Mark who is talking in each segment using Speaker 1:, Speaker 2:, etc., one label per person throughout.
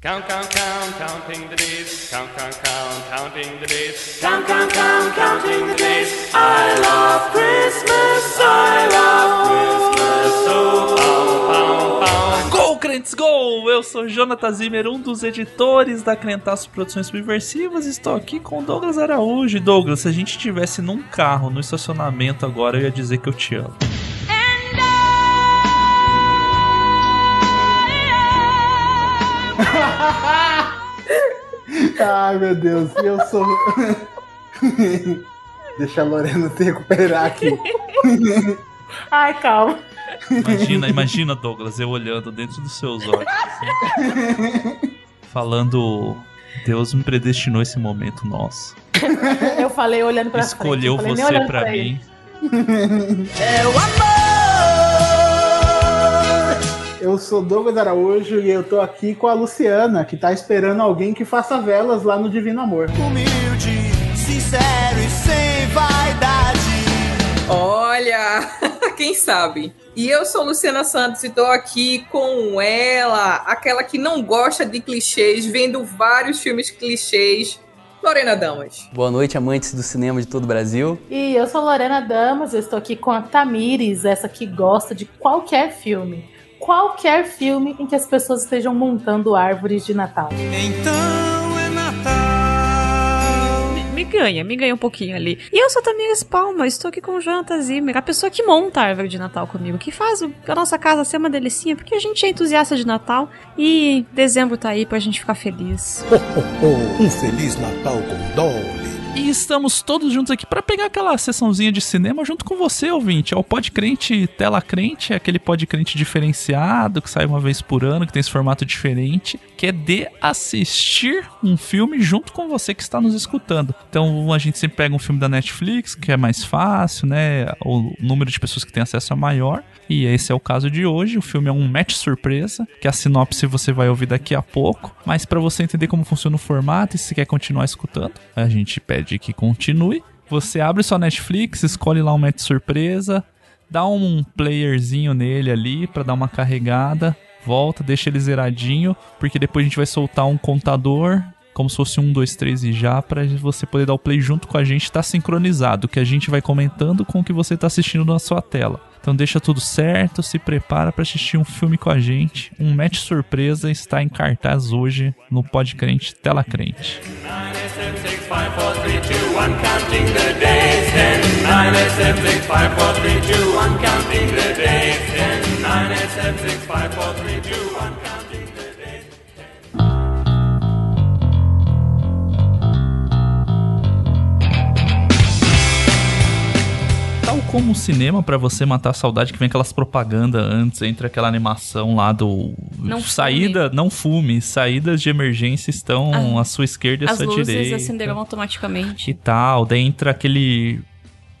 Speaker 1: Count, count, count, counting the days. Count, count, count, counting the days.
Speaker 2: Count, count, count, counting the days. I love Christmas. I love Christmas. So
Speaker 3: Gol, crentes, gol! Eu sou Jonathan Zimmer, um dos editores da Crentaço Produções Subversivas. e Estou aqui com o Douglas Araújo. E, Douglas, se a gente estivesse num carro, no estacionamento agora, eu ia dizer que eu te amo.
Speaker 4: Ai, meu Deus, eu sou. Deixa a Lorena se recuperar aqui.
Speaker 5: Ai, calma.
Speaker 3: Imagina, imagina, Douglas, eu olhando dentro dos seus olhos. assim, falando, Deus me predestinou esse momento nosso.
Speaker 5: Eu falei olhando pra
Speaker 3: Escolheu
Speaker 5: frente. eu falei, nem
Speaker 3: você
Speaker 5: olhando
Speaker 3: pra mim.
Speaker 5: ele.
Speaker 4: Eu sou Douglas Araújo e eu tô aqui com a Luciana, que tá esperando alguém que faça velas lá no Divino Amor.
Speaker 6: Olha, quem sabe? E eu sou Luciana Santos e tô aqui com ela, aquela que não gosta de clichês, vendo vários filmes clichês, Lorena Damas.
Speaker 7: Boa noite, amantes do cinema de todo o Brasil.
Speaker 5: E eu sou Lorena Damas, eu estou aqui com a Tamires, essa que gosta de qualquer filme. Qualquer filme em que as pessoas estejam montando árvores de Natal.
Speaker 8: Me- Me ganha, me ganha um pouquinho ali. E eu sou Tamires Palma, estou aqui com o Jonathan Zimmer, a pessoa que monta a árvore de Natal comigo, que faz o- a nossa casa ser uma delicinha, porque a gente é entusiasta de Natal e dezembro tá aí pra gente ficar feliz.
Speaker 9: Um Feliz Natal com Dolly.
Speaker 3: E estamos todos juntos aqui para pegar aquela sessãozinha de cinema junto com você, ouvinte. É o Podcrente Tela Crente, é aquele Podcrente diferenciado que sai uma vez por ano, que tem esse formato diferente, que é de assistir um filme junto com você que está nos escutando. Então a gente sempre pega um filme da Netflix, que é mais fácil, né? O número de pessoas que tem acesso é maior. E esse é o caso de hoje. O filme é um match surpresa, que a sinopse você vai ouvir daqui a pouco. Mas para você entender como funciona o formato e se quer continuar escutando, a gente pede que continue. Você abre sua Netflix, escolhe lá um match surpresa, dá um playerzinho nele ali para dar uma carregada, volta, deixa ele zeradinho, porque depois a gente vai soltar um contador, como se fosse um, dois, três e já, para você poder dar o play junto com a gente, tá sincronizado, que a gente vai comentando com o que você tá assistindo na sua tela. Então deixa tudo certo, se prepara para assistir um filme com a gente. Um match surpresa está em cartaz hoje no Pod Crente Tela Crente.
Speaker 2: 7, 6, 5, 4, 3, 2, 1, counting the days. 10, 9, 8, 7, 6, 5, 4, 3, 2, 1, counting the days. 10, 9, 8, 7, 6, 5, 4, 3, 2, 1, counting the days.
Speaker 3: Tal como o cinema, pra você matar a saudade, que vem aquelas propagandas antes, entre aquela animação lá do.
Speaker 8: Não fume.
Speaker 3: Saída, não fume. Saídas de emergência estão à sua esquerda e à
Speaker 8: Ah, As
Speaker 3: sua
Speaker 8: luzes
Speaker 3: direita.
Speaker 8: acenderão
Speaker 3: E
Speaker 8: automaticamente.
Speaker 3: tal. Daí entra aquele.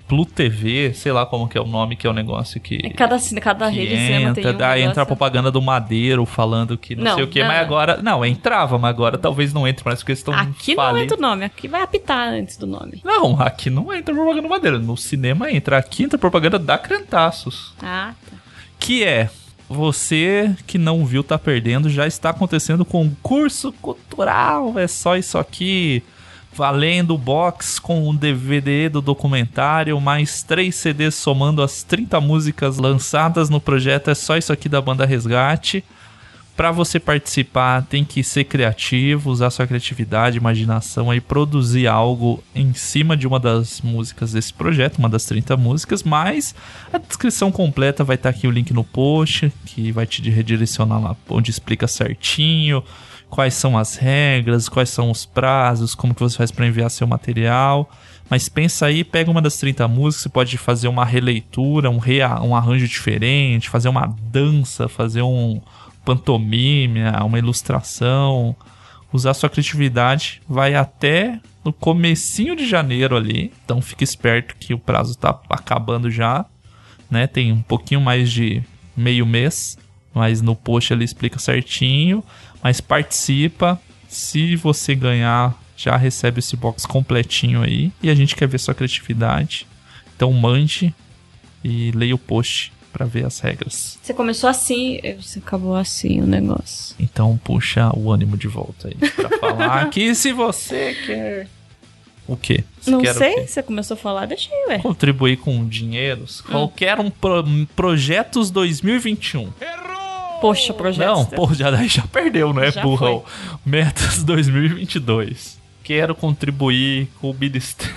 Speaker 3: Blue TV, sei lá como que é o nome, que é o negócio que.
Speaker 8: É Cada, cine- cada
Speaker 3: que
Speaker 8: rede de cinema tem um
Speaker 3: entra, daí entra a
Speaker 8: negócio.
Speaker 3: propaganda do Madeiro falando que não,
Speaker 8: Não,
Speaker 3: sei o que,
Speaker 8: não,
Speaker 3: mas
Speaker 8: não.
Speaker 3: agora. Não, entrava, mas agora talvez não entre, parece que eles estão.
Speaker 8: Aqui não
Speaker 3: falindo.
Speaker 8: entra o nome, aqui vai apitar antes do nome.
Speaker 3: Não, aqui não entra propaganda do Madeiro. No cinema entra. Aqui entra propaganda da Crentaços.
Speaker 8: Ah,
Speaker 10: tá.
Speaker 3: que é você que não viu tá perdendo, já está acontecendo concurso cultural, é só isso aqui. Valendo o box com um o DVD do documentário, mais três CDs somando as 30 músicas lançadas no projeto, é só isso aqui da banda Resgate. Para você participar, tem que ser criativo, usar sua criatividade, imaginação aí, produzir algo em cima de uma das músicas desse projeto, uma das 30 músicas, mas a descrição completa vai estar aqui o link no post, que vai te redirecionar lá onde explica certinho quais são as regras, quais são os prazos, como que você faz para enviar seu material. Mas pensa aí, pega uma das 30 músicas, você pode fazer uma releitura, um, rea, um arranjo diferente, fazer uma dança, fazer um pantomime, uma ilustração, usar sua criatividade, vai até no comecinho de janeiro ali. Então fica esperto que o prazo tá acabando já, né? Tem um pouquinho mais de meio mês, mas no post ele explica certinho, mas participa. Se você ganhar, já recebe esse box completinho aí e a gente quer ver sua criatividade. Então mande e leia o post pra ver as regras.
Speaker 10: Você começou assim, e você acabou assim o negócio.
Speaker 3: Então puxa o ânimo de volta aí pra falar que se você quer. O quê? Você
Speaker 10: Não
Speaker 3: quer o
Speaker 10: sei,
Speaker 3: quê?
Speaker 10: você começou a falar, deixei, ué.
Speaker 3: Contribuir com dinheiros.
Speaker 10: Hum.
Speaker 3: Qualquer um pro, projetos 2021.
Speaker 10: Poxa, projeto.
Speaker 3: Não, pô, já, daí já perdeu, né,
Speaker 10: Já
Speaker 3: burrão? Metas 2022. Quero contribuir com o Ministério.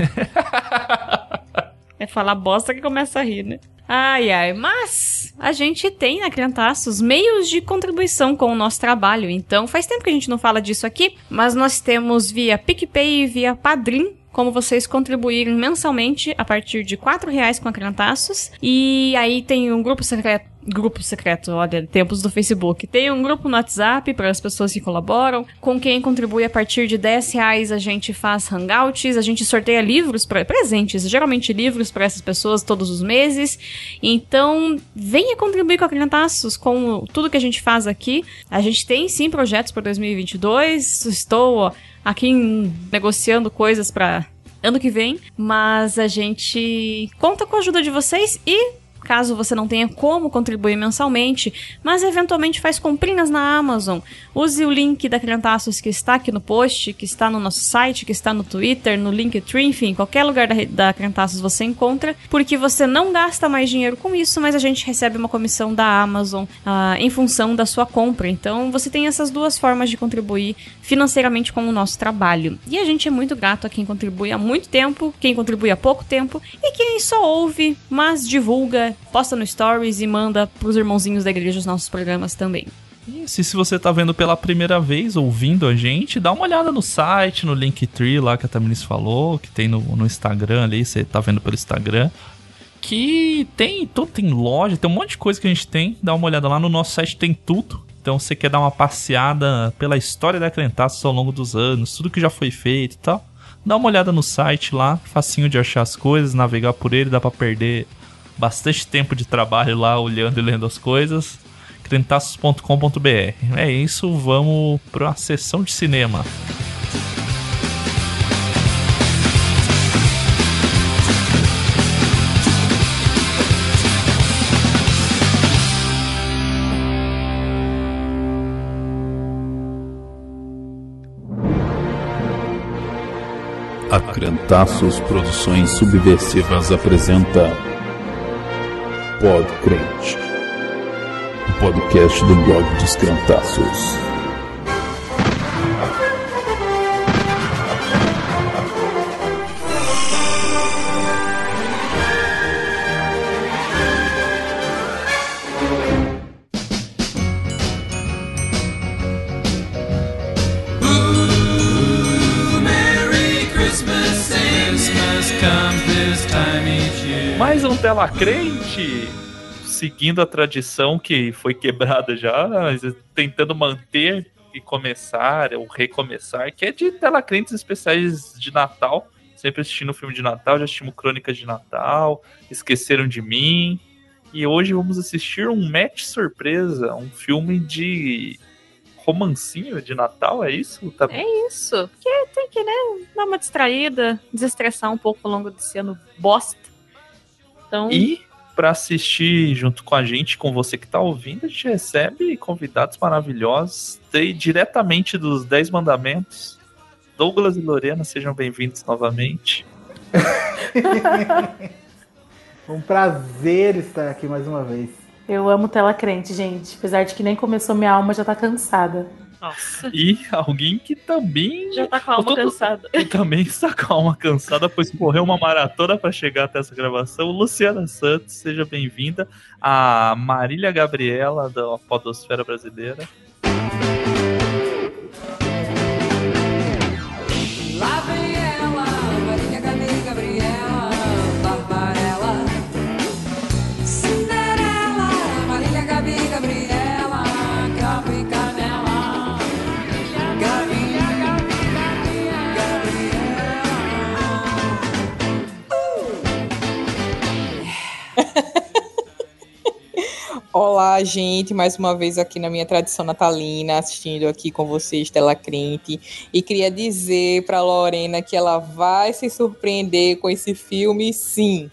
Speaker 10: É falar bosta que começa a rir, né? Ai, ai. Mas a gente tem na Criantaços meios de contribuição com o nosso trabalho. Então faz tempo que a gente não fala disso aqui, mas nós temos via PicPay e via Padrim. Como vocês contribuírem mensalmente a partir de R$ reais com a Criantaços. E aí tem um grupo secreto. Grupo secreto, olha, tempos do Facebook. Tem um grupo no WhatsApp para as pessoas que colaboram. Com quem contribui a partir de 10 reais, a gente faz hangouts, a gente sorteia livros, pra, presentes, geralmente livros para essas pessoas todos os meses. Então, venha contribuir com a Criantaços, com o- tudo que a gente faz aqui. A gente tem sim projetos para 2022. Estou ó, aqui em- negociando coisas para ano que vem, mas a gente conta com a ajuda de vocês e caso você não tenha como contribuir mensalmente, mas eventualmente faz comprinhas na Amazon. Use o link da Criantaços que está aqui no post, que está no nosso site, que está no Twitter, no Linktree, enfim, qualquer lugar da, re- da Criantaços você encontra, porque você não gasta mais dinheiro com isso, mas a gente recebe uma comissão da Amazon ah, em função da sua compra. Então você tem essas duas formas de contribuir financeiramente com o nosso trabalho. E a gente é muito grato a quem contribui há muito tempo, quem contribui há pouco tempo e quem só ouve, mas divulga, posta no stories e manda pros irmãozinhos da igreja os nossos programas também.
Speaker 3: Isso, e se você tá vendo pela primeira vez, ouvindo a gente, dá uma olhada no site, no Linktree lá que a Tamiris falou, que tem no, no Instagram ali, você tá vendo pelo Instagram. Que tem tudo, tem loja, tem um monte de coisa que a gente tem. Dá uma olhada lá no nosso site, tem tudo. Então se você quer dar uma passeada pela história da Crentaços ao longo dos anos, tudo que já foi feito e tal. Dá uma olhada no site lá, facinho de achar as coisas, navegar por ele, dá pra perder bastante tempo de trabalho lá olhando e lendo as coisas. crentaços.com.br. É isso, vamos pra uma sessão de cinema.
Speaker 11: A Crentaços Produções Subversivas apresenta Podcrente, o podcast do blog dos Crentaços.
Speaker 6: Merry Christmas, Christmas comes this time each year.
Speaker 3: Mais um Tela Crente! Seguindo a tradição que foi quebrada já, mas tentando manter e começar, ou recomeçar, que é de Tela Crentes especiais de Natal. Sempre assistindo filme de Natal, já assistimos Crônicas de Natal, Esqueceram de Mim. E hoje vamos assistir um match surpresa, um filme de romancinho de Natal, é isso? Tá...
Speaker 10: É isso. Porque tem que, né, dar uma distraída, desestressar um pouco ao longo desse ano bosta. Então,
Speaker 3: E
Speaker 6: Hum.
Speaker 3: para assistir junto com a gente, com você que tá ouvindo, a gente recebe convidados maravilhosos de- diretamente dos Dez Mandamentos. Douglas e Lorena, sejam bem-vindos novamente.
Speaker 4: Um prazer estar aqui mais uma vez.
Speaker 5: Eu amo tela crente, gente. Apesar de que nem começou, minha alma já tá cansada.
Speaker 10: nossa,
Speaker 3: E alguém que também
Speaker 10: já tá com a alma
Speaker 3: Eu tô-
Speaker 10: cansada.
Speaker 3: que também está com a alma cansada, pois correu uma maratona para chegar até essa gravação. Luciana Santos, seja bem-vinda. A Marília Gabriela, da Podosfera Brasileira.
Speaker 6: Lá vem ela, Maria Gabi, Gabriela, Barbarella. Cinderela, Marília Gabi, Gabriela, Gabi Canela. Gabinha, Gabi, Gabinha, Gabriela.
Speaker 12: Uh! Olá, gente, mais uma vez aqui na minha tradição natalina, assistindo aqui com vocês, Tela Crente. E queria dizer pra Lorena que ela vai se surpreender com esse filme, sim.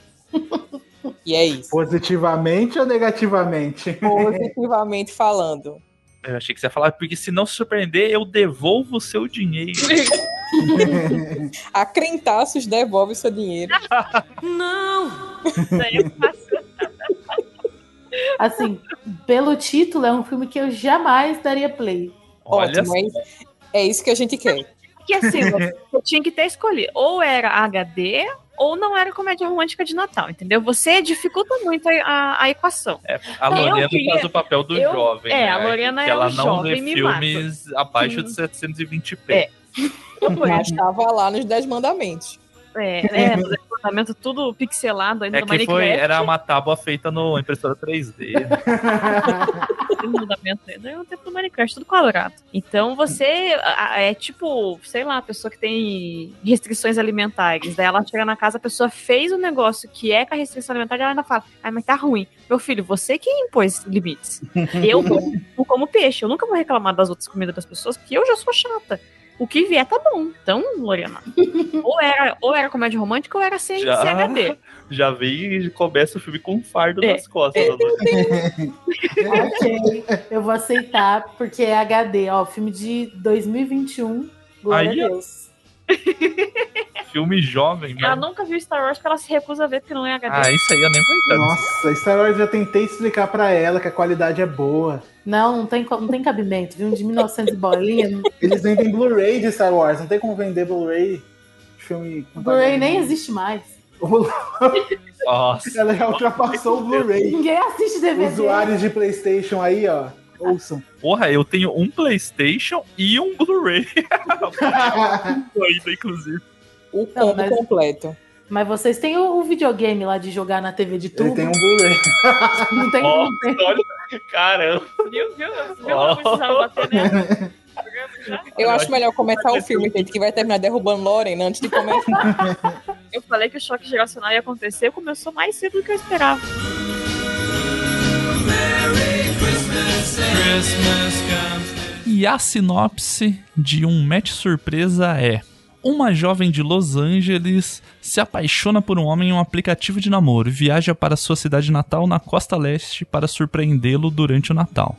Speaker 6: E é isso.
Speaker 4: Positivamente ou negativamente?
Speaker 6: Positivamente falando.
Speaker 3: Eu achei que você ia falar, porque se não se surpreender, eu devolvo o seu dinheiro.
Speaker 6: A crentaços devolve seu dinheiro.
Speaker 10: Não! Daí eu faço.
Speaker 5: Assim, pelo título, é um filme que eu jamais daria play.
Speaker 3: Olha
Speaker 6: Ótimo, é isso- é isso que a gente quer.
Speaker 10: Que assim, eu tinha que ter escolhido. Ou era HD, ou não era comédia romântica de Natal, entendeu? Você dificulta muito a, a- a equação.
Speaker 3: É, a
Speaker 10: Eu
Speaker 3: Lorena
Speaker 10: queria-
Speaker 3: faz o papel do
Speaker 10: eu-
Speaker 3: jovem.
Speaker 10: é,
Speaker 3: né?
Speaker 10: a Lorena
Speaker 3: que
Speaker 10: é
Speaker 3: ela
Speaker 10: o
Speaker 3: não
Speaker 10: jovem
Speaker 3: vê
Speaker 10: mimado.
Speaker 3: filmes abaixo de 720p.
Speaker 10: É.
Speaker 6: Mas estava lá nos Dez Mandamentos.
Speaker 10: É, é, no levantamento tudo pixelado ainda
Speaker 3: É
Speaker 10: no
Speaker 3: que foi,
Speaker 10: Minecraft.
Speaker 3: era uma tábua feita no impressora 3D. né?
Speaker 10: no fundamento ainda é um tempo do Minecraft, tudo quadrado. Então você a- a- é tipo, sei lá, a pessoa que tem restrições alimentares. Daí ela chega na casa, a pessoa fez um negócio que é com a restrição alimentar e ela ainda fala: ai, mas tá ruim. Meu filho, você que impôs limites. Eu não como peixe, eu nunca vou reclamar das outras comidas das pessoas, porque eu já sou chata. O que vier tá bom. Então, Lorena, ou era, ou era comédia romântica ou era sem
Speaker 3: Já.
Speaker 10: CHD.
Speaker 3: Já veio e começa o filme com um fardo
Speaker 10: É.
Speaker 3: nas costas. da Lorena.
Speaker 5: Ok, eu vou aceitar, porque é HD, ó, filme de 2021. Glória
Speaker 3: Aí,
Speaker 5: a
Speaker 3: ó.
Speaker 5: Deus.
Speaker 3: Filme jovem,
Speaker 10: Ela
Speaker 3: né?
Speaker 10: nunca viu Star Wars porque ela se recusa a ver porque não é HD.
Speaker 3: Ah, isso aí eu nem vou entrar.
Speaker 4: Nossa, Star Wars eu tentei explicar pra ela que a qualidade é boa.
Speaker 5: Não, não tem, co- não tem cabimento, viu? Um De 1900 e bolinha.
Speaker 4: Eles vendem Blu-ray de Star Wars, não tem como vender Blu-ray de filme. com
Speaker 5: Blu-ray nem
Speaker 4: qualidade.
Speaker 5: existe mais.
Speaker 3: Nossa.
Speaker 4: Ela já ultrapassou o Blu-ray.
Speaker 5: Ninguém assiste DVD.
Speaker 4: Usuários de PlayStation aí, ó, ouçam.
Speaker 3: Porra, eu tenho um Playstation e um Blu-ray ainda, inclusive.
Speaker 6: O combo
Speaker 5: mas-
Speaker 6: completo.
Speaker 5: Mas vocês têm o, o videogame lá de jogar na TV de
Speaker 4: Ele
Speaker 5: tubo?
Speaker 4: tem um Blu-ray.
Speaker 5: Não tem?
Speaker 3: Nossa,
Speaker 5: não tem.
Speaker 3: olha. Caramba.
Speaker 10: Viu, viu? Viu como
Speaker 3: Oh.
Speaker 10: eu precisava bater nela?
Speaker 6: Eu acho melhor começar
Speaker 3: vai
Speaker 6: o
Speaker 3: ter
Speaker 6: filme, gente, que vai terminar derrubando Lorena antes de começar.
Speaker 10: Eu falei que o choque geracional ia acontecer, começou mais cedo do que eu esperava.
Speaker 3: E a sinopse de um match surpresa é: uma jovem de Los Angeles se apaixona por um homem em um aplicativo de namoro e viaja para sua cidade natal na costa leste para surpreendê-lo durante o Natal,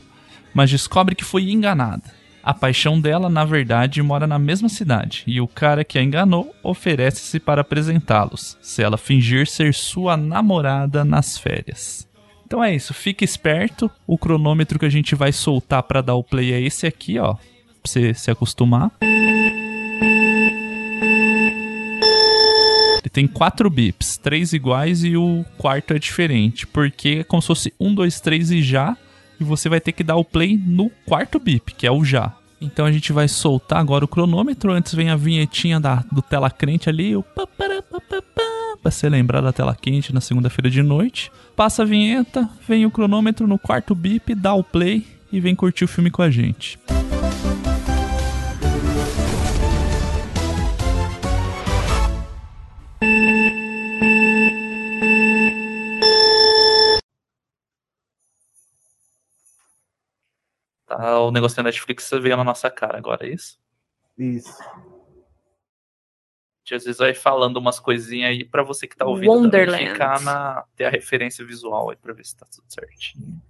Speaker 3: mas descobre que foi enganada. A paixão dela, na verdade, mora na mesma cidade e o cara que a enganou oferece-se para apresentá-los, se ela fingir ser sua namorada nas férias. Então é isso, fica esperto. O cronômetro que a gente vai soltar pra dar o play é esse aqui, ó. Pra você se acostumar. Ele tem quatro bips, três iguais e o quarto é diferente, porque é como se fosse um, dois, três e já, e você vai ter que dar o play no quarto bip, que é o já. Então a gente vai soltar agora o cronômetro, antes vem a vinhetinha da, do tela crente ali, o pá, pará, pá, pá, pá, pra você lembrar da tela quente na segunda-feira de noite. Passa a vinheta, vem o cronômetro no quarto bip, dá o play e vem curtir o filme com a gente. Tá, o negócio da Netflix veio na nossa cara agora, é isso?
Speaker 4: Isso.
Speaker 3: gente às vezes vai falando umas coisinhas aí pra você que tá ouvindo
Speaker 10: Wonderland.
Speaker 3: também ficar na ter a referência visual aí pra ver se tá tudo certinho.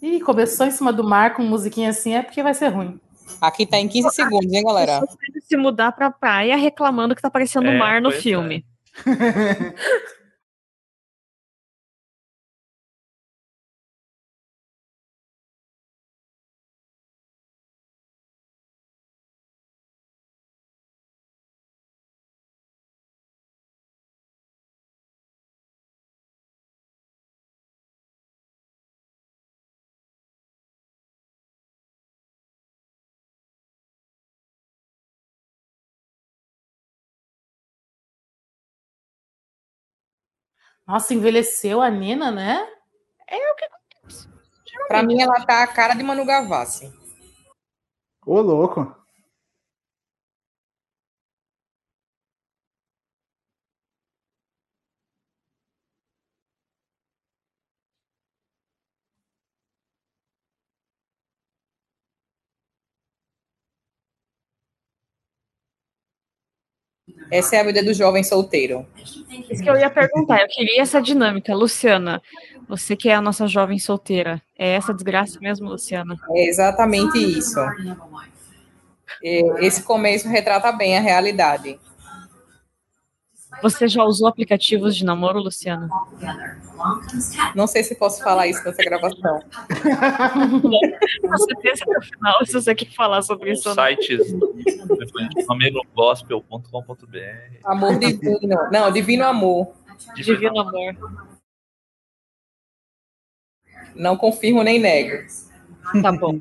Speaker 5: Ih, começou em cima do mar com musiquinha assim, é porque vai ser ruim.
Speaker 6: Aqui tá em 15 segundos, hein, galera?
Speaker 10: Pessoas tendo que se mudar pra praia reclamando que tá aparecendo o
Speaker 3: É,
Speaker 10: mar no
Speaker 3: pois
Speaker 10: filme.
Speaker 5: Nossa, envelheceu a Nina, né?
Speaker 10: É o que acontece.
Speaker 6: Pra
Speaker 10: Geralmente.
Speaker 6: mim, ela tá a cara de Manu Gavassi.
Speaker 4: Ô, louco.
Speaker 6: Essa é a vida do jovem solteiro.
Speaker 10: Isso que eu ia perguntar, eu queria essa dinâmica. Luciana, você que é a nossa jovem solteira, é essa desgraça mesmo, Luciana?
Speaker 6: É exatamente isso. É, Esse começo retrata bem a realidade.
Speaker 10: Você já usou aplicativos de namoro, Luciana?
Speaker 6: Não sei se posso falar isso nessa gravação.
Speaker 10: Você pensa no final se você quer falar
Speaker 3: Um
Speaker 10: sobre isso. ou não.
Speaker 3: Sites amegogospel.com.br
Speaker 6: Amor divino. Não, divino amor.
Speaker 10: Divino amor.
Speaker 6: Não confirmo nem nego.
Speaker 10: Tá bom.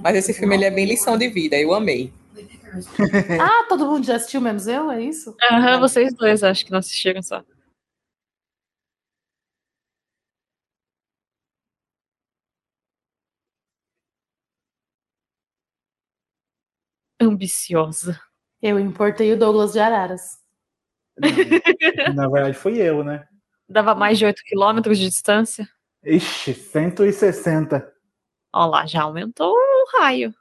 Speaker 6: Mas esse filme ele é bem lição de vida. Eu amei.
Speaker 4: É.
Speaker 5: Ah, todo mundo já assistiu, menos eu? É isso?
Speaker 10: Aham, vocês dois acho que não assistiram só. Ambiciosa.
Speaker 5: Eu importei o Douglas de Araras.
Speaker 4: Na verdade, fui eu, né?
Speaker 10: Dava mais de 8 quilômetros de distância.
Speaker 4: Ixi, 160.
Speaker 10: Ó lá, já aumentou o raio.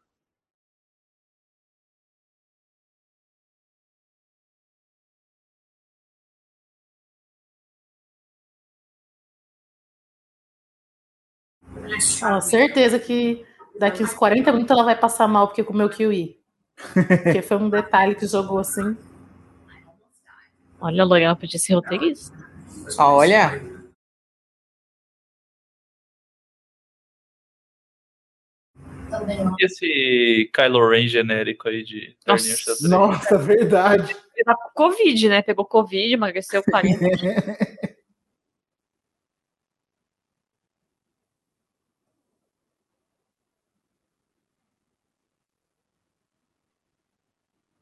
Speaker 5: Ah, certeza que daqui uns 40 minutos ela vai passar mal porque comeu kiwi. Porque foi um detalhe que jogou assim.
Speaker 10: Olha, a L'Oréal podia ser roteirista.
Speaker 6: Olha,
Speaker 3: E esse Kylo Ren genérico aí de Terninho
Speaker 10: Nossa.
Speaker 3: Xadrez?
Speaker 4: Nossa, é verdade.
Speaker 10: Tá com Covid, né? Pegou Covid, emagreceu 40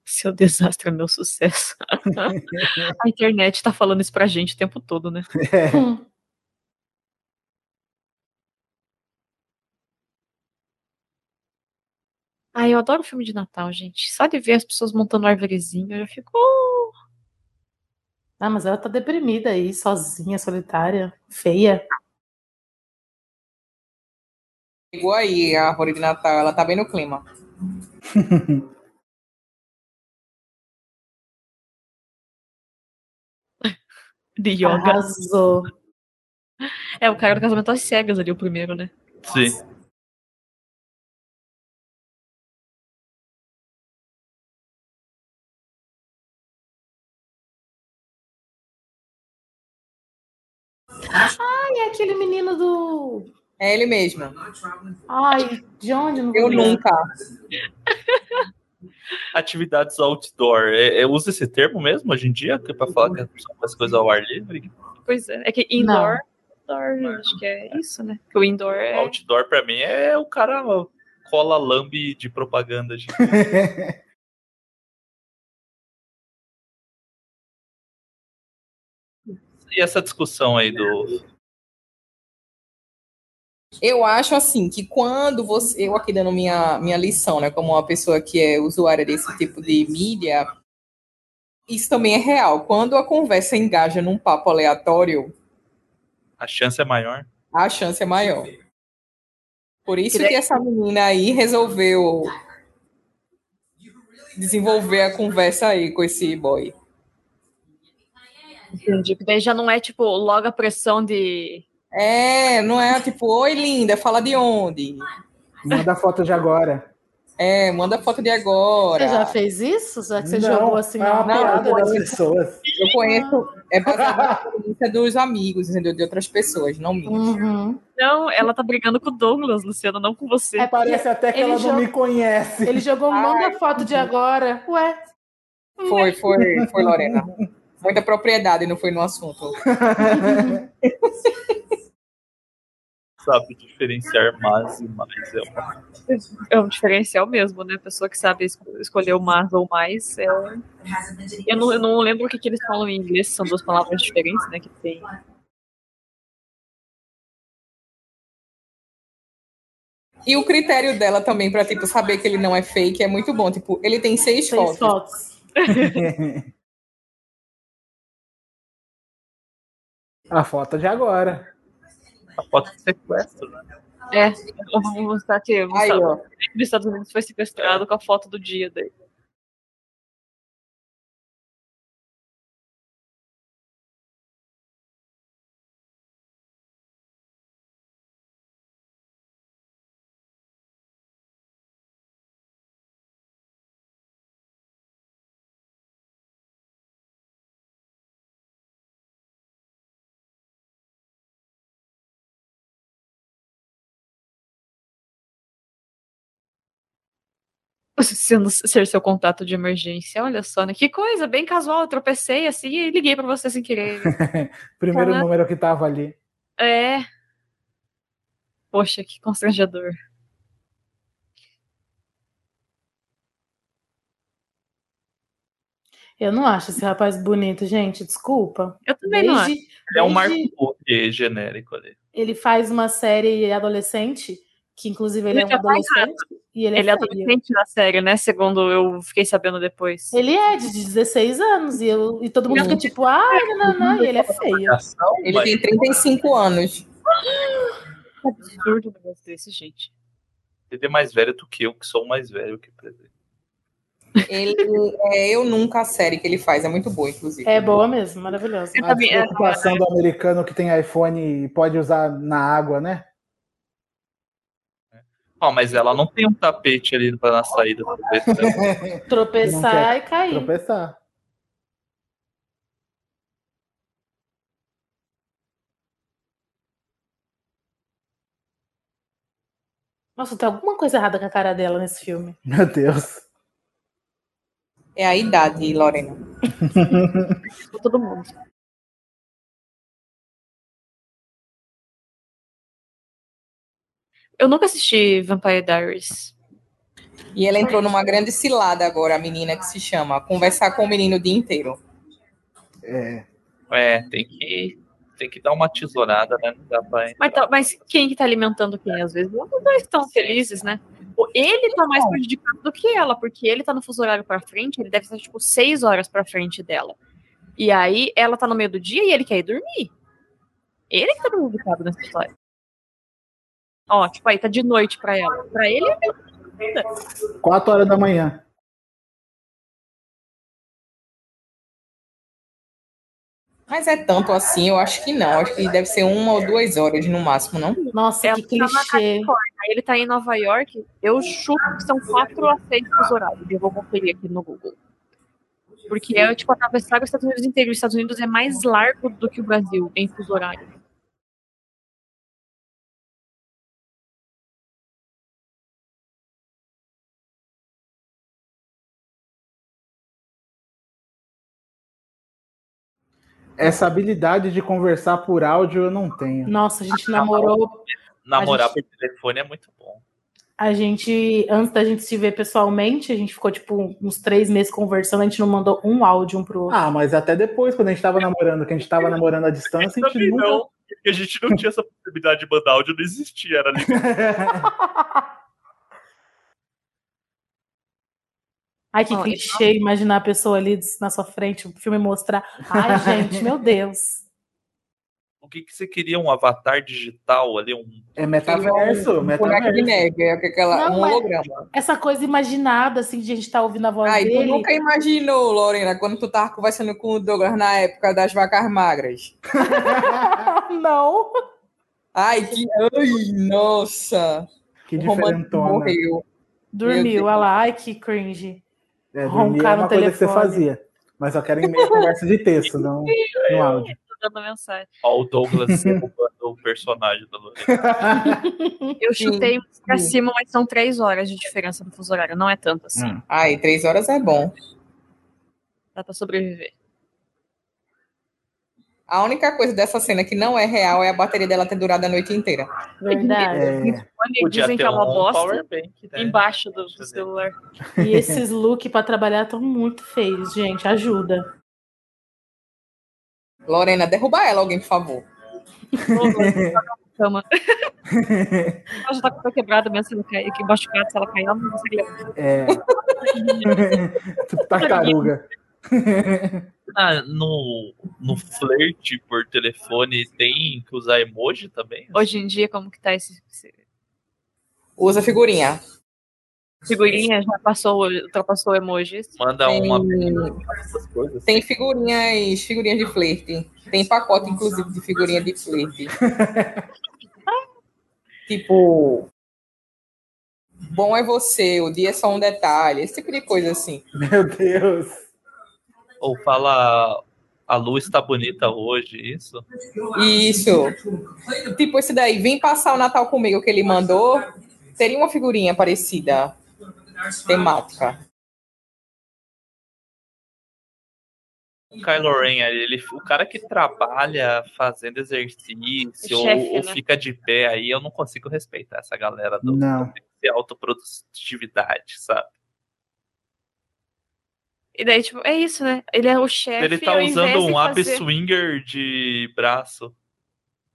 Speaker 10: Seu desastre é meu sucesso. A internet tá falando isso pra gente o tempo todo, né?
Speaker 4: É,
Speaker 5: Hum.
Speaker 10: Ai, eu adoro filme de Natal, gente. Só de ver as pessoas montando arvorezinha, eu já fico. "Oh!"
Speaker 5: Ah, mas ela tá deprimida aí, sozinha, solitária, feia.
Speaker 6: chegou aí a árvore de Natal. Ela tá bem no clima.
Speaker 10: De yoga.
Speaker 5: Arrasou.
Speaker 10: É, o cara do casamento às cegas ali, o primeiro, né?
Speaker 3: Sim.
Speaker 5: E é aquele menino do.
Speaker 6: É ele mesmo.
Speaker 5: Ai, de onde? Não vou
Speaker 6: Eu
Speaker 5: lembrar.
Speaker 6: nunca.
Speaker 3: Atividades outdoor. É, é- usa esse termo mesmo hoje em dia? Que é pra falar que a pessoa faz coisa ao ar livre?
Speaker 10: Pois é. É que indoor. Outdoor, acho que é isso, né? Porque o indoor é.
Speaker 3: Outdoor pra mim é o cara cola lambe de propaganda. Gente. E essa discussão aí do.
Speaker 6: Eu acho assim que quando você, eu aqui dando minha, minha lição, né, como uma pessoa que é usuária desse tipo de mídia, isso também é real. Quando a conversa engaja num papo aleatório,
Speaker 3: A chance é maior?
Speaker 6: a chance é maior. Por isso que essa menina aí resolveu desenvolver a conversa aí com esse boy.
Speaker 10: Entendi. Porque daí já não é, tipo, logo a pressão de.
Speaker 6: É, não é tipo, oi linda, fala de onde?
Speaker 4: manda a foto de agora.
Speaker 6: É, manda foto de
Speaker 5: Você
Speaker 6: agora.
Speaker 5: já fez isso? Já que você
Speaker 4: Não,
Speaker 5: jogou assim
Speaker 4: é
Speaker 5: na
Speaker 4: uma
Speaker 6: Não,
Speaker 4: piada
Speaker 6: pô,
Speaker 4: das
Speaker 6: isso-
Speaker 4: pessoas.
Speaker 6: Eu conheço, é baseado na experiência dos amigos, entendeu? De outras pessoas, não minha.
Speaker 5: Uhum.
Speaker 10: Não, ela tá brigando com o Douglas, Luciana, não com você.
Speaker 5: É porque
Speaker 4: Parece até que
Speaker 5: ele
Speaker 4: ela
Speaker 5: joga-
Speaker 4: não me conhece.
Speaker 5: ele jogou manda foto de agora. Ué,
Speaker 6: Foi, foi, foi, Lorena. Muita propriedade, não foi no assunto.
Speaker 3: Sabe diferenciar mais e mais. É uma...
Speaker 10: É um diferencial mesmo, né? A pessoa que sabe es- escolher o mais ou mais. É... um- Eu, não, eu não lembro o que, que eles falam em inglês, são duas palavras diferentes, né? Que tem.
Speaker 6: E o critério dela também pra tipo saber que ele não é fake é muito bom. Tipo, ele tem seis
Speaker 5: seis
Speaker 6: fotos.
Speaker 5: fotos.
Speaker 4: A foto de agora.
Speaker 3: A foto de sequestro, né?
Speaker 10: É, vamos mostrar que o
Speaker 6: Aí, ó.
Speaker 10: dos Estados Unidos foi sequestrado com a foto do dia dele. Sendo ser seu contato de emergência. Olha só, né? Que coisa, bem casual. Eu tropecei assim e liguei pra você sem querer.
Speaker 5: Tá
Speaker 4: Primeiro
Speaker 10: Caraca.
Speaker 4: número que tava ali.
Speaker 10: É. Poxa, que constrangedor.
Speaker 5: Eu não acho esse rapaz bonito, gente. Desculpa.
Speaker 10: Eu
Speaker 3: também não acho. É um Marco Luque genérico ali.
Speaker 5: Ele faz uma série adolescente, que inclusive ele,
Speaker 10: Ele
Speaker 5: é um
Speaker 10: já tá
Speaker 5: adolescente.
Speaker 10: errado.
Speaker 5: E ele,
Speaker 10: Ele é
Speaker 5: feio.
Speaker 10: adolescente na série, né? Segundo eu fiquei sabendo depois.
Speaker 5: Ele é de 16 anos e, eu, e todo mundo fica tipo, ah, não, não, não, e ele é feio.
Speaker 6: Ele tem 35 anos.
Speaker 10: Que absurdo um negócio desse, gente.
Speaker 3: Ele é mais velho do que eu, que sou o mais velho que presente.
Speaker 6: Ele é Eu Nunca, a série que ele faz, é muito boa, inclusive.
Speaker 5: É boa mesmo, maravilhosa.
Speaker 4: A preocupação do americano que tem iPhone e pode usar na água, né?
Speaker 3: Ó, mas ela não tem um tapete ali pra na saída. talvez, né?
Speaker 4: Não
Speaker 5: Tropeçar
Speaker 4: quer
Speaker 5: e cair.
Speaker 4: Tropeçar.
Speaker 5: Nossa, tem alguma coisa errada com a cara dela nesse filme.
Speaker 4: Meu Deus.
Speaker 6: É a idade, Lorena.
Speaker 10: Todo mundo. Eu nunca assisti Vampire Diaries.
Speaker 6: E ela entrou numa grande cilada agora, a menina que se chama Conversar com o Menino o Dia Inteiro.
Speaker 4: É.
Speaker 3: É, tem que, tem que dar uma tesourada, né? Não dá pra.
Speaker 10: Mas, tá- mas quem que tá alimentando quem? Às vezes os dois estão felizes, né? O- Ele tá mais prejudicado do que ela, porque ele tá no fuso horário pra frente, ele deve estar, tipo, seis horas pra frente dela. E aí ela tá no meio do dia e ele quer ir dormir. Ele que tá prejudicado nessa história. Ó, tipo, aí tá de noite pra ela. Pra ele é a mesma coisa.
Speaker 4: 4 horas da manhã.
Speaker 6: Mas é tanto assim, eu acho que não. Acho que deve ser uma ou duas horas no máximo, não?
Speaker 5: Nossa,
Speaker 10: que clichê. Ele tá em Nova York, eu chuto que são quatro a seis fuso horários. Eu vou conferir aqui no Google. Porque é tipo atravessar os Estados Unidos inteiro. Os Estados Unidos é mais largo do que o Brasil em fuso horário.
Speaker 4: Essa habilidade de conversar por áudio eu não tenho.
Speaker 5: Nossa, a gente namorou.
Speaker 3: Namorar
Speaker 5: A
Speaker 3: por telefone é muito bom.
Speaker 5: A gente, antes da gente se ver pessoalmente, a gente ficou tipo uns três meses conversando, a gente não mandou um áudio um pro outro.
Speaker 4: Ah, mas até depois, quando a gente tava namorando, que a gente tava namorando à distância, a gente nunca.
Speaker 3: Não, porque a gente não tinha essa possibilidade de mandar áudio, não existia, era ligado.
Speaker 5: Ai, que
Speaker 10: Ó,
Speaker 5: clichê imaginar a pessoa ali na sua frente, o filme mostrar. Ai, gente, meu Deus.
Speaker 3: O que, que você queria? Um avatar digital ali? Um...
Speaker 4: É metaverso,
Speaker 6: Boneco de
Speaker 4: metaverso.
Speaker 6: neve, é aquela,
Speaker 5: Não,
Speaker 6: um
Speaker 5: mas-
Speaker 6: holograma.
Speaker 5: Essa coisa imaginada, assim, de a gente tá ouvindo a voz
Speaker 6: Ai, tu
Speaker 5: dele.
Speaker 6: nunca imaginou, Lorena, quando tu tava conversando com o Douglas na época das vacas magras.
Speaker 5: Ah, Não.
Speaker 6: Ai, que. Ai, nossa!
Speaker 4: Que
Speaker 6: O romântico
Speaker 4: diferentona.
Speaker 6: morreu. Meu
Speaker 5: Dormiu,
Speaker 6: Deus.
Speaker 5: olha lá. Ai, que cringe.
Speaker 4: É,
Speaker 5: Roncar
Speaker 4: dormir é
Speaker 5: no
Speaker 4: uma coisa que você
Speaker 5: telefone.
Speaker 4: fazia. Mas só quero em meio a conversa de texto, não no áudio.
Speaker 10: Tô dando mensagem.
Speaker 3: Ó, o Douglas derrubando o personagem da Lorena.
Speaker 10: Eu chutei um pra cima, mas são três horas de diferença no fuso horário. Não é tanto assim.
Speaker 3: Hum.
Speaker 6: Ai, três horas é bom.
Speaker 10: Dá pra sobreviver.
Speaker 6: A única coisa dessa cena que não é real é a bateria dela ter durado a noite inteira.
Speaker 5: Verdade.
Speaker 10: Olha,
Speaker 3: Podia
Speaker 10: dizem
Speaker 3: ter
Speaker 10: que é uma
Speaker 3: um
Speaker 10: bosta
Speaker 3: power bank, né?
Speaker 10: embaixo do, do celular.
Speaker 5: E esses look pra trabalhar estão muito feios, gente. Ajuda.
Speaker 6: Lorena, derruba ela, alguém, por favor.
Speaker 10: Cama. ela já tá com o pé quebrado mesmo, se ela cair, que machucado, se ela cair, ela não consegue levantar.
Speaker 4: É, tá Tartaruga.
Speaker 3: Ah, no, no flerte por telefone tem que usar emoji também?
Speaker 10: Hoje em dia, como que tá esse. esse-
Speaker 6: Usa figurinha.
Speaker 10: Figurinha já passou, ultrapassou emojis.
Speaker 3: Manda uma.
Speaker 6: Tem figurinhas, figurinhas de flerte. Tem pacote, inclusive, de figurinha de flerte. tipo. Bom é você, o dia é só um detalhe, esse tipo de coisa assim.
Speaker 4: Meu Deus.
Speaker 3: Ou fala a luz tá bonita hoje, isso?
Speaker 6: Isso. Tipo esse daí, vem passar o Natal comigo que ele mandou. Seria uma figurinha parecida, temática.
Speaker 3: O Kylo Ren, ele, o cara que trabalha fazendo exercício
Speaker 10: O chefe,
Speaker 3: ou, ou
Speaker 10: né?
Speaker 3: fica de pé aí, eu não consigo respeitar essa galera do,
Speaker 4: Não.
Speaker 3: de autoprodutividade, sabe?
Speaker 10: E daí, tipo, é isso, né? Ele é o chefe.
Speaker 3: Ele tá
Speaker 10: ao invés
Speaker 3: usando
Speaker 10: de
Speaker 3: um ab
Speaker 10: fazer-
Speaker 3: swinger de braço.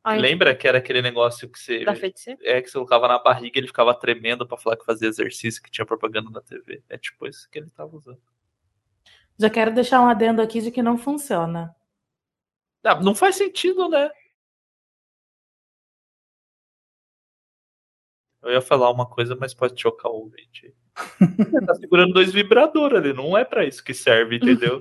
Speaker 10: Ai,
Speaker 3: Lembra que era aquele negócio que você.
Speaker 10: Da feiticeira?
Speaker 3: É, que você colocava na barriga e ele ficava tremendo pra falar que fazia exercício, que tinha propaganda na TV. É tipo isso que ele tava usando.
Speaker 5: Já quero deixar um adendo aqui de que não funciona.
Speaker 3: Ah, Não faz sentido, né? Eu ia falar uma coisa, mas pode chocar o ouvinte. Ele tá segurando dois vibradores ali, não é pra isso que serve, entendeu?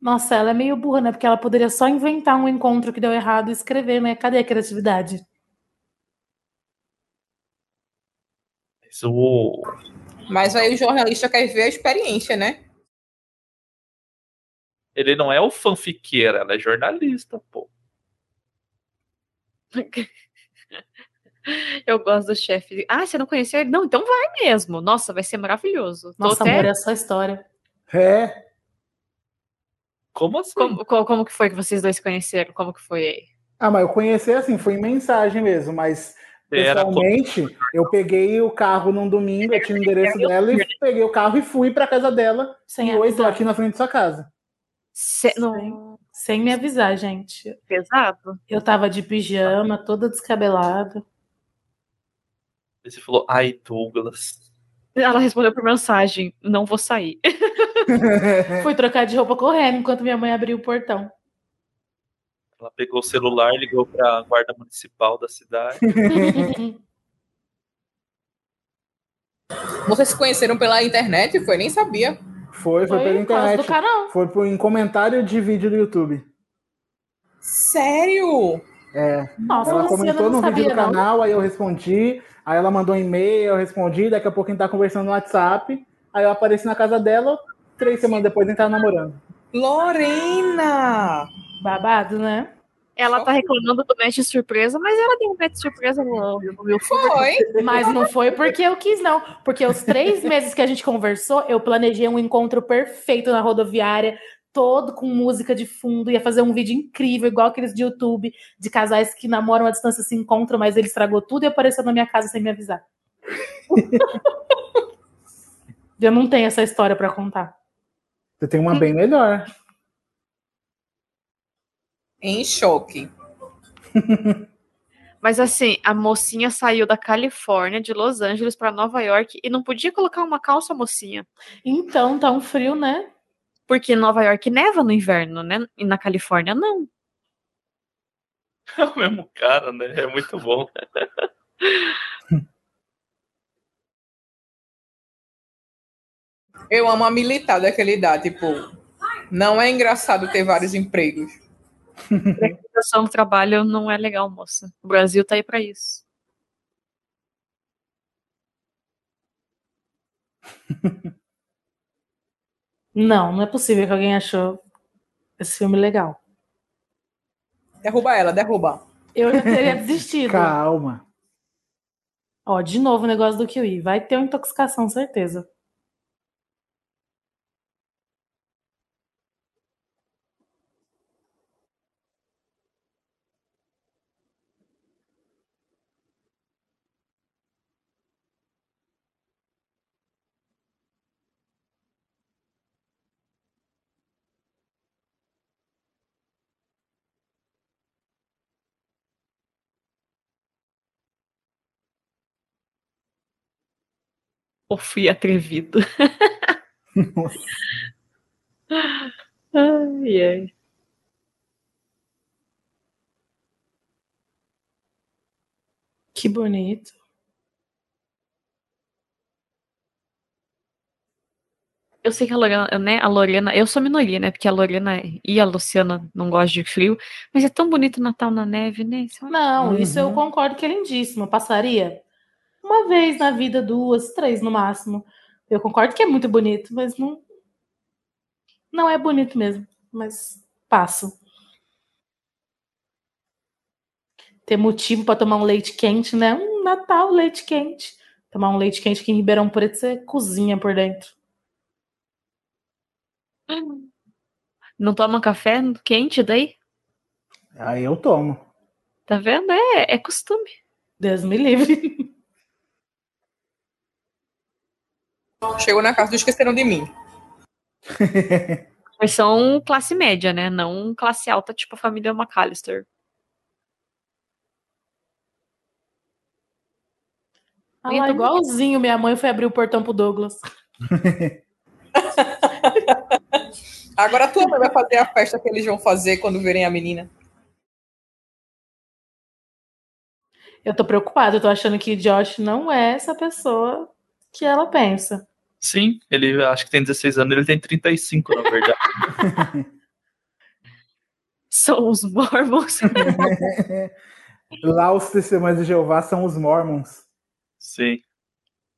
Speaker 5: Nossa, ela é meio burra, né? Porque ela poderia só inventar um encontro que deu errado e escrever, né? Cadê a criatividade?
Speaker 3: Mas o-
Speaker 6: Mas aí o jornalista quer ver a experiência, né?
Speaker 3: Ele não é o fanfiqueira, ela é jornalista, pô.
Speaker 10: Eu gosto do chefe. Ah, você não conhecia ele? Não, então vai mesmo. Nossa, vai ser maravilhoso. Tô
Speaker 5: Nossa,
Speaker 10: até-
Speaker 5: amor, é só história.
Speaker 4: É.
Speaker 3: Como assim?
Speaker 10: Como, co- como que foi que vocês dois se conheceram? Como que foi aí?
Speaker 4: Ah, mas eu conheci assim, foi em mensagem mesmo, mas
Speaker 10: Você era
Speaker 4: pessoalmente eu peguei o carro num domingo, eu tinha o endereço dela e peguei o carro e fui pra casa dela.
Speaker 5: Sem
Speaker 4: e hoje tô aqui na frente da sua casa.
Speaker 10: Sem,
Speaker 5: sem me avisar, gente.
Speaker 10: Pesado.
Speaker 5: Eu tava de pijama, toda descabelada.
Speaker 3: Aí Você falou, ai, Douglas.
Speaker 10: Ela respondeu por mensagem: não vou sair.
Speaker 5: Fui trocar de roupa correndo enquanto minha mãe abriu o portão.
Speaker 3: Ela pegou o celular, ligou pra guarda municipal da cidade.
Speaker 6: Vocês se conheceram pela internet, foi? Nem sabia.
Speaker 4: Foi, foi,
Speaker 6: Foi
Speaker 4: pela
Speaker 6: por causa
Speaker 4: internet.
Speaker 6: do canal.
Speaker 4: Foi por, em comentário de vídeo do YouTube.
Speaker 6: Sério?
Speaker 4: É.
Speaker 6: Nossa,
Speaker 4: ela
Speaker 6: Luciana,
Speaker 4: comentou no vídeo do
Speaker 6: não sabia, não.
Speaker 4: canal, aí eu respondi, aí ela mandou um e-mail, eu respondi, daqui a pouco a gente tá conversando no WhatsApp, aí eu apareci na casa dela, três semanas depois a gente tava namorando.
Speaker 6: Lorena!
Speaker 5: Babado, né?
Speaker 10: Ela
Speaker 3: um
Speaker 10: tá reclamando do match surpresa, mas ela deu um match surpresa no no meu
Speaker 6: Foi.
Speaker 5: Mas não foi porque eu quis, não. Porque os três meses que a gente conversou, eu planejei um encontro perfeito na rodoviária, todo com música de fundo. Ia fazer um vídeo incrível, igual aqueles de YouTube, de casais que namoram à distância se encontram, mas ele estragou tudo e apareceu na minha casa sem me avisar. eu não tenho essa história pra contar.
Speaker 4: Você tem uma bem melhor.
Speaker 6: Em choque.
Speaker 10: Mas assim, a mocinha saiu da Califórnia, de Los Angeles pra Nova York e não podia colocar uma calça mocinha.
Speaker 5: Então, tá um frio, né?
Speaker 10: Porque em Nova York neva no inverno, né? E na Califórnia não.
Speaker 3: É o mesmo cara, né? É muito bom.
Speaker 6: Eu amo a militar daquela idade, tipo. Não é engraçado ter vários empregos.
Speaker 10: Precarização do trabalho não é legal, moça. O Brasil tá aí pra isso.
Speaker 5: Não, não é possível que alguém achou esse filme legal.
Speaker 6: Derruba ela, derruba.
Speaker 5: Eu já teria desistido.
Speaker 4: Calma.
Speaker 5: Ó, de novo o negócio do kiwi. Vai ter uma intoxicação, certeza.
Speaker 10: ou fui atrevido? ai, ai.
Speaker 5: Que bonito.
Speaker 10: Eu sei que a Lorena, né, a Lorena, eu sou minoria, né, porque a Lorena e a Luciana não gostam de frio, mas é tão bonito o Natal na neve, né? Isso é uma-
Speaker 5: Não, isso eu concordo que é lindíssimo. Eu passaria uma vez na vida, duas, três no máximo. Eu concordo que é muito bonito, mas não. Não é bonito mesmo. Mas passo. Ter motivo pra tomar um leite quente, né? Um Natal leite quente. Tomar um leite quente que em Ribeirão Preto você cozinha por dentro.
Speaker 10: Não toma café quente daí?
Speaker 4: Aí eu tomo.
Speaker 10: Tá vendo? É, é costume.
Speaker 5: Deus me livre.
Speaker 6: Chegou na casa do Esqueceram de Mim.
Speaker 10: Mas são classe média, né? Não classe alta, tipo a família McAllister.
Speaker 5: Ah, lá, igualzinho minha mãe foi abrir o portão pro Douglas.
Speaker 6: Agora a tua mãe vai fazer a festa que eles vão fazer quando verem a menina.
Speaker 5: Eu tô preocupada, eu tô achando que Josh não é essa pessoa que ela pensa.
Speaker 3: Sim, ele acho que tem 16 anos, ele tem 35, na verdade.
Speaker 10: São os mormons.
Speaker 4: Lá os testemunhos de Jeová são os Mormons.
Speaker 3: Sim.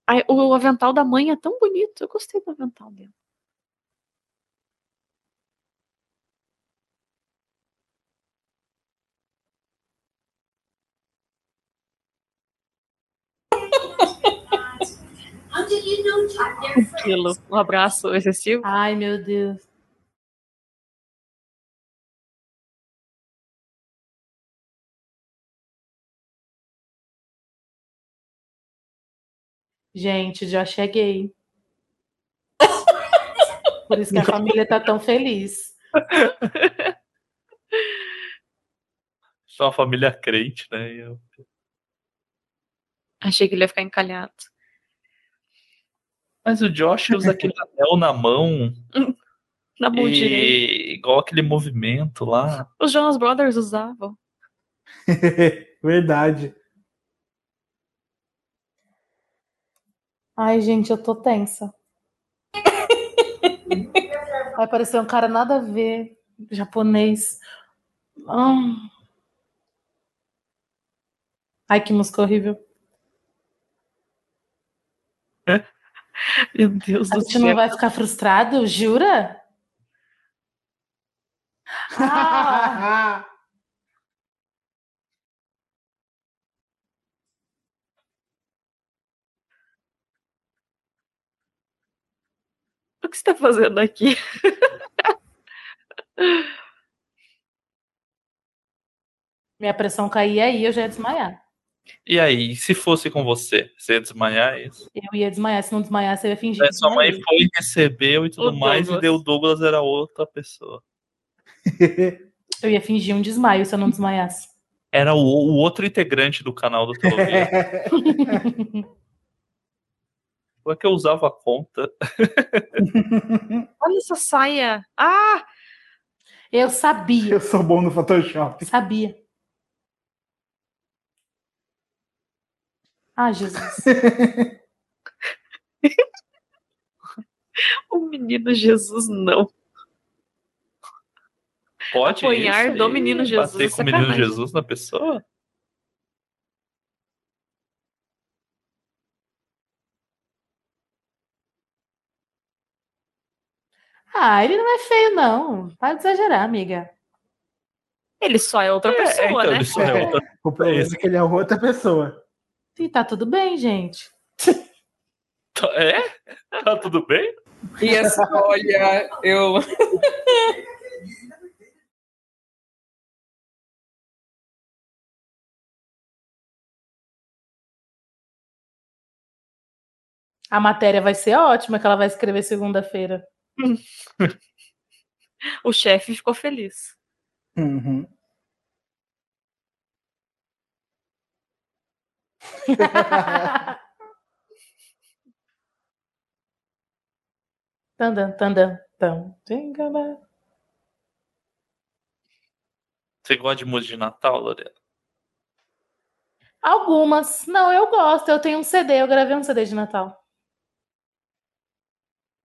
Speaker 10: Ai, o avental da mãe é tão bonito. Eu gostei do avental dele. Aquilo. Um abraço excessivo.
Speaker 5: Ai, meu Deus. Gente, Josh é gay. Por isso que a família tá tão feliz.
Speaker 3: Sou uma família crente, né? e eu-
Speaker 10: Achei que ele ia ficar encalhado.
Speaker 3: Mas o Josh usa aquele anel na mão.
Speaker 10: Na mão
Speaker 3: e-
Speaker 10: direita.
Speaker 3: Igual aquele movimento lá.
Speaker 10: Os Jonas Brothers usavam.
Speaker 4: Verdade.
Speaker 5: Ai, gente, eu tô tensa. Vai parecer um cara nada a ver, japonês. Ah. Ai, que música horrível.
Speaker 10: Meu Deus
Speaker 5: A
Speaker 10: do
Speaker 5: gente
Speaker 3: é?
Speaker 5: não
Speaker 10: céu.
Speaker 5: vai ficar frustrado, jura? Ah!
Speaker 10: O que você tá fazendo aqui?
Speaker 5: Minha pressão caía aí, eu já ia desmaiar.
Speaker 3: E aí, se fosse com você? Você ia desmaiar é isso?
Speaker 5: Eu ia desmaiar, se não desmaiasse, eu ia fingir.
Speaker 3: Aí É, sua mãe
Speaker 10: Uhum.
Speaker 5: desmaiei.
Speaker 3: foi, recebeu e tudo
Speaker 5: O
Speaker 3: mais,
Speaker 5: Douglas.
Speaker 3: e deu o Douglas era outra pessoa.
Speaker 5: Eu ia fingir um desmaio se eu não desmaiasse.
Speaker 3: Era o, o outro integrante do canal do Telovia. Como é que eu usava a conta?
Speaker 10: Olha essa saia. Ah!
Speaker 5: Eu sabia.
Speaker 4: Eu sou bom no
Speaker 5: É
Speaker 4: Photoshop.
Speaker 5: Sabia. Ah, Jesus.
Speaker 10: O menino Jesus não.
Speaker 3: Pode
Speaker 10: Apanhar
Speaker 3: isso
Speaker 10: do
Speaker 3: e
Speaker 10: menino Jesus, é
Speaker 3: Bater com o
Speaker 10: sacanagem.
Speaker 3: menino Jesus na pessoa?
Speaker 5: Ah, ele não é feio, não. Para de exagerar, amiga.
Speaker 10: Ele só é outra pessoa,
Speaker 5: então,
Speaker 10: né?
Speaker 5: ele só é outra-
Speaker 4: O problema é que ele é outra pessoa.
Speaker 5: E tá tudo bem, gente.
Speaker 3: Tá- É? Tá tudo bem?
Speaker 6: E assim, olha, eu.
Speaker 5: A matéria vai ser ótima que ela vai escrever segunda-feira.
Speaker 10: O chefe ficou feliz.
Speaker 5: Tandan, tandan, tam. Tingaba.
Speaker 3: Você gosta de música de Natal, Lorena?
Speaker 5: Algumas. Não, eu gosto. Eu tenho um CD, eu gravei um CD de Natal.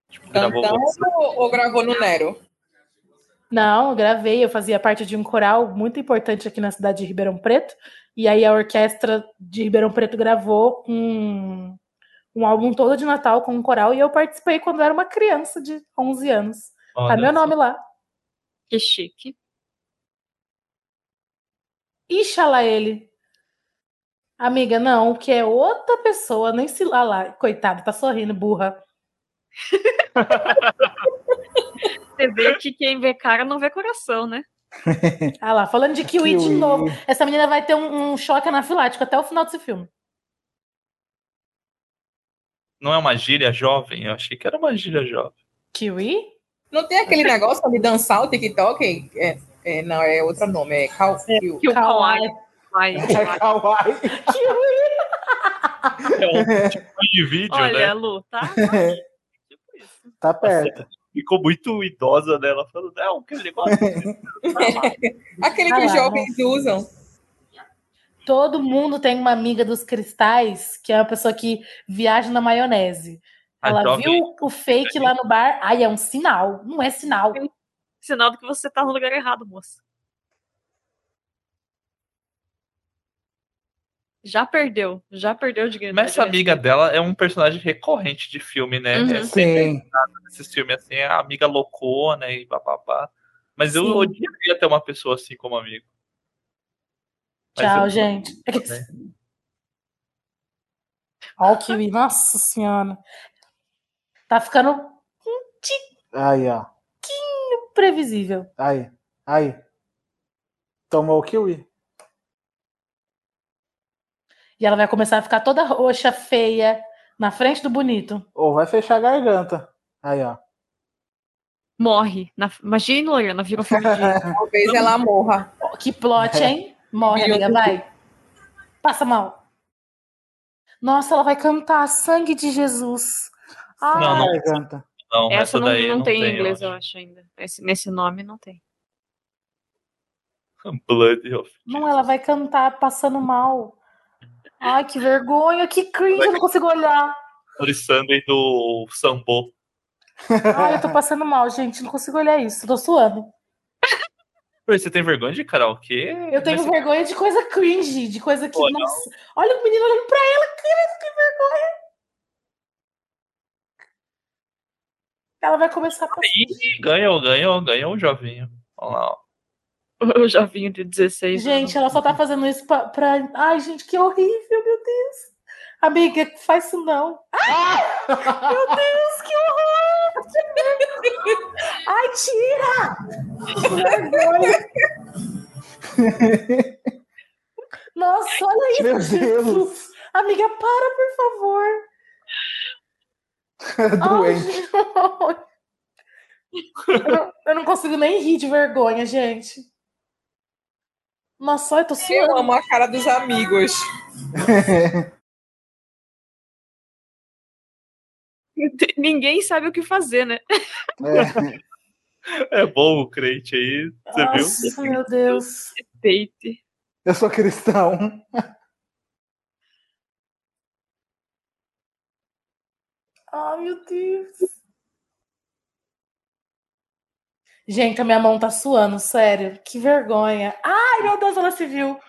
Speaker 3: Tipo,
Speaker 5: Então,
Speaker 3: Gravou
Speaker 5: tá
Speaker 3: você?
Speaker 6: Cantando ou, ou gravou no Nero?
Speaker 5: Não, eu gravei, eu fazia parte de um coral muito importante aqui na cidade de Ribeirão Preto. E aí a orquestra de Ribeirão Preto gravou um, um álbum todo de Natal com um coral e eu participei quando eu era uma criança de 11 anos. tá
Speaker 10: Olha
Speaker 5: meu nome lá.
Speaker 10: Que chique.
Speaker 5: Ixalá ele. Amiga, não, que é outra pessoa, nem se lá lá. Coitado, tá sorrindo, burra.
Speaker 10: Você vê que quem vê cara não vê coração, né?
Speaker 5: Ah lá, falando de Kiwi, de
Speaker 10: Kiwi.
Speaker 5: novo. Essa menina vai ter um, um choque anafilático até o final desse filme.
Speaker 3: Não é uma gíria jovem? Eu achei que era uma gíria jovem.
Speaker 5: Kiwi?
Speaker 6: Não tem aquele negócio de dançar o TikTok? É, é, não, é outro nome. É Cal...
Speaker 10: Que o é Kawaii.
Speaker 4: Tá Kawaii.
Speaker 3: É um tipo de vídeo,
Speaker 10: Olha,
Speaker 3: né?
Speaker 10: Lu, tá?
Speaker 4: Tá perto.
Speaker 3: Ficou muito idosa dela falando, "É, um não, que negócio.
Speaker 6: Aquele que os jovens usam.
Speaker 5: Todo mundo tem uma amiga dos cristais, que é uma pessoa que viaja na maionese.
Speaker 3: Ah,
Speaker 10: A
Speaker 5: Ela
Speaker 3: então
Speaker 10: jovem.
Speaker 5: viu o fake lá no bar. Ai, é um sinal. Não é sinal.
Speaker 10: Sinal de que você tá no lugar errado, moça. Já perdeu, já perdeu de
Speaker 3: Mas essa amiga dela é um personagem recorrente de filme, né?
Speaker 10: Uhum.
Speaker 3: É sempre nada nesses filmes assim, é a amiga loucona e bababá. Mas eu
Speaker 5: Sim.
Speaker 3: odiaria ter uma pessoa assim como amigo. Mas
Speaker 5: Tchau,
Speaker 3: eu-
Speaker 5: gente. Olha o Kiwi. Nossa senhora. Tá ficando um
Speaker 4: Aí, ó.
Speaker 5: tiquinho previsível.
Speaker 4: Aí. Aí. Tomou o kiwi.
Speaker 5: E ela vai começar a ficar toda roxa, feia, na frente do bonito.
Speaker 4: Ou vai fechar a garganta. Aí, ó.
Speaker 10: Morre. Na... Imagina, Lorena, vira filme de...
Speaker 6: Talvez ela morra.
Speaker 5: Oh, Que plot, hein? Morre, amiga, vai. Passa mal. Nossa, ela vai cantar Sangue de Jesus. Ah,
Speaker 3: Não, não. Não,
Speaker 10: Essa
Speaker 3: essa
Speaker 10: não,
Speaker 3: daí
Speaker 10: não, tem em
Speaker 3: eu
Speaker 10: inglês, eu acho, ainda. Esse- nesse nome não tem.
Speaker 3: acho. Blood of
Speaker 5: não, é ela vai cantar passando mal. Ai, que vergonha, que cringe, eu não consigo olhar.
Speaker 3: Bloody Sunday do Sambo.
Speaker 5: Ai, eu tô passando mal, gente, não consigo olhar isso, tô suando.
Speaker 3: Pô, Você tem vergonha de karaokê?
Speaker 5: Eu tenho vergonha de coisa cringe, de coisa que. nossa, olha o menino olhando pra ela, cara, que vergonha. Ela vai começar a passar.
Speaker 3: Ih, ganhou, ganhou, ganhou o jovinho. Olha lá, ó.
Speaker 10: O jovinho de 16
Speaker 5: Gente, ela só tá fazendo isso pra, pra- Ai, gente, que horrível, meu Deus. Amiga, faz isso não. Ai, meu Deus, que horror! Ai, tira! Que vergonha! Nossa, olha isso!
Speaker 4: Meu
Speaker 5: Jesus. Amiga, para, por favor!
Speaker 4: É Tá Doente.
Speaker 5: eu, não, eu não consigo nem rir de vergonha, gente. Nossa, eu tô suando.
Speaker 6: Eu amo a cara dos amigos.
Speaker 10: Ninguém sabe o que fazer, né?
Speaker 5: Ah.
Speaker 3: É bom o crente aí, você
Speaker 5: Nossa, meu Deus.
Speaker 10: Peite.
Speaker 4: Eu sou cristão.
Speaker 5: Ai, Ah, meu Deus. Gente, a minha mão tá suando, sério. Que vergonha. Ai, meu Deus, ela se viu.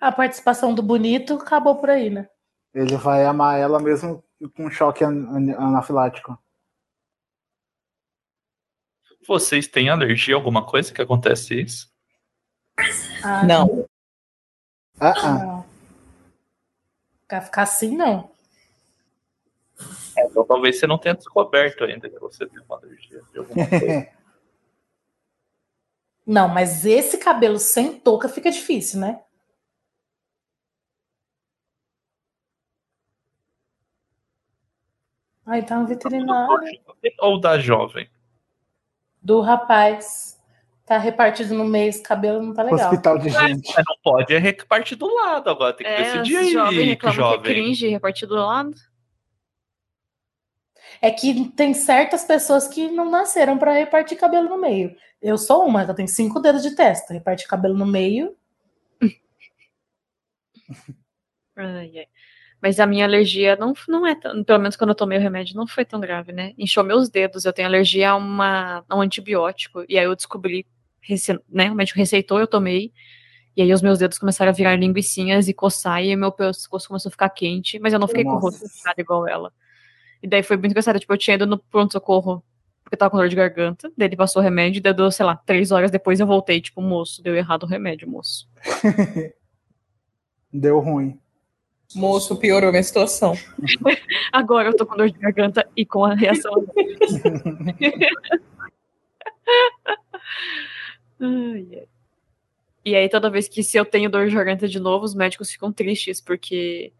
Speaker 5: A participação do bonito acabou por aí, né?
Speaker 4: Ele vai amar ela mesmo com choque an- an- anafilático.
Speaker 3: viu? Vocês têm alergia a alguma coisa que acontece isso?
Speaker 5: Ah,
Speaker 6: Não.
Speaker 4: Ah,
Speaker 5: Não. Pra ficar assim, não.
Speaker 3: É, então talvez você não tenha descoberto ainda que você tem uma alergia de alguma coisa.
Speaker 5: Não, mas esse cabelo sem touca fica difícil, né? Ai, tá um veterinário.
Speaker 3: Ou da jovem?
Speaker 5: Do rapaz. Tá repartido no meio, esse cabelo não tá legal.
Speaker 3: Mas não pode, é repartir do lado agora.
Speaker 10: É,
Speaker 3: Tem que decidir aí,
Speaker 10: jovem reclama que é
Speaker 3: jovem.
Speaker 10: cringe, repartido do lado.
Speaker 5: É que tem certas pessoas que não nasceram pra repartir cabelo no meio. Eu sou uma, eu tenho cinco dedos de testa. Repartir cabelo no meio.
Speaker 10: Ai, ai. Mas a minha alergia não, não é tão. Pelo menos quando eu tomei o remédio, não foi tão grave, né? Inchou meus dedos. Eu tenho alergia a, uma, a um antibiótico. E aí eu descobri, rece- né? O médico receitou, eu tomei. E aí os meus dedos começaram a virar linguiçinhas e coçar. E meu pescoço começou a ficar quente. Mas eu não fiquei com o rosto
Speaker 5: Nossa.
Speaker 10: inchado igual ela. E daí foi muito engraçado. Tipo, eu tinha ido no pronto-socorro. Porque eu tava com dor de garganta. Daí ele passou o remédio. Daí deu, sei lá, três horas depois eu voltei. Tipo, moço, deu errado o remédio, moço.
Speaker 4: Deu ruim.
Speaker 6: Moço, piorou minha situação.
Speaker 10: Agora eu tô com dor de garganta e com a reação. Ai, ai. e aí, toda vez que se eu tenho dor de garganta de novo, os médicos ficam tristes, porque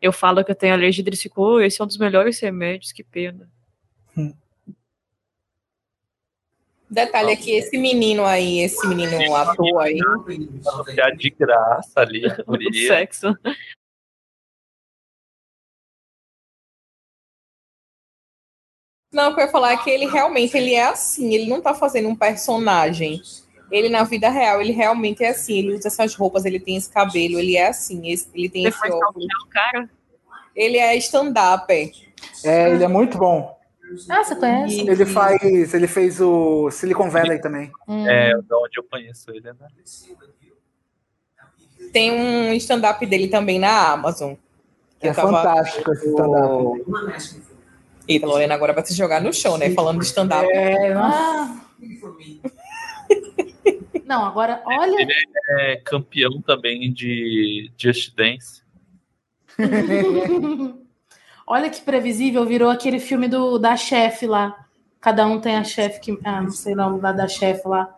Speaker 10: eu falo que eu tenho alergia, eles ficam, "Oh, esse é um dos melhores remédios, que pena.
Speaker 6: Detalhe é que esse menino aí, esse menino à toa aí.
Speaker 3: Já Então, é de graça ali.
Speaker 10: Sexo.
Speaker 6: Não, o que eu ia falar é que ele realmente ele é assim, ele não tá fazendo um personagem. Ele na vida real, ele realmente é assim, ele usa essas roupas, ele tem esse cabelo, ele é assim, esse- ele tem
Speaker 10: Depois
Speaker 6: esse
Speaker 10: tá
Speaker 6: óculos.
Speaker 10: o cara.
Speaker 6: Ele é stand-up.
Speaker 4: É, ele é muito bom.
Speaker 5: Ah, você conhece?
Speaker 4: Ele faz. Ele fez o Silicon Valley também.
Speaker 5: Hum.
Speaker 3: É, da onde eu conheço ele, né?
Speaker 6: Tem um stand-up dele também na Amazon. que
Speaker 4: É
Speaker 6: eu tava-
Speaker 4: fantástico esse stand-up.
Speaker 6: Eita, Lorena agora vai se jogar no chão, né? Falando de stand-up.
Speaker 4: É,
Speaker 5: Ah. Não, agora, olha.
Speaker 3: Ele é campeão também de Just Dance. É
Speaker 5: olha que previsível, virou aquele filme do, da chefe lá. Cada um tem a chefe que. Ah, não sei o nome lá da chefe lá.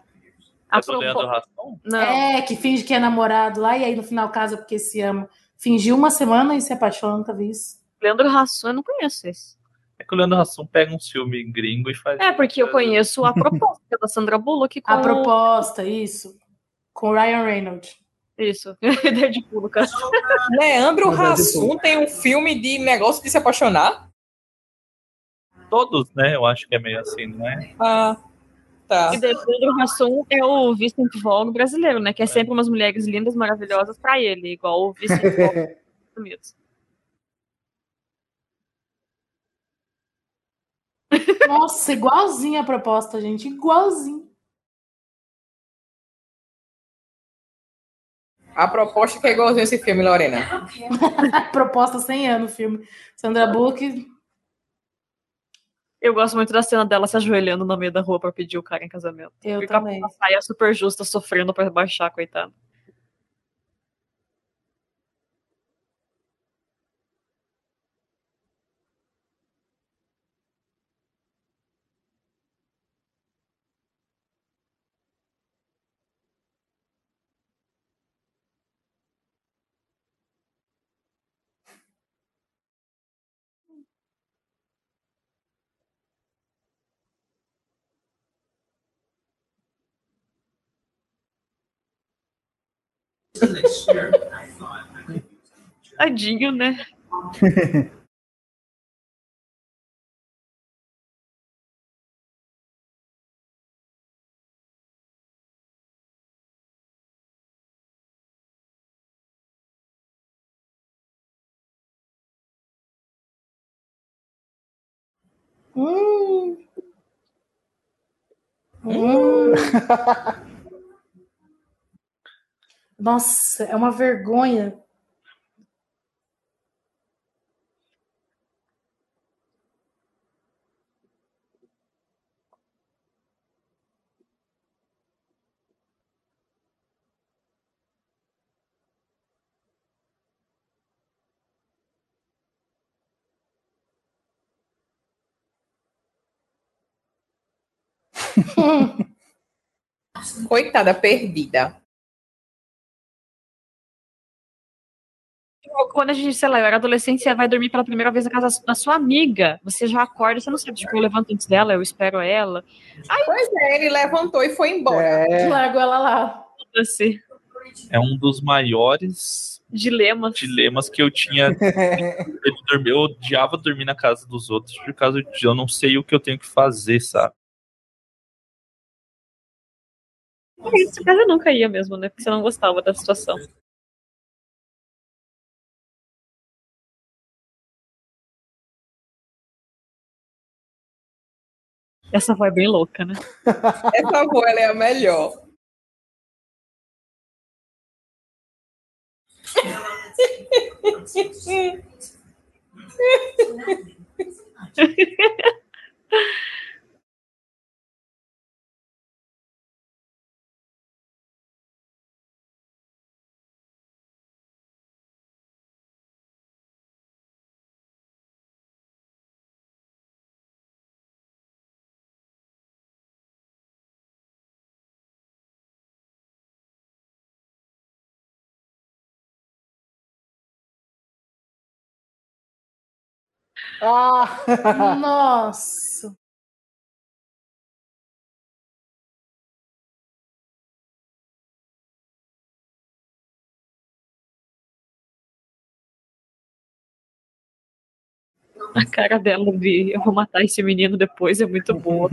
Speaker 3: É do Leandro Rasson?
Speaker 10: Não.
Speaker 5: É, que finge que é namorado lá e aí no final casa porque se ama. Fingiu uma semana e se apaixonou, nunca vi isso.
Speaker 10: Leandro Rasson, eu não conheço esse.
Speaker 3: É que o Leandro Rasson pega um filme gringo e faz.
Speaker 10: É, porque eu conheço a proposta da Sandra Bullock com
Speaker 5: A proposta, isso. Com o Ryan Reynolds.
Speaker 10: Isso, Deadpool, Lucas.
Speaker 6: Leandro
Speaker 3: Mas é de
Speaker 6: Hassum
Speaker 3: boa.
Speaker 6: tem um filme de negócio de se apaixonar?
Speaker 10: É.
Speaker 3: Todos, né? Eu acho que é meio assim, não é?
Speaker 6: Ah, tá.
Speaker 10: E daí o Pedro Hassum é o Vincent Vogue brasileiro, né? Que é sempre umas mulheres lindas, maravilhosas pra ele, igual o Vincent Vogue dos Estados Unidos.
Speaker 5: Nossa, igualzinho a proposta, gente. Igualzinho.
Speaker 6: A proposta que é igualzinho esse filme, Lorena.
Speaker 5: proposta 100 anos, filme. Sandra Bullock.
Speaker 10: Eu gosto muito da cena dela se ajoelhando no meio da rua pra pedir o cara em casamento.
Speaker 5: Eu
Speaker 10: Fica
Speaker 5: também.
Speaker 10: com a saia super justa, sofrendo pra baixar, coitado. Tadinho, né?
Speaker 5: Hum. Hum. Nossa, é uma vergonha.
Speaker 6: Coitada, perdida.
Speaker 10: quando a gente, sei lá, eu era adolescente, você vai dormir pela primeira vez na casa da sua amiga. Você já acorda, você não sabe, tipo, eu levanto antes dela, eu espero ela.
Speaker 6: Aí, pois é, ele levantou e foi embora.
Speaker 5: É. Largou ela lá.
Speaker 10: Assim.
Speaker 3: É um dos maiores
Speaker 10: Dilemas.
Speaker 3: dilemas que eu tinha de dormir. Eu odiava dormir na casa dos outros, por causa de eu não sei o que eu tenho que fazer, sabe?
Speaker 10: É isso, casa nunca ia mesmo, né? Porque você não gostava da situação. Essa avó é bem louca, né?
Speaker 6: Essa avó ela é a melhor.
Speaker 4: Ah!
Speaker 5: Nossa.
Speaker 10: A cara dela de eu vou matar esse menino depois é muito boa.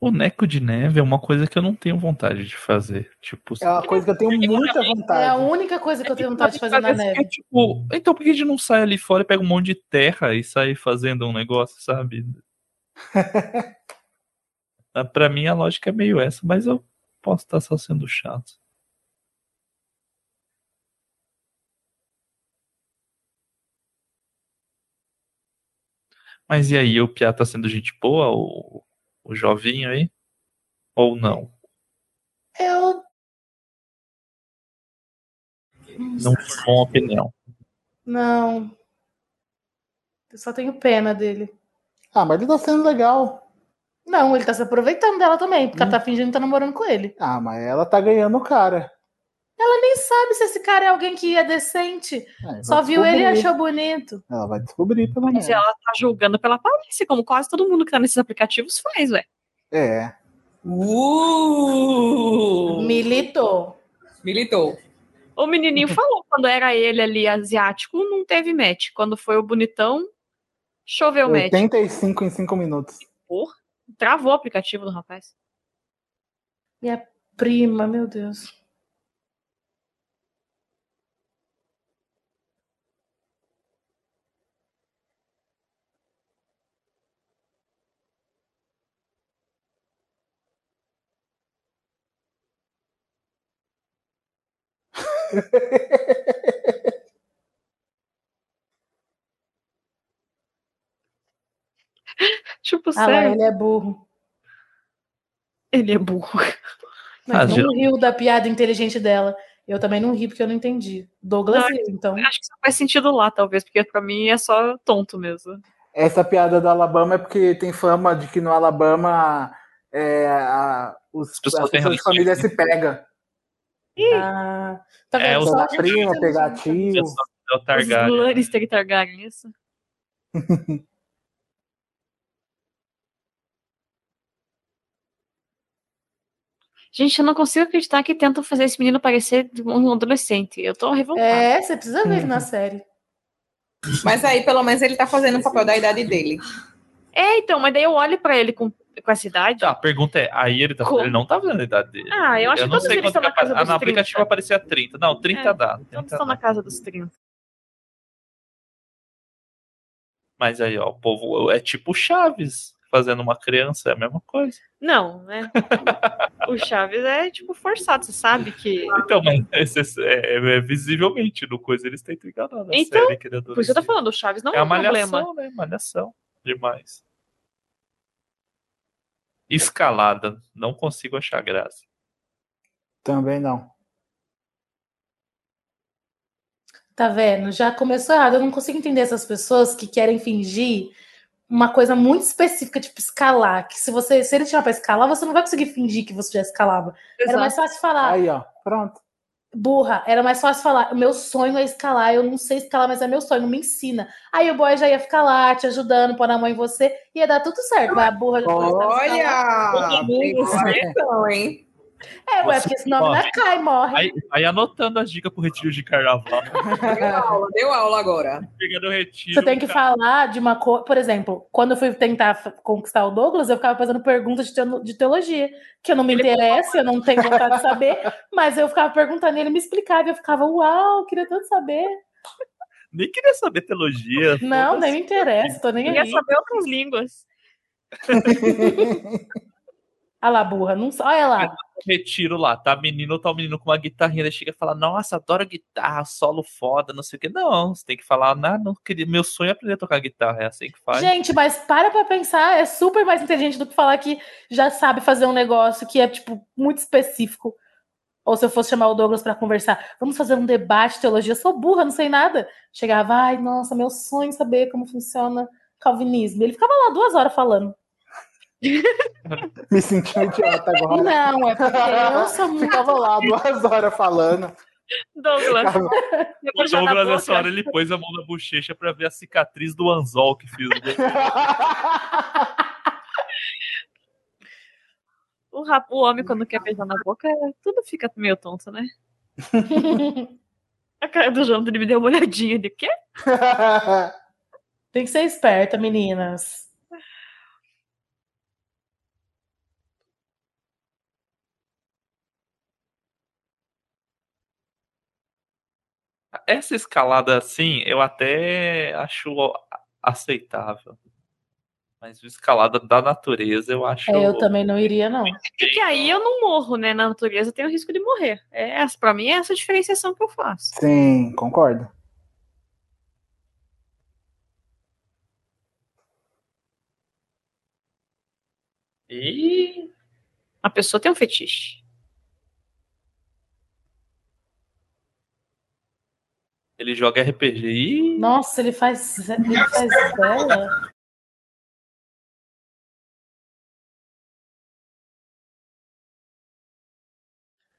Speaker 3: Boneco de neve é uma coisa que eu não tenho vontade de fazer. Tipo,
Speaker 4: É uma coisa que eu tenho muita
Speaker 5: É a
Speaker 4: vontade.
Speaker 5: única coisa que eu tenho vontade de fazer assim. na
Speaker 3: parece que é
Speaker 5: tá neve.
Speaker 3: tipo, então por que a gente não sai ali fora e pega um monte de terra e sai fazendo um negócio, sabe? Ah, pra mim a lógica é meio essa, mas eu posso estar só sendo chato. Mas e aí, o Piá tá sendo gente boa, o, o jovinho aí? Ou não?
Speaker 5: Eu
Speaker 3: Não formou uma opinião.
Speaker 5: não. Eu só tenho pena dele.
Speaker 4: Ah, mas ele tá sendo legal.
Speaker 5: Não, ele tá se aproveitando dela também, porque ela tá fingindo que tá namorando com ele.
Speaker 4: Ah, mas ela tá ganhando o cara.
Speaker 5: Ela nem sabe se esse cara é alguém que é decente.
Speaker 4: É,
Speaker 5: Só
Speaker 4: vai
Speaker 5: viu ele e
Speaker 4: descobrir.
Speaker 5: achou bonito.
Speaker 4: Ela vai descobrir pelo menos.
Speaker 10: Mas ela tá julgando pela aparência, como quase todo mundo que tá nesses aplicativos faz, ué.
Speaker 4: É.
Speaker 6: Uh!
Speaker 5: Militou.
Speaker 6: Militou.
Speaker 10: O menininho falou, quando era ele ali asiático, não teve match. Quando foi o bonitão, choveu match.
Speaker 4: 85 em 5 minutos.
Speaker 10: Porra, travou o aplicativo do rapaz.
Speaker 5: Minha prima, meu Deus.
Speaker 10: Tipo,
Speaker 5: Ah lá,
Speaker 10: sério,
Speaker 5: ele é burro.
Speaker 10: ele é burro.
Speaker 3: Ah,
Speaker 5: Mas não
Speaker 3: geralmente-
Speaker 5: riu da piada inteligente dela. Eu também não ri porque eu não entendi. Douglas
Speaker 10: Não,
Speaker 5: riu, então.
Speaker 10: Acho que só faz sentido lá, talvez, porque pra mim é só tonto mesmo.
Speaker 4: Essa piada do Alabama é porque tem fama de que no Alabama é, a- os, as
Speaker 3: pessoas
Speaker 4: pessoas
Speaker 3: têm
Speaker 4: de família se pegam.
Speaker 5: Ah, tá
Speaker 3: É,
Speaker 5: vendo?
Speaker 3: os-
Speaker 5: Só-
Speaker 4: Pegar prima, pegar tio.
Speaker 3: Eu sou é o
Speaker 10: Os
Speaker 3: Targaryen. né?
Speaker 10: Lannister e Targaryen, é isso. Gente, eu não consigo acreditar que tentam fazer esse menino parecer um adolescente. Eu tô revoltada.
Speaker 5: É, você precisa ver ele na série.
Speaker 6: Mas aí, pelo menos, ele tá fazendo o papel da idade dele.
Speaker 10: É, então, mas daí eu olho pra ele com, com essa idade.
Speaker 3: Tá, a pergunta é, aí ele tá
Speaker 10: Como?
Speaker 3: ele não tá vendo a idade dele.
Speaker 10: Ah, eu acho
Speaker 3: eu
Speaker 10: que
Speaker 3: não
Speaker 10: todos
Speaker 3: sei
Speaker 10: eles
Speaker 3: quanto
Speaker 10: estão
Speaker 3: que
Speaker 10: na casa
Speaker 3: apa- ah,
Speaker 10: dos
Speaker 3: no
Speaker 10: 30.
Speaker 3: aplicativo aparecia 30. Não, 30
Speaker 10: É,
Speaker 3: dá.
Speaker 10: Todos
Speaker 3: 30
Speaker 10: estão na casa dos 30.
Speaker 3: Mas aí, ó, o povo é tipo Chaves fazendo uma criança, é a mesma coisa.
Speaker 10: Não, né? o Chaves é, tipo, forçado, você sabe que.
Speaker 3: Então, mas esse- é, é- é visivelmente no coisa eles tentam enganar na
Speaker 10: Então,
Speaker 3: série, querendo
Speaker 10: Por isso eu tô falando, o Chaves não
Speaker 3: É
Speaker 10: é,
Speaker 3: a
Speaker 10: um problema.
Speaker 3: malhação, né? Malhação. demais. Escalada, não consigo achar graça.
Speaker 4: Também não.
Speaker 5: Tá vendo? Já começou errado. Eu não consigo entender essas pessoas que querem fingir uma coisa muito específica, tipo escalar. Que se você, se ele tiver pra escalar, você não vai conseguir fingir que você já escalava. Era
Speaker 4: Exato.
Speaker 5: mais fácil falar.
Speaker 4: Aí, ó, pronto.
Speaker 5: Burra, era mais fácil falar. O meu sonho é escalar, eu não sei escalar, mas é meu sonho, me ensina. Aí o boy já ia ficar lá te ajudando, pôr a mão em você, ia dar tudo certo. Mas a burra já
Speaker 6: Olha! Tem conexão, hein?
Speaker 5: É, ué, porque senão a menina cai, morre.
Speaker 3: Aí, aí anotando as dicas pro retiro de carnaval.
Speaker 6: Deu aula, deu aula agora.
Speaker 3: Chega no retiro.
Speaker 5: Você tem que falar de uma coisa. Por exemplo, quando eu fui tentar f- conquistar o Douglas, eu ficava fazendo perguntas de, teo- de teologia, que eu não me interessa, eu não tenho vontade de saber, mas eu ficava perguntando e ele me explicava. e Eu ficava, uau, queria tanto saber.
Speaker 3: Nem queria saber é teologia.
Speaker 5: Não, nem me interessa, tô nem
Speaker 10: Queria
Speaker 5: aí.
Speaker 10: saber outras línguas.
Speaker 5: Olha lá, burra, não sa- Olha lá.
Speaker 3: retiro lá, tá menino, tá o menino com uma guitarrinha, ele chega e fala, nossa, adoro guitarra, solo foda, não sei o que. Não, você tem que falar, não, não queria, meu sonho é aprender a tocar guitarra, é assim que faz.
Speaker 5: Gente, mas para pra pensar, é super mais inteligente do que falar que já sabe fazer um negócio que é, tipo, muito específico. Ou se eu fosse chamar o Douglas pra conversar, vamos fazer um debate de teologia, eu sou burra, não sei nada. Chegava, ai, nossa, meu sonho é saber como funciona calvinismo. Ele ficava lá duas horas falando.
Speaker 4: Me senti um idiota agora.
Speaker 5: Não, é porque eu sou muito-
Speaker 4: Ficava lá duas horas falando.
Speaker 10: Douglas.
Speaker 3: o Douglas, essa hora, ele pôs a mão na bochecha pra ver a cicatriz do anzol que fiz. né?
Speaker 10: O, rap- o homem, quando quer beijar na boca, tudo fica meio tonto, né? A cara do Jonathan ele me deu uma olhadinha de quê?
Speaker 5: Tem que ser esperta, meninas.
Speaker 3: Essa escalada assim, eu até acho aceitável. Mas o escalada da natureza, eu acho...
Speaker 5: É, eu também não iria, não.
Speaker 10: Porque aí eu não morro, né? Na natureza eu tenho risco de morrer. É essa, pra mim é essa a diferenciação que eu faço.
Speaker 4: Sim, concordo.
Speaker 3: E
Speaker 10: a pessoa tem um fetiche.
Speaker 3: Ele joga RPG e...
Speaker 5: Nossa, ele faz, ele faz vela.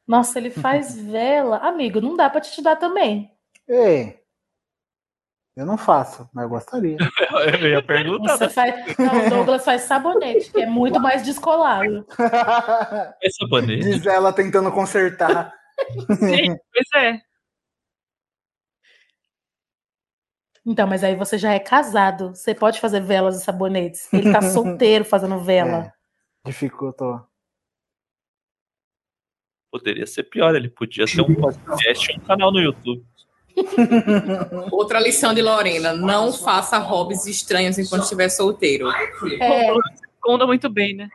Speaker 5: Nossa, ele faz vela. Amigo, não dá pra te ajudar também.
Speaker 4: Ei, eu não faço, mas eu gostaria.
Speaker 3: Eu ia perguntar.
Speaker 5: Você faz... Não, o Douglas faz sabonete, que é muito mais descolado.
Speaker 3: É sabonete?
Speaker 4: Diz ela tentando consertar.
Speaker 10: Sim, pois é.
Speaker 5: Então, mas aí você já é casado. Você pode fazer velas e sabonetes. Ele tá solteiro fazendo vela.
Speaker 4: Dificultou.
Speaker 3: Poderia ser pior, ele podia ter um podcast e um canal no YouTube.
Speaker 6: Outra lição de Lorena: não faça hobbies estranhos enquanto estiver solteiro.
Speaker 10: É. Esconda muito bem, né?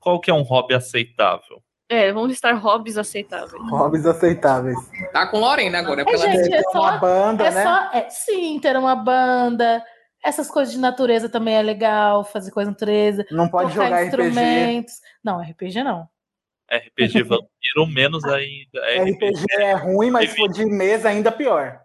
Speaker 3: Qual que é um hobby aceitável?
Speaker 10: É, vamos listar hobbies aceitáveis.
Speaker 4: Hobbies aceitáveis.
Speaker 6: Tá com Lorena agora,
Speaker 5: É,
Speaker 6: pela
Speaker 5: gente, é
Speaker 6: Deus.
Speaker 5: só, é
Speaker 4: né?
Speaker 5: só- é, sim, ter uma banda. Essas coisas de natureza também é legal, fazer coisa de natureza.
Speaker 4: Não pode
Speaker 5: tocar
Speaker 4: jogar RPG.
Speaker 5: instrumentos. Não, RPG não.
Speaker 3: RPG vampiro, menos ainda. RPG,
Speaker 4: RPG é ruim, mas se for de mesa ainda pior.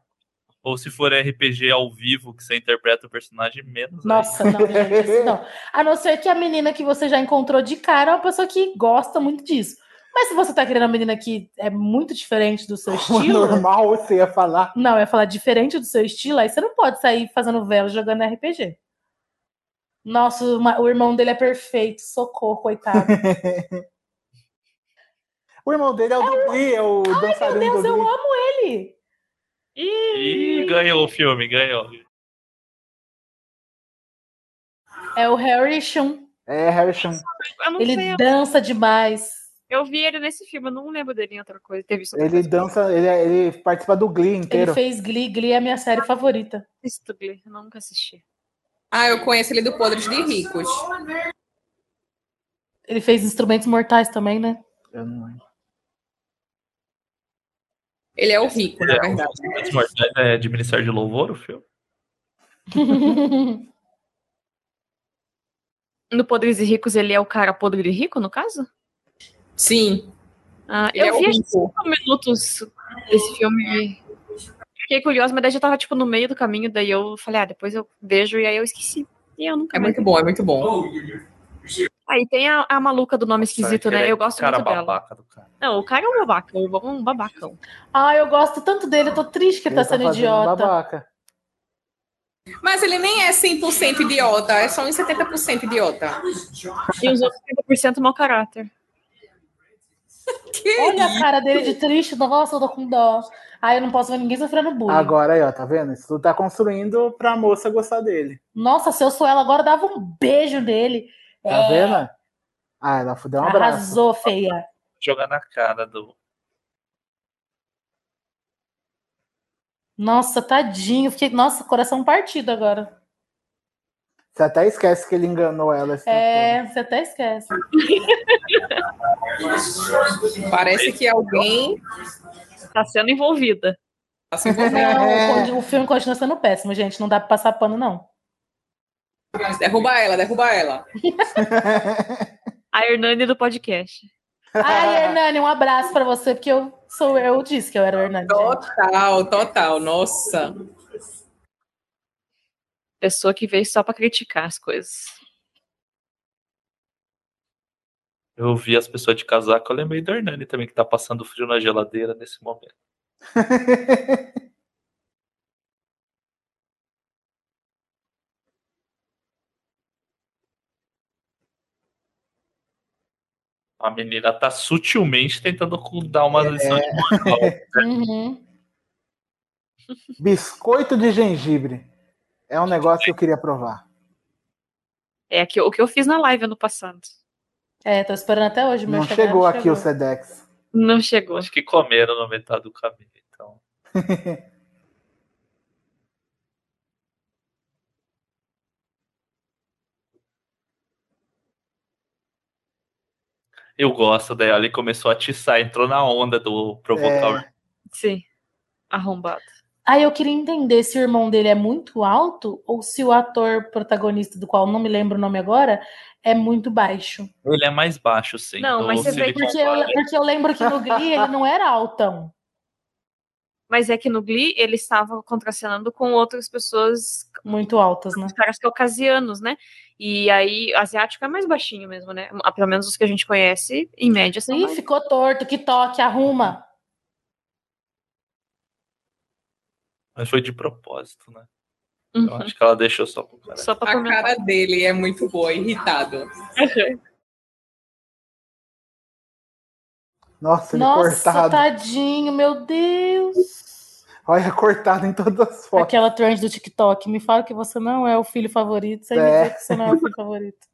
Speaker 3: ou se for RPG ao vivo, que você interpreta o personagem, menos
Speaker 5: Nossa, não, gente, isso não. A não ser que a menina que você já encontrou de cara é uma pessoa que gosta muito disso. Mas se você tá querendo uma menina que é muito diferente do seu estilo.
Speaker 4: normal você ia falar.
Speaker 5: Não, eu ia falar diferente do seu estilo, aí você não pode sair fazendo vela jogando RPG. Nossa, uma- o irmão dele é perfeito, socorro, coitado.
Speaker 4: O irmão dele é o Dudley, é o
Speaker 5: Ai, meu
Speaker 4: dançarino
Speaker 5: Deus, é
Speaker 4: Dudley.
Speaker 5: eu amo ele!
Speaker 3: Ih, ganhou o filme, ganhou.
Speaker 5: É o Harrison.
Speaker 4: É, Harrison.
Speaker 10: Eu não
Speaker 5: Ele
Speaker 10: sei, eu-
Speaker 5: dança demais.
Speaker 10: Eu vi ele nesse filme, eu não lembro dele em outra coisa. Teve isso.
Speaker 4: Ele um dança, ele, é, ele participa do Glee inteiro.
Speaker 5: Ele fez Glee, Glee é a minha série favorita.
Speaker 10: Assisto Glee, eu nunca assisti.
Speaker 6: Ah, eu conheço ele do Podres de Ricos.
Speaker 5: Ele fez Instrumentos Mortais também, né?
Speaker 4: Eu não lembro.
Speaker 6: Ele é o rico, na
Speaker 3: É,
Speaker 6: verdade.
Speaker 3: Os Mortais é de Ministério de Louvor, o filme?
Speaker 10: No Podres e Ricos, ele é o cara podre de rico, no caso? Ah,
Speaker 6: Sim. Ele é
Speaker 10: eu
Speaker 6: o
Speaker 10: vi acho,
Speaker 6: rico.
Speaker 10: cinco minutos desse filme. e Fiquei curiosa, mas daí já tava tipo no meio do caminho, daí eu falei, ah, depois eu vejo, e aí eu esqueci. E eu nunca
Speaker 6: É
Speaker 10: mais
Speaker 6: muito bom, é muito bom.
Speaker 10: Aí tem a, a maluca do nome esquisito,
Speaker 3: Sabe,
Speaker 10: né?
Speaker 3: aquele
Speaker 10: Eu gosto
Speaker 3: cara
Speaker 10: muito dela.
Speaker 3: babaca do cara.
Speaker 10: Não, o cara é um babaca, um babacão.
Speaker 5: Ah, eu gosto tanto dele, eu tô triste que ele tá sendo
Speaker 4: fazendo
Speaker 5: idiota.
Speaker 4: Babaca.
Speaker 6: Mas ele nem é 100% idiota, é só uns 70% idiota.
Speaker 10: E os outros 30% mau caráter.
Speaker 6: Que
Speaker 5: Olha a cara dele de triste, nossa, eu tô com dó. Ah, eu não posso ver ninguém sofrendo bullying.
Speaker 4: Agora aí, ó, tá vendo? Isso tudo tá construindo pra moça gostar dele.
Speaker 5: Nossa, se eu sou ela agora, eu dava um beijo nele.
Speaker 4: Tá vendo? Ah, ela deu um abraço.
Speaker 5: É. Arrasou, feia.
Speaker 3: Jogar na cara do.
Speaker 5: Nossa, tadinho. Fiquei, nossa, coração partido agora.
Speaker 4: Você até esquece que ele enganou ela. esse tempo
Speaker 5: É, você até esquece.
Speaker 6: Parece que alguém
Speaker 10: Tá sendo envolvida.
Speaker 6: tá se envolvendo.
Speaker 10: É.
Speaker 5: Não, o filme continua sendo péssimo, gente. Não dá pra passar pano, não.
Speaker 6: Derruba ela, derruba ela.
Speaker 10: A Hernani do podcast.
Speaker 5: Ai, Hernani, um abraço pra você, porque eu sou eu disse que eu era o Hernani. né? gente.
Speaker 6: Total, total. Nossa.
Speaker 10: Pessoa que veio só pra criticar as coisas.
Speaker 3: Eu vi as pessoas de casaco, eu lembrei do Hernani também, que tá passando frio na geladeira nesse momento. A menina tá sutilmente tentando cu- dar uma lição de moral.
Speaker 5: Uhum.
Speaker 4: Biscoito de gengibre. É um negócio que eu queria provar.
Speaker 10: É que, o que eu fiz na live ano passado.
Speaker 5: É, tô esperando até hoje. meu
Speaker 4: Não
Speaker 5: chegar,
Speaker 4: chegou
Speaker 5: não
Speaker 4: aqui o Sedex.
Speaker 10: Não chegou.
Speaker 3: Acho que comeram na metade do caminho, então. Eu gosto dela, ele começou a atiçar, entrou na onda do provocar o
Speaker 10: Sim. Arrombado.
Speaker 5: Aí eu queria entender se o irmão dele é muito alto ou se o ator protagonista, do qual não me lembro o nome agora, é muito baixo.
Speaker 3: Ele é mais baixo, sim.
Speaker 10: Não,
Speaker 3: do
Speaker 10: mas você vê
Speaker 3: Silicon
Speaker 4: um
Speaker 5: Porque eu,
Speaker 3: Valley.
Speaker 5: porque eu lembro que no Glee ele não era altão.
Speaker 10: Mas é que no Glee ele estava contracenando com outras pessoas,
Speaker 5: Muito altas, né?
Speaker 10: os caras caucasianos, né? E aí, asiático é mais baixinho mesmo, né? Ah, Pelo menos os que a gente conhece, em média, são
Speaker 5: Ih,
Speaker 10: mais-
Speaker 5: ficou torto, que toque, arruma.
Speaker 3: Mas foi de propósito, né? Eu
Speaker 10: Uhum.
Speaker 3: acho que ela deixou só pro cara.
Speaker 10: Só pra
Speaker 6: A
Speaker 10: comentar.
Speaker 6: cara dele é muito boa, irritado.
Speaker 4: Nossa, ele
Speaker 5: Nossa, tá.
Speaker 4: cortado.
Speaker 5: tadinho, meu Deus.
Speaker 4: Olha, cortado em todas as fotos.
Speaker 5: Aquela trend do TikTok. Me fala que você não é o filho favorito, sem me
Speaker 4: É.
Speaker 5: dizer que você não é o filho favorito.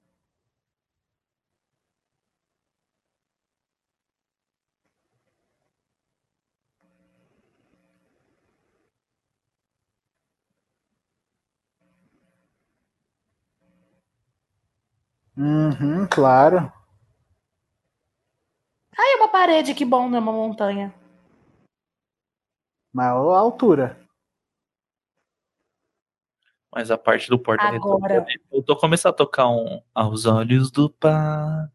Speaker 4: Uhum, claro.
Speaker 5: Aí é uma parede, que bom, não é uma montanha.
Speaker 4: Mas olha a altura.
Speaker 3: Mas a parte do porta
Speaker 5: Agora.
Speaker 3: Eu tô começando a tocar um Aos Olhos do Pá.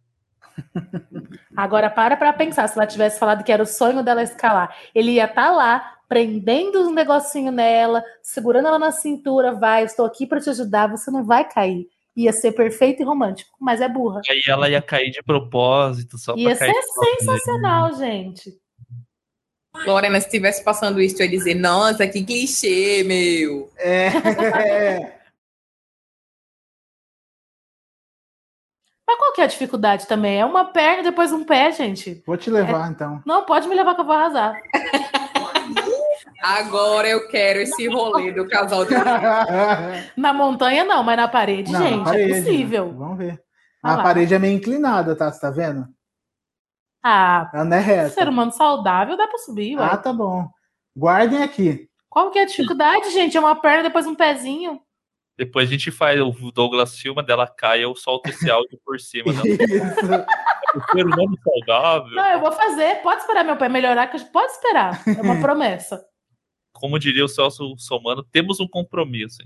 Speaker 5: Agora para pra pensar, se ela tivesse falado que era o sonho dela escalar, ele ia estar lá, prendendo um negocinho nela, segurando ela na cintura, vai, eu estou aqui pra te ajudar, você não vai cair. Ia ser perfeito e romântico, mas é burra.
Speaker 3: Aí ela ia cair de propósito, só
Speaker 5: Ia
Speaker 3: pra cair.
Speaker 5: ser
Speaker 3: de propósito.
Speaker 4: Uhum.
Speaker 5: sensacional, gente.
Speaker 6: Lorena, se estivesse passando isso, eu ia dizer, nossa, que clichê, meu.
Speaker 4: É.
Speaker 5: Mas qual que é a dificuldade também? É uma perna, depois um pé, gente.
Speaker 4: Vou te levar, então.
Speaker 5: Não, pode me levar que eu vou arrasar.
Speaker 6: Agora eu quero esse rolê do casal de
Speaker 5: Na montanha não, mas na parede,
Speaker 4: Não, na
Speaker 5: gente,
Speaker 4: parede, né?
Speaker 5: é possível.
Speaker 4: Vamos ver.
Speaker 5: Ah
Speaker 4: A
Speaker 5: lá.
Speaker 4: parede é meio inclinada, tá? Você tá vendo?
Speaker 5: Ah,
Speaker 4: Ela não é reta.
Speaker 5: ser humano saudável dá pra subir, ué.
Speaker 4: Ah, tá bom. Guardem aqui.
Speaker 5: Qual que é a dificuldade, gente? É uma perna, depois um pezinho.
Speaker 3: Depois a gente faz o Douglas filma, dela cai, eu solto esse áudio por cima. Né? O ser humano saudável,
Speaker 5: Não, eu vou fazer. Pode esperar meu pé melhorar, que eu- pode esperar. É uma promessa.
Speaker 3: como diria o Celso Somano, temos um compromisso.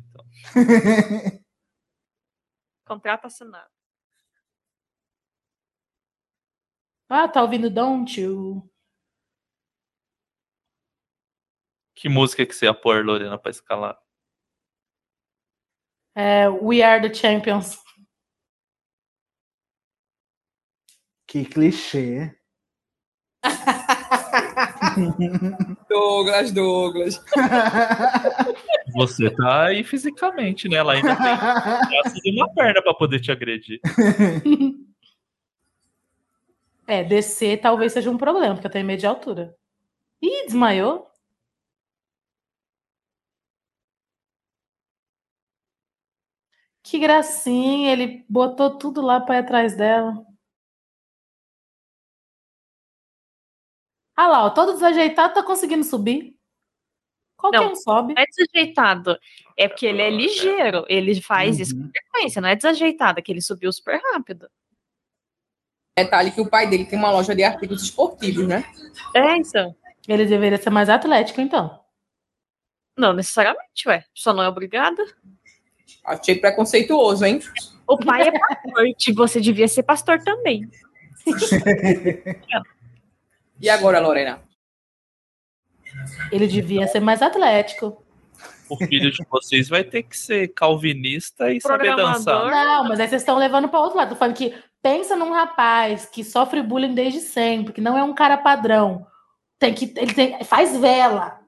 Speaker 3: Então.
Speaker 10: Contrato assinado.
Speaker 5: Ah, tá ouvindo Don't You?
Speaker 3: Que música que você ia pôr, Lorena, pra escalar?
Speaker 5: É, We Are the Champions.
Speaker 4: Que clichê.
Speaker 6: Douglas, Douglas.
Speaker 3: Você tá aí fisicamente, né? Ela ainda tem braço de uma perna pra poder te agredir.
Speaker 5: É, descer talvez seja um problema, porque eu tenho medo de altura. Ih, desmaiou? Que gracinha, ele botou tudo lá pra ir atrás dela. Ah lá, ó, todo desajeitado tá conseguindo subir. Qual que é um sobe?
Speaker 10: Não é desajeitado. É porque ele é ligeiro. Ele faz isso
Speaker 3: Uhum.
Speaker 10: com frequência. Não é desajeitado, é que ele subiu super rápido.
Speaker 6: Detalhe que o pai dele tem uma loja de artigos esportivos, né?
Speaker 10: É, então.
Speaker 5: Ele deveria ser mais atlético, então.
Speaker 10: Não necessariamente, ué. Só não é obrigada.
Speaker 6: Achei preconceituoso, hein?
Speaker 10: O pai é pastor. tipo, você devia ser pastor também.
Speaker 6: E agora, Lorena?
Speaker 5: Ele devia ser mais atlético.
Speaker 3: O filho de vocês vai ter que ser calvinista e saber
Speaker 5: Programador.
Speaker 3: dançar.
Speaker 5: Não, mas aí vocês estão levando para outro lado. Tô falando que pensa num rapaz que sofre bullying desde sempre, que não é um cara padrão. Tem que ele tem, faz vela.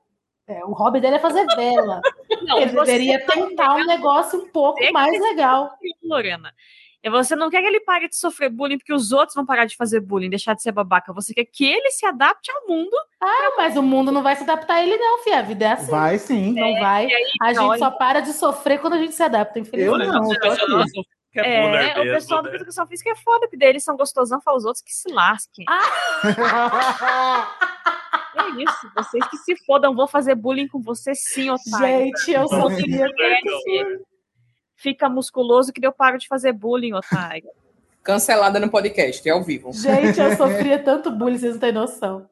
Speaker 5: É, o hobby dele é fazer vela.
Speaker 10: Não,
Speaker 5: ele
Speaker 10: você
Speaker 5: deveria
Speaker 10: tá
Speaker 5: tentar um negócio um pouco mais legal.
Speaker 10: Lorena. E Você não quer que ele pare de sofrer bullying porque os outros vão parar de fazer bullying, deixar de ser babaca. Você quer que ele se adapte ao mundo.
Speaker 5: Ah, mas o mundo não vai se adaptar a ele, não, Fia. A vida é assim.
Speaker 4: Vai sim.
Speaker 5: Não vai.
Speaker 10: e aí,
Speaker 5: a gente
Speaker 10: olha-
Speaker 5: só para de sofrer quando a gente se adapta, infelizmente.
Speaker 10: Eu não, eu tô
Speaker 3: um
Speaker 10: aqui. É, o pessoal
Speaker 3: né?
Speaker 10: da educação física é foda, porque daí eles são gostosão, fala os outros que se lasquem.
Speaker 5: Ah!
Speaker 10: é isso, vocês que se fodam, vou fazer bullying com você sim, otário.
Speaker 5: Gente, eu só queria tanto
Speaker 10: Você Fica musculoso que daí eu paro de fazer bullying, otário.
Speaker 6: Cancelada no podcast, é ao vivo.
Speaker 5: Gente, eu sofria tanto bullying, vocês não têm noção.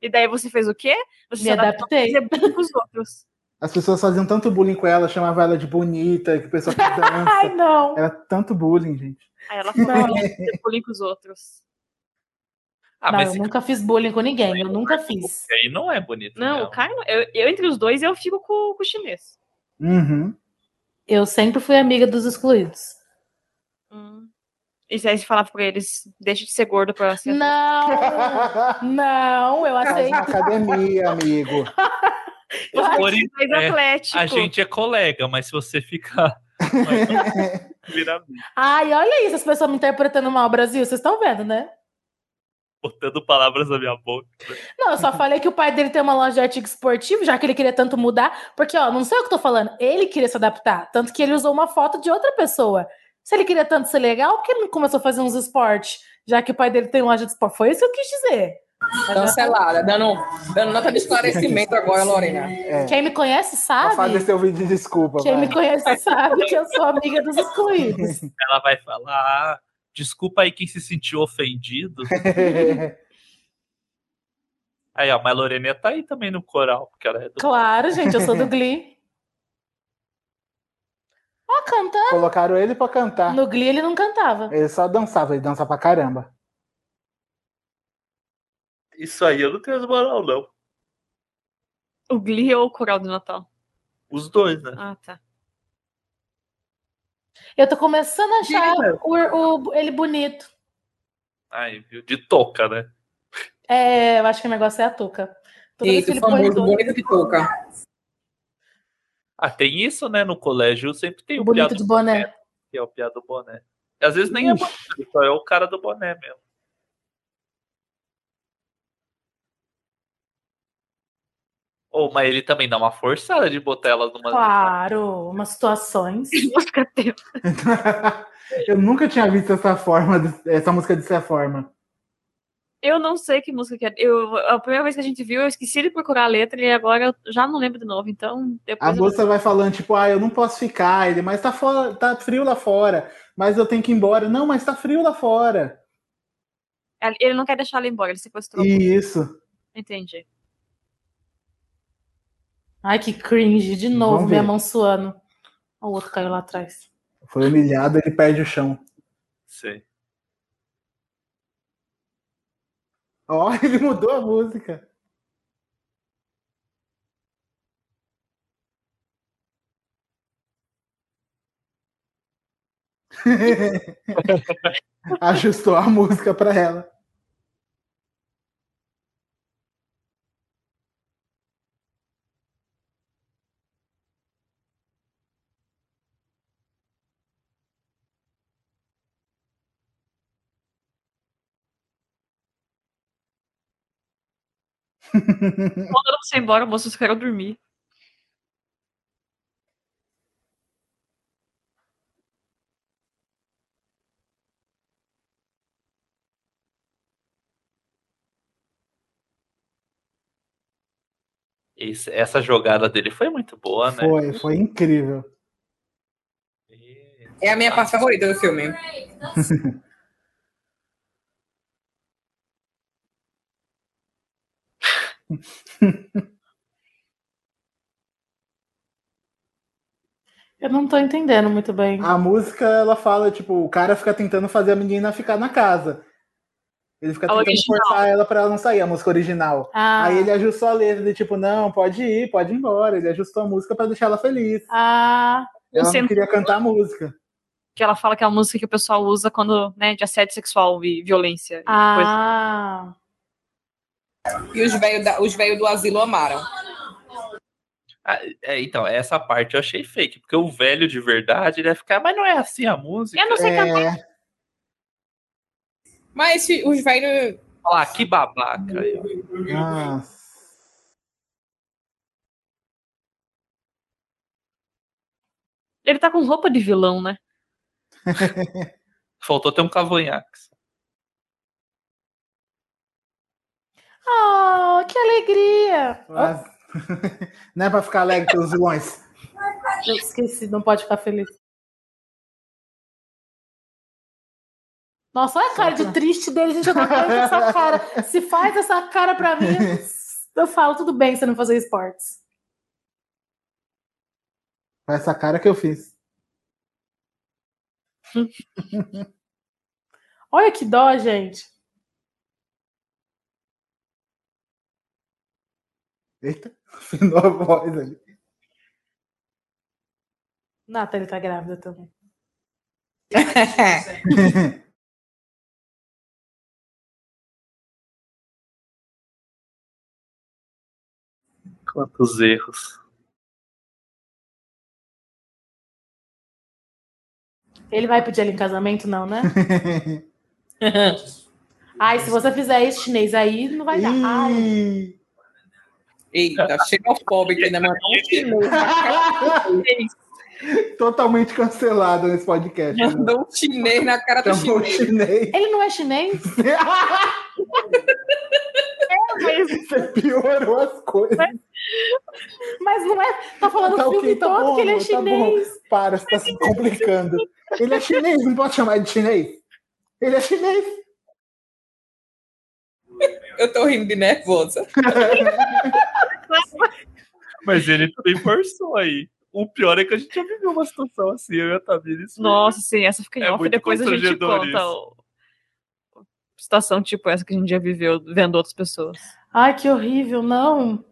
Speaker 10: E daí você fez o quê? Você
Speaker 5: Me
Speaker 10: se adaptou pra
Speaker 5: adaptei.
Speaker 10: fazer bullying com os outros.
Speaker 4: As pessoas faziam tanto bullying com ela, chamavam ela de bonita, que o pessoal que dança.
Speaker 5: Ai, não.
Speaker 4: Era tanto bullying, gente.
Speaker 10: Aí ela falou "Não, fazer bullying com os outros.
Speaker 3: Ah,
Speaker 5: não,
Speaker 10: mas
Speaker 5: eu
Speaker 10: esse
Speaker 5: nunca fiz bullying com ninguém. Eu nunca fiz.
Speaker 3: E aí não é bonito.
Speaker 10: Não, o Caio, não- eu, eu entre os dois, eu fico com, com o chinês.
Speaker 4: Uhum.
Speaker 5: Eu sempre fui amiga dos excluídos.
Speaker 10: Hum. E aí você falava pra eles, deixa de ser gordo pra ser.
Speaker 5: Não! Não, eu
Speaker 4: Faz
Speaker 5: aceito.
Speaker 4: na academia, amigo.
Speaker 10: Você
Speaker 3: Porém,
Speaker 10: assim." mais
Speaker 3: é,
Speaker 5: Tipo,
Speaker 10: atlético.
Speaker 3: a gente é colega, mas se você ficar. Mas- Vira
Speaker 5: Ai, olha isso, as pessoas me interpretando mal, Brasil. Vocês estão vendo, né?
Speaker 3: botando palavras na minha boca.
Speaker 5: Não, eu só falei que o pai dele tem uma loja de artigo esportivo, já que ele queria tanto mudar. Porque, ó, não sei o que eu tô falando. Ele queria se adaptar. Tanto que ele usou uma foto de outra pessoa. Se ele queria tanto ser legal, por que ele não começou a fazer uns esportes? Já que o pai dele tem loja de esporte. Foi isso que eu quis dizer.
Speaker 6: Cancelada, dando, dando nota de esclarecimento agora, Lorena.
Speaker 4: É.
Speaker 5: Quem me conhece
Speaker 4: Vou fazer
Speaker 5: sabe.
Speaker 4: seu vídeo de desculpa.
Speaker 5: Quem
Speaker 4: vai.
Speaker 5: me conhece sabe que eu sou amiga dos excluídos.
Speaker 3: Ela vai falar. "Ah, Desculpa aí quem se sentiu ofendido. Aí, ó, mas Lorena tá aí também no coral, porque ela é do.
Speaker 5: Claro, gente, eu sou do Glee. Ó, cantando.
Speaker 4: Colocaram ele pra cantar.
Speaker 5: No Glee ele não cantava.
Speaker 4: Ele só dançava, ele dança pra caramba.
Speaker 3: Isso aí eu não tenho as moral, não.
Speaker 10: O Glee ou o Coral do Natal?
Speaker 3: Os dois, né?
Speaker 10: Ah, tá.
Speaker 5: Eu tô começando a achar o, o- ele bonito.
Speaker 3: Aí, viu? De touca, né?
Speaker 5: É, eu acho que o negócio é a touca. Toda vez que
Speaker 6: Eita, o
Speaker 5: ele põe
Speaker 6: famoso
Speaker 5: touca-
Speaker 6: bonito de touca.
Speaker 3: Ah, tem isso, né? No colégio sempre tem o
Speaker 5: bonito
Speaker 3: piado
Speaker 5: de boné.
Speaker 3: que é o piado do boné. Às vezes nem é bonito, só é o cara do boné mesmo. Oh, mas ele também dá uma forçada de botar elas numa.
Speaker 5: Claro, umas situações.
Speaker 4: Eu nunca tinha visto essa forma, de- essa música dessa forma.
Speaker 10: Eu não sei que música que é. Eu, a primeira vez que a gente viu, eu esqueci de procurar a letra e agora eu já não lembro de novo. Então, depois.
Speaker 4: A
Speaker 10: eu-
Speaker 4: moça vai falando, tipo, ah, eu não posso ficar, ele, mas tá, fora, tá frio lá fora, mas eu tenho que ir embora. Não, mas tá frio lá fora.
Speaker 10: Ele não quer deixar ela embora, ele sequestrou.
Speaker 4: Isso.
Speaker 10: Entendi.
Speaker 5: Ai, que cringe. De novo,
Speaker 4: Vamos ver.
Speaker 5: minha mão suando. Ó, O outro caiu lá atrás.
Speaker 4: Foi humilhado, ele perde o chão.
Speaker 3: Sei.
Speaker 4: Ó, ele mudou a música. Ajustou a música pra ela.
Speaker 10: Quando ela foi embora, moças querem dormir.
Speaker 3: Esse- essa jogada dele foi muito boa, né?
Speaker 4: Foi, foi incrível.
Speaker 6: É a minha parte favorita do filme.
Speaker 5: Eu não tô entendendo muito bem.
Speaker 4: A música, ela fala, tipo, o cara fica tentando fazer a menina ficar na casa. Ele fica
Speaker 5: A
Speaker 4: tentando
Speaker 5: original.
Speaker 4: forçar ela pra ela não sair, a música original.
Speaker 5: Ah.
Speaker 4: Aí ele ajustou a letra, ele, tipo, não, pode ir, pode ir embora. Ele ajustou a música pra deixar ela feliz.
Speaker 5: Ah.
Speaker 4: Ela
Speaker 10: Você
Speaker 4: não
Speaker 10: não-
Speaker 4: queria cantar a música.
Speaker 10: Que ela fala que é a música que o pessoal usa quando, né, de assédio sexual e violência. e
Speaker 5: Ah.
Speaker 6: E os velhos os velho do asilo amaram.
Speaker 3: Ah, é, então, essa parte eu achei fake, porque o velho de verdade ele ia ficar, mas não é assim a música.
Speaker 6: Eu não sei cantar. Mas se os velhos.
Speaker 3: Olha lá, "Ah, que babaca. aí, ó.
Speaker 10: Ele tá com roupa de vilão, né?
Speaker 3: Faltou ter um cavanhaque.
Speaker 5: Oh, que alegria!
Speaker 4: Mas- não é pra ficar alegre pelos vilões.
Speaker 5: Eu esqueci, não pode ficar feliz. Nossa, olha a cara de triste dele, gente. Eu não aguento essa cara. Se faz essa cara pra mim, eu falo, tudo bem você não fazer esportes.
Speaker 4: Foi essa cara que eu fiz.
Speaker 5: Olha que dó, gente.
Speaker 4: Eita, afinou a voz ali.
Speaker 5: Nathalie tá grávida também.
Speaker 3: Quantos erros.
Speaker 5: Ele vai pedir ela em casamento, não, né? Ai, se você fizer esse chinês aí, não vai dar. Ai.
Speaker 6: Eita, xenofóbica ainda mandou um chinês.
Speaker 4: Totalmente cancelado nesse podcast. né?
Speaker 6: Mandou um chinês na cara do
Speaker 4: Chamou o
Speaker 6: chinês.
Speaker 4: chinês.
Speaker 5: Ele não é chinês?
Speaker 4: Você piorou as coisas.
Speaker 5: Mas não é. Tá falando
Speaker 4: Tá
Speaker 5: o filme
Speaker 4: ok, tá
Speaker 5: todo
Speaker 4: bom,
Speaker 5: que ele é
Speaker 4: amor, tá bom.
Speaker 5: chinês.
Speaker 4: Para, você tá se complicando. Ele é chinês, não pode chamar de chinês. Ele é chinês.
Speaker 6: Eu tô rindo de nervosa.
Speaker 3: Mas ele também forçou aí. O pior é que a gente já viveu uma situação assim, eu e a Tamiris.
Speaker 10: Nossa, sim, essa fica em
Speaker 3: É
Speaker 10: off.
Speaker 3: muito
Speaker 10: Depois a gente
Speaker 3: constrangedor
Speaker 10: conta
Speaker 3: isso.
Speaker 10: o... situação tipo essa que a gente já viveu vendo outras pessoas.
Speaker 5: Ai, que horrível, não.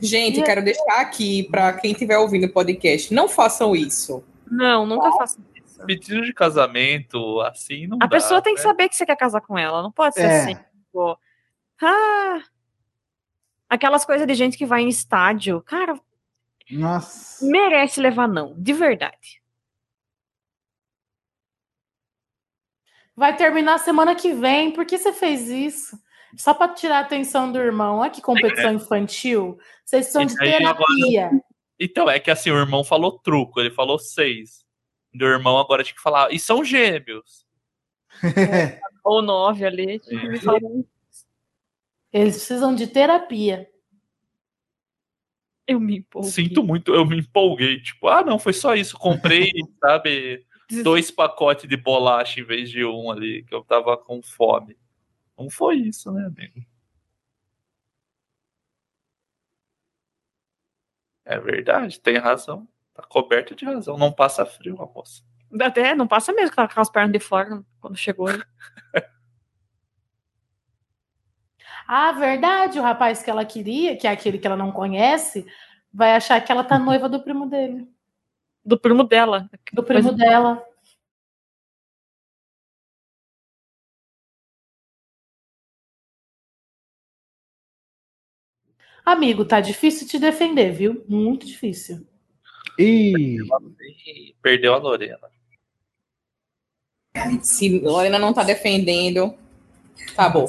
Speaker 6: Gente, quero deixar aqui pra quem estiver ouvindo o podcast: não façam isso.
Speaker 10: Não, nunca faço.
Speaker 3: Pedido de casamento, assim, não
Speaker 10: A
Speaker 3: dá,
Speaker 10: pessoa tem que
Speaker 3: né?
Speaker 10: saber que você quer casar com ela. Não pode ser
Speaker 3: É.
Speaker 10: assim. tipo, ah, aquelas coisas de gente que vai em estádio. Cara,
Speaker 4: Nossa.
Speaker 10: merece levar não, de verdade.
Speaker 5: Vai terminar semana que vem. Por que você fez isso? Só pra tirar a atenção do irmão. Olha que competição
Speaker 3: É.
Speaker 5: infantil. Vocês precisam de
Speaker 3: Esse aí agora-
Speaker 5: terapia.
Speaker 3: Então, é que assim, o irmão falou truco, ele falou seis. Do irmão agora tinha que falar, e são gêmeos.
Speaker 10: Ou nove ali.
Speaker 3: É.
Speaker 10: Me fala-
Speaker 5: Eles precisam de terapia.
Speaker 10: Eu me empolgo.
Speaker 3: Sinto muito, eu me empolguei. Tipo, ah, não, foi só isso. Comprei, sabe, dois pacotes de bolacha em vez de um ali, que eu tava com fome. Não foi isso, né, amigo? É verdade, tem razão. Tá coberto de razão. Não passa frio, a moça.
Speaker 10: Até não passa mesmo que tava com as pernas de fora quando chegou. ele.
Speaker 5: Ah, verdade, o rapaz que ela queria, que é aquele que ela não conhece, vai achar que ela tá noiva do primo dele.
Speaker 10: Do primo dela.
Speaker 5: Do primo
Speaker 10: Pois-
Speaker 5: dela. Amigo, tá difícil te defender, viu? Muito difícil.
Speaker 3: Ih. Perdeu a Lorena.
Speaker 6: Se Lorena não tá defendendo, tá acabou.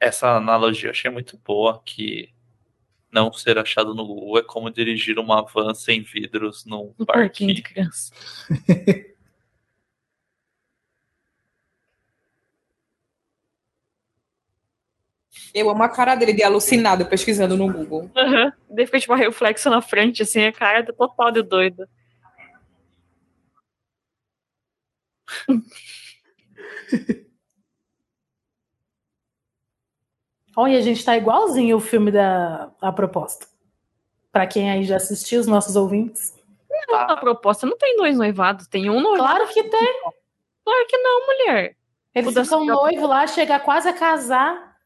Speaker 3: Essa analogia eu achei muito boa, que não ser achado no Google é como dirigir uma van sem vidros num
Speaker 10: Um
Speaker 3: parquinho.
Speaker 10: parquinho de criança.
Speaker 6: Eu amo a cara dele de alucinado pesquisando no Google.
Speaker 10: Aham. Daí fica tipo uma reflexo na frente, assim, a cara do total de doida.
Speaker 5: Olha, a gente tá igualzinho o filme da A Proposta. Pra quem aí já assistiu, os nossos ouvintes.
Speaker 10: Não,
Speaker 3: Tá.
Speaker 10: na proposta não tem dois noivados, tem um noivado.
Speaker 5: Claro que tem.
Speaker 10: Claro que não, mulher.
Speaker 5: Eles ficam noivos lá, chega quase a casar.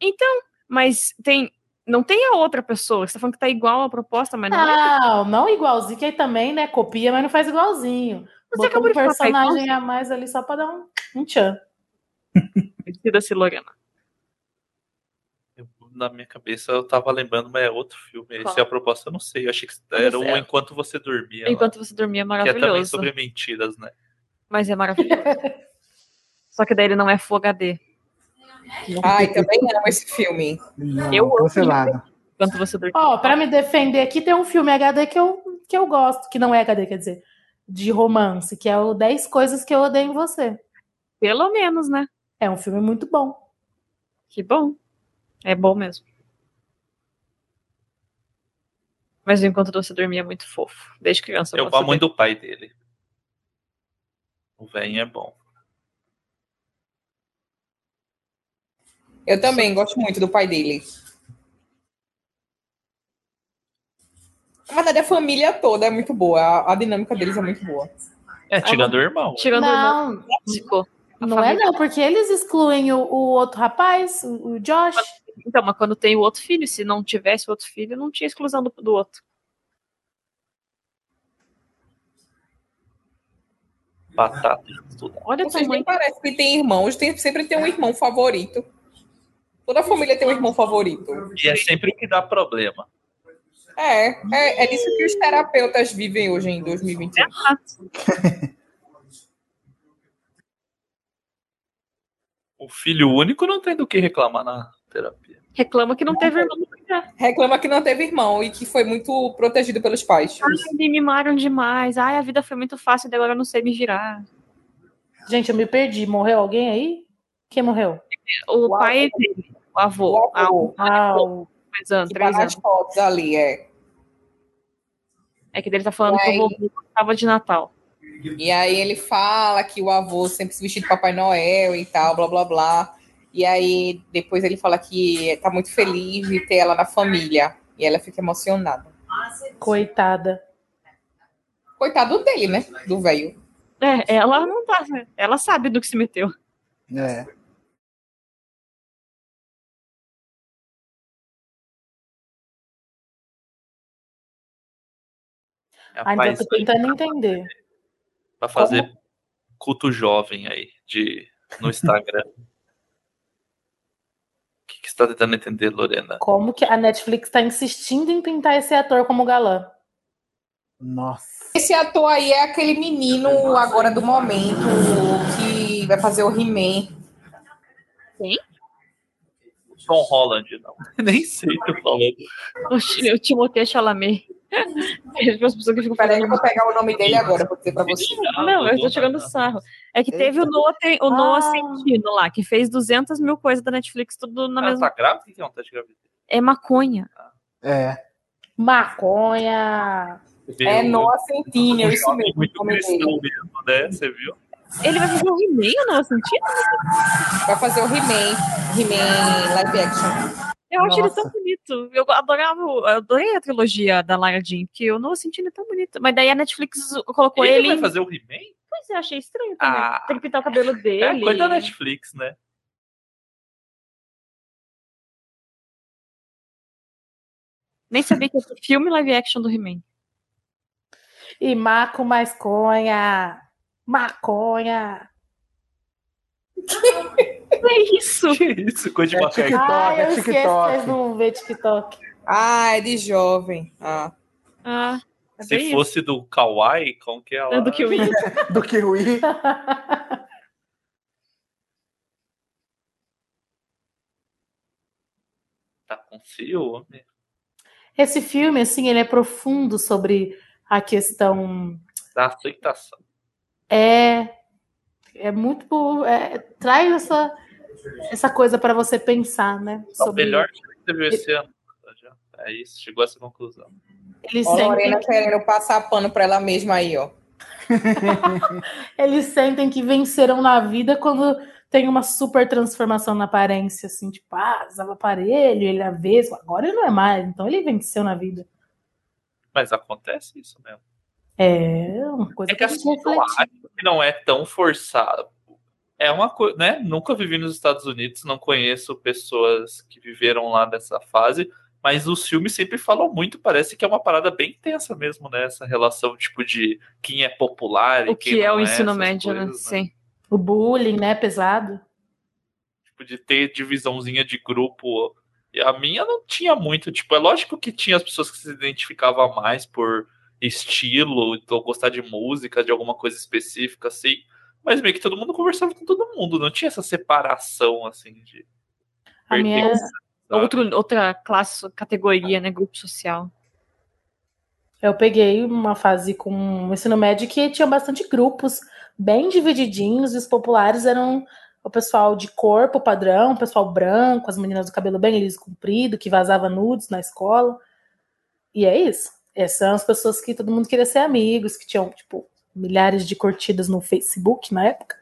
Speaker 10: Então, mas tem. Não tem a outra pessoa. Você tá falando que tá igual a proposta, mas não,
Speaker 3: Tá.
Speaker 10: é.
Speaker 5: Não, não igualzinho, que aí também, né? Copia, mas não faz igualzinho. Você um
Speaker 10: acabou de falar que tá
Speaker 5: personagem
Speaker 10: igualzinho.
Speaker 5: a mais ali só pra dar um, um tchan.
Speaker 10: Decida-se, Lorena.
Speaker 3: Na minha cabeça eu tava lembrando, mas é outro filme. Esse
Speaker 10: Qual?
Speaker 3: é a proposta, eu não sei. Eu achei que era um
Speaker 10: sei.
Speaker 3: Enquanto Você Dormia. lá,
Speaker 10: Enquanto você dormia é
Speaker 3: que é também
Speaker 10: maravilhoso.
Speaker 3: sobre mentiras, né?
Speaker 10: Mas é maravilhoso. Só que daí ele não é Full HD.
Speaker 6: Ai, também amo esse filme.
Speaker 10: Eu amo.
Speaker 4: cancelado.
Speaker 10: Enquanto você dormia.
Speaker 5: Ó, pra me defender aqui, tem um filme HD que eu, que eu gosto, que não é HD, quer dizer, de romance, que é o 10 Coisas que Eu Odeio em Você.
Speaker 10: Pelo menos, né?
Speaker 5: É um filme muito bom.
Speaker 10: Que bom. É bom mesmo. Mas o enquanto você dormia é muito fofo. Desde criança.
Speaker 3: Eu
Speaker 10: gosto
Speaker 3: gosto
Speaker 10: dele.
Speaker 3: muito do pai dele. O velho é bom.
Speaker 6: Eu também gosto muito do pai dele. Na verdade, a família toda é muito boa. A, a dinâmica deles é muito boa.
Speaker 3: É,
Speaker 10: Tá
Speaker 3: tirando o irmão.
Speaker 10: Tirando
Speaker 5: Não.
Speaker 10: o irmão tóxico. a
Speaker 5: Não é
Speaker 10: família-
Speaker 5: não, porque eles excluem o, o outro rapaz, o, o Josh.
Speaker 10: Então, mas quando tem o outro filho, se não tivesse o outro filho, não tinha exclusão do, do outro.
Speaker 3: Batata e tudo.
Speaker 10: Olha
Speaker 6: Vocês nem parece que tem irmãos, tem, sempre tem um irmão favorito. Toda família tem um irmão favorito.
Speaker 3: E é sempre o que dá problema.
Speaker 6: É, é, é disso que os terapeutas vivem hoje em 2021.
Speaker 3: O filho único não tem do que reclamar na terapia.
Speaker 10: Reclama que não teve irmão.
Speaker 6: Reclama que não teve irmão e que foi muito protegido pelos pais.
Speaker 10: Ai, me mimaram demais. Ai, a vida foi muito fácil, daí agora eu não sei me virar.
Speaker 5: Gente, eu me perdi. Morreu alguém aí? Quem morreu?
Speaker 10: O pai é dele, o avô, há um-
Speaker 5: Ah, o-
Speaker 10: dois anos,
Speaker 6: Que
Speaker 10: três
Speaker 6: tá nas
Speaker 10: anos.
Speaker 6: fotos ali, é.
Speaker 10: É que dele tá falando que
Speaker 6: Ai.
Speaker 10: o vovô gostava de Natal.
Speaker 6: E aí ele fala que o avô sempre se vestia de Papai Noel e tal, blá blá blá. E aí depois ele fala que tá muito feliz de ter ela na família. E ela fica emocionada.
Speaker 5: coitada.
Speaker 6: Coitado dele, né? Do velho.
Speaker 10: É, ela não tá. Ela sabe do que se meteu.
Speaker 4: É.
Speaker 3: É
Speaker 5: Ainda
Speaker 3: Rapaz,
Speaker 5: Ah, então tô tentando entender.
Speaker 3: pra fazer culto jovem aí de, no Instagram. O que, que você tá tentando entender, Lorena?
Speaker 5: Como que a Netflix tá insistindo em pintar esse ator como galã?
Speaker 4: Nossa.
Speaker 6: Esse ator aí é aquele menino agora do momento que vai fazer o He-Man.
Speaker 10: Quem?
Speaker 3: Tom um Holland, não. Nem sei o que eu tô falando.
Speaker 10: Oxi, O Timothée Chalamet. Vejo as pessoas que ficam
Speaker 6: Peraí, eu vou pegar o nome dele agora, vou dizer pra você.
Speaker 10: Não, eu tô tirando sarro. É que teve o Noah, Ten- o Noah Centino lá, que fez 200 mil coisas da Netflix, tudo na
Speaker 3: Ela
Speaker 10: mesma.
Speaker 3: tá grávida? O que é um teste de gravidez?
Speaker 10: É maconha.
Speaker 4: É.
Speaker 5: Maconha.
Speaker 3: É Viu? Noah
Speaker 6: Centineo,
Speaker 10: é
Speaker 3: Um jovem Muito cristão mesmo, né? Você viu?
Speaker 10: Ele vai fazer o He-Man, o Noah Centino?
Speaker 6: Vai fazer o He-Man. He-Man live action.
Speaker 10: Eu acho ele
Speaker 6: Nossa.
Speaker 10: tão bonito. Eu adorava, eu adorei a trilogia da Lara Jean, porque eu não senti ele é tão bonito. Mas daí a Netflix colocou
Speaker 3: Ele
Speaker 10: ele.
Speaker 3: vai
Speaker 10: em-
Speaker 3: fazer o He-Man?
Speaker 10: Pois é, achei estranho também.
Speaker 3: Ah.
Speaker 10: Tem que pintar o cabelo dele.
Speaker 3: É coisa da Netflix, né?
Speaker 10: Nem sabia que era filme live action do He-Man.
Speaker 5: E maco masconha. Maconha.
Speaker 10: é isso?
Speaker 3: Isso, coisa
Speaker 10: É
Speaker 3: de macaco.
Speaker 5: ah, eu esqueço, vocês não vê TikTok.
Speaker 6: Ah, é de jovem. Ah.
Speaker 10: Ah,
Speaker 3: Se fosse do Kawaii, como que é lá?
Speaker 6: Do Kiwi.
Speaker 4: Do Kiwi.
Speaker 3: Tá com ciúme.
Speaker 5: Esse filme, assim, ele é profundo sobre a questão.
Speaker 3: Da aceitação.
Speaker 5: É. É muito. bo- é- traz essa, essa coisa para você pensar, né?
Speaker 3: É O
Speaker 5: Sobre-
Speaker 3: melhor filme que você viu esse ano. já. É isso, chegou a essa conclusão.
Speaker 5: Eles
Speaker 6: Ó, a Lorena
Speaker 5: sentem-
Speaker 6: querendo passar pano pra ela mesma aí, ó.
Speaker 5: Eles sentem que venceram na vida quando tem uma super transformação na aparência, assim, tipo, ah, usava aparelho, ele era vesgo, agora ele não é mais, então ele venceu na vida.
Speaker 3: Mas acontece isso mesmo. assim,
Speaker 5: É uma coisa que, a gente
Speaker 3: Eu
Speaker 5: reflete.
Speaker 3: acho que não é tão forçado. É uma coisa, né? Nunca vivi nos Estados Unidos, não conheço pessoas que viveram lá nessa fase, mas os filmes sempre falam muito, parece que é uma parada bem intensa mesmo, né? Essa relação, tipo, de quem é popular e
Speaker 10: O
Speaker 3: quem
Speaker 10: que é
Speaker 3: não
Speaker 10: o ensino
Speaker 3: essas
Speaker 10: médio, né?
Speaker 3: coisas,
Speaker 10: Sim.
Speaker 5: O bullying, né? Pesado.
Speaker 3: tipo, de ter divisãozinha de grupo. E a minha não tinha muito, tipo, é lógico que tinha as pessoas que se identificavam mais por estilo, ou gostar de música, de alguma coisa específica, assim. Mas meio que todo mundo conversava com todo mundo, não tinha essa separação, assim, de.
Speaker 5: A minha-
Speaker 3: pertença, sabe?
Speaker 10: Outro, outra classe, categoria, né? Grupo social.
Speaker 5: Eu peguei uma fase com o ensino médio que tinha bastante grupos bem divididinhos, e os populares eram o pessoal de corpo padrão, o pessoal branco, as meninas do cabelo bem liso e comprido, que vazava nudes na escola. E é isso. Essas são as pessoas que todo mundo queria ser amigos, que tinham, tipo, milhares de curtidas no Facebook na época.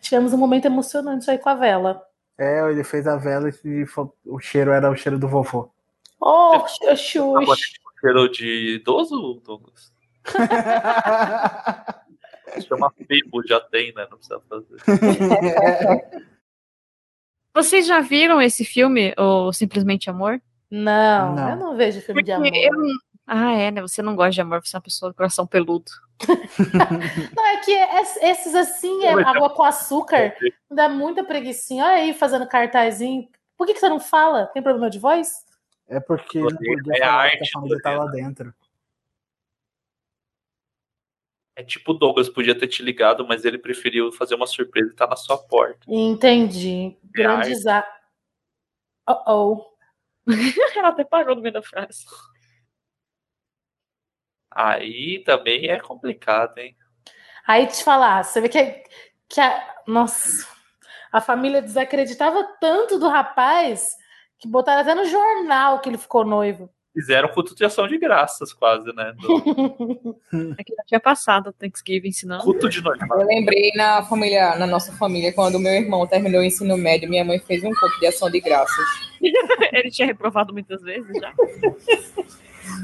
Speaker 5: Tivemos um momento emocionante aí com a vela.
Speaker 4: É, ele fez a vela e fo- o cheiro era o cheiro do vovô.
Speaker 5: Oh,
Speaker 3: Agora,
Speaker 5: xuxux!
Speaker 3: tipo, cheiro de idoso, Douglas? Chama Fibo, já tem, né? Não precisa fazer.
Speaker 10: Vocês já viram esse filme, ou Simplesmente Amor?
Speaker 5: Não,
Speaker 10: Não.
Speaker 5: eu não vejo filme de amor.
Speaker 10: Eu não- Ah, é, né? Você não gosta de amor, você é uma pessoa do coração peludo.
Speaker 5: Não, é que es- esses assim, é
Speaker 10: Mas é
Speaker 5: água com açúcar, dá muita preguicinha. Olha aí, fazendo cartazinho. Por que, que você não fala? Tem problema de voz?
Speaker 4: É porque não podia
Speaker 3: É a
Speaker 4: falar que a
Speaker 3: arte,
Speaker 4: família tá lá dentro.
Speaker 3: É tipo o Douglas podia ter te ligado, mas ele preferiu fazer uma surpresa e tá na sua porta.
Speaker 5: Entendi. Grande
Speaker 3: Ai.
Speaker 5: zap. Oh, oh.
Speaker 10: Ela até parou no meio da frase.
Speaker 3: Aí também é complicado, hein?
Speaker 5: Aí te falar, você vê que, a- que a. Nossa! A família desacreditava tanto do rapaz que botaram até no jornal que ele ficou noivo.
Speaker 3: Fizeram culto de ação de graças, quase, né? Do
Speaker 10: Aqui É já tinha passado o Thanksgiving, senão.
Speaker 3: culto de noivado.
Speaker 6: Eu lembrei na família, na nossa família, quando meu irmão terminou o ensino médio, minha mãe fez um pouco de ação de graças.
Speaker 10: Ele tinha reprovado muitas vezes já.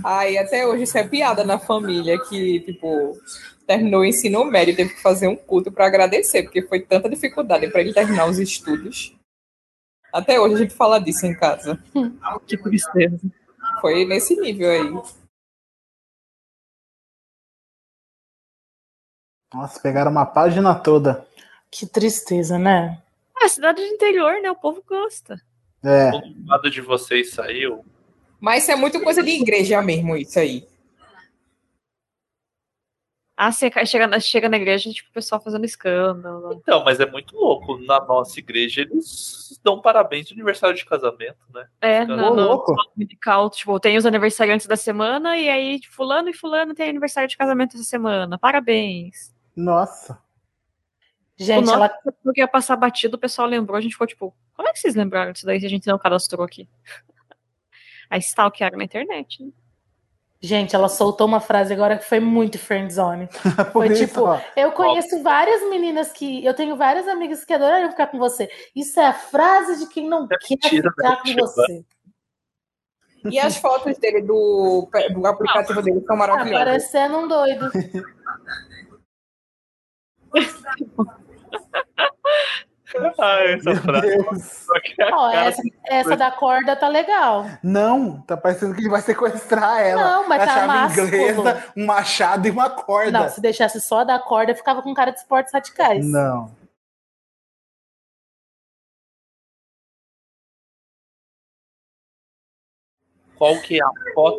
Speaker 6: Ai, até hoje isso é piada na família, que, tipo, terminou o ensino médio, teve que fazer um culto pra agradecer, porque foi tanta dificuldade pra ele terminar os estudos. Até hoje a gente fala disso em casa.
Speaker 10: Que tristeza.
Speaker 6: Foi nesse nível aí.
Speaker 4: Nossa, pegaram uma página toda.
Speaker 5: Que tristeza, né?
Speaker 10: Ah, É, cidade de interior, né? O povo gosta.
Speaker 4: É.
Speaker 3: Quando o lado de vocês saiu,
Speaker 6: Mas isso é muito coisa de igreja mesmo, isso aí.
Speaker 10: Ah, você chega na, chega na igreja, tipo, o pessoal fazendo escândalo.
Speaker 3: Então, mas é muito louco. Na nossa igreja, eles dão parabéns no aniversário de casamento, né?
Speaker 10: É,
Speaker 3: Fica-
Speaker 10: na, no musical, tipo, tem os aniversariantes da semana, e aí fulano e fulano tem aniversário de casamento essa semana. Parabéns.
Speaker 4: Nossa.
Speaker 10: o
Speaker 5: Gente,
Speaker 10: nosso,
Speaker 5: ela-
Speaker 10: porque ia passar batido, o pessoal lembrou, a gente ficou tipo, como é que vocês lembraram disso daí se a gente não cadastrou aqui? aí stalkearam na internet, né?
Speaker 5: Gente, ela soltou uma frase agora que foi muito friendzone. Foi
Speaker 10: isso,
Speaker 5: tipo,
Speaker 10: ó.
Speaker 5: eu conheço várias meninas que. Eu tenho várias amigas que adorariam ficar com você. Isso é a frase de quem não quer ficar com você.
Speaker 6: E as fotos dele do, do aplicativo dele são
Speaker 5: Tá
Speaker 6: maravilhosas.
Speaker 5: parecendo um doido.
Speaker 3: Ai, essa frase.
Speaker 5: Ó, essa, essa da corda tá legal.
Speaker 4: Não, tá parecendo que ele vai sequestrar ela.
Speaker 5: Não, mas
Speaker 4: a
Speaker 5: tá
Speaker 4: chave
Speaker 5: másculo.
Speaker 4: inglesa, um machado e uma corda.
Speaker 5: Não, se deixasse só a da corda, ficava com cara de esportes radicais.
Speaker 4: Não.
Speaker 3: Qual que é a foto?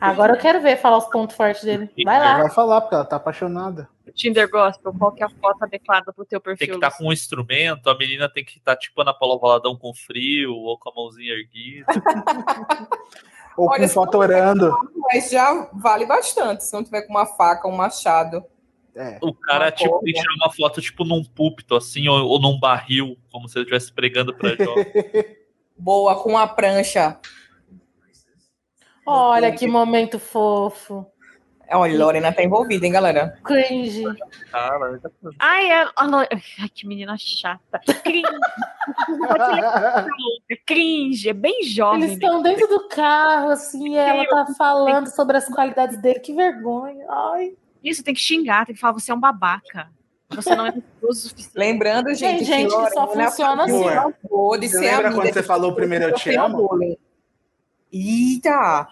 Speaker 5: Agora eu quero ver falar os pontos fortes dele. Vai
Speaker 4: Ela
Speaker 5: lá.
Speaker 4: vai falar, porque ela tá apaixonada.
Speaker 10: Tinder Gospel, qual que é a foto adequada pro teu
Speaker 3: Tem que
Speaker 10: perfil?
Speaker 3: estar com um instrumento, a menina tem que estar tipo Ana Paula Valadão com frio, ou com a mãozinha erguida.
Speaker 4: Ou
Speaker 6: Olha,
Speaker 4: com foto orando.
Speaker 10: Ah,
Speaker 6: Mas já vale bastante se não tiver com uma faca, um machado.
Speaker 4: É.
Speaker 3: O cara,
Speaker 6: Uma
Speaker 3: tipo, tem que
Speaker 6: cobra.
Speaker 3: tirar uma foto, tipo, num púlpito, assim, ou, ou num barril, como se ele estivesse pregando pra jovem.
Speaker 6: Boa, com a prancha.
Speaker 5: Olha que momento fofo.
Speaker 6: Olha, Lorena tá envolvida, hein, galera?
Speaker 5: Cringe.
Speaker 3: Cara,
Speaker 10: Ai, é... ah, não, ai, que menina chata. Cringe. Cringe, é bem jovem.
Speaker 5: Eles estão dentro do carro, assim, e ela tá falando sobre as qualidades dele. Que vergonha. Ai.
Speaker 10: Isso, tem que xingar, tem que falar, você é um babaca. Você não é gostoso o suficiente.
Speaker 6: Lembrando, gente,
Speaker 10: Tem gente que só
Speaker 6: Lorena é
Speaker 10: funciona
Speaker 6: fazia
Speaker 10: assim.
Speaker 6: um favor de
Speaker 4: Você
Speaker 6: ser
Speaker 4: lembra
Speaker 6: amiga
Speaker 4: quando
Speaker 6: de
Speaker 4: você falou o primeiro eu te amo?
Speaker 6: bullying. né? Eita!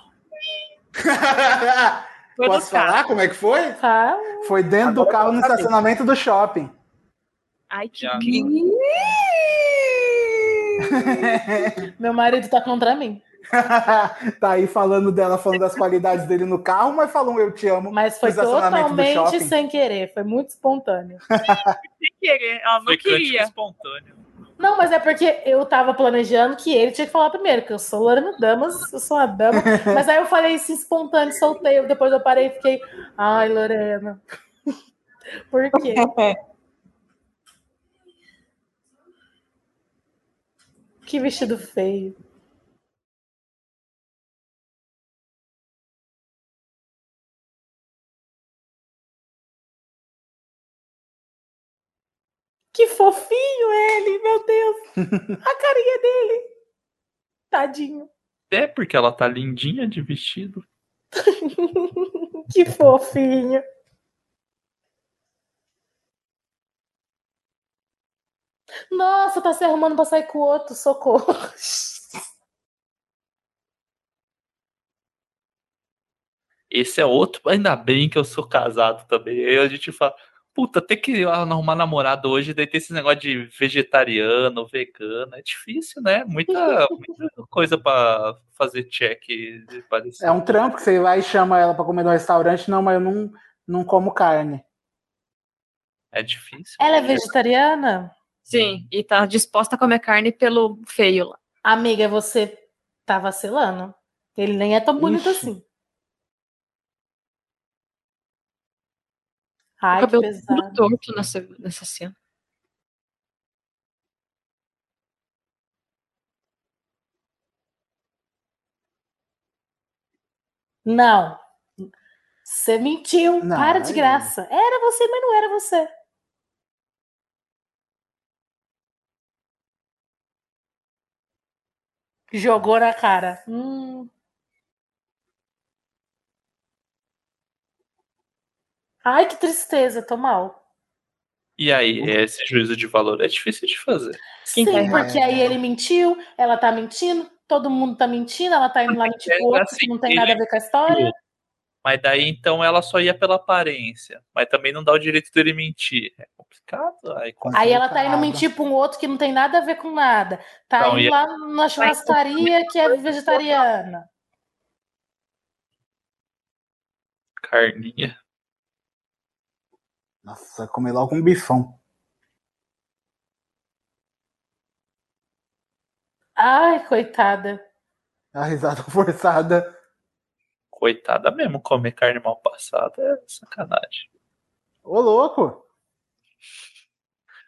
Speaker 4: Posso falar como é que foi?
Speaker 5: Tá.
Speaker 4: Foi dentro do carro no estacionamento do shopping.
Speaker 10: Ai, que
Speaker 6: cringe.
Speaker 5: Meu marido tá contra mim.
Speaker 4: tá aí falando dela, falando das qualidades dele no carro, mas falou um eu te amo.
Speaker 5: Mas Foi totalmente sem querer. Foi muito espontâneo.
Speaker 10: sem querer. né? Ela não
Speaker 3: Foi assim.
Speaker 10: queria.
Speaker 3: espontâneo.
Speaker 5: Não, mas é porque eu tava planejando que ele tinha que falar primeiro, que eu sou Lorena Damas, eu sou uma dama. Mas aí eu falei isso espontâneo, soltei. Depois eu parei e fiquei, ai, Lorena. Por quê? que vestido feio. Que fofinho ele, meu Deus! A carinha dele! Tadinho.
Speaker 3: É porque ela tá lindinha de vestido.
Speaker 5: que fofinho. Nossa, tá se arrumando pra sair com o outro, socorro.
Speaker 3: Esse é outro, ainda bem que eu sou casado também. Aí a gente fala, puta, tem que arrumar namorado hoje, daí tem esse negócio de vegetariano, vegano. É difícil, né? Muita, muita coisa pra fazer check de parecer.
Speaker 4: É um trampo que você vai e chama ela pra comer no restaurante. Não, mas eu não, não como carne.
Speaker 3: É difícil.
Speaker 5: Ela é vegetariana?
Speaker 10: Sim, e tá disposta a comer carne pelo feio lá.
Speaker 5: Amiga, você tá vacilando. Ele nem é tão bonito assim. Ai,
Speaker 10: o cabelo
Speaker 5: que pesado.
Speaker 10: todo torto nessa, nessa cena.
Speaker 5: Não. Você mentiu.
Speaker 10: Não,
Speaker 5: Para de
Speaker 10: eu-
Speaker 5: graça. Era você, mas não era você. Jogou na cara. Hum. Ai, que tristeza, tô mal.
Speaker 3: E aí, esse juízo de valor é difícil de fazer.
Speaker 5: Sim, porque aí ele mentiu, ela tá mentindo, todo mundo tá mentindo, ela tá indo lá
Speaker 3: É,
Speaker 5: mentir pro outro
Speaker 3: assim,
Speaker 5: que não tem nada a ver com a história.
Speaker 3: Mas daí então ela só ia pela aparência. Mas também não dá o direito dele mentir. É complicado. Aí,
Speaker 5: Aí ela tá indo mentir pra um outro que não tem nada a ver com nada. Tá
Speaker 3: Então,
Speaker 5: indo
Speaker 3: e-
Speaker 5: lá na churrascaria que é vegetariana.
Speaker 3: carninha.
Speaker 4: Nossa, comer logo um bifão.
Speaker 5: Ai, coitada.
Speaker 4: A risada forçada.
Speaker 3: Coitada mesmo, comer carne mal passada é sacanagem.
Speaker 4: Ô, louco!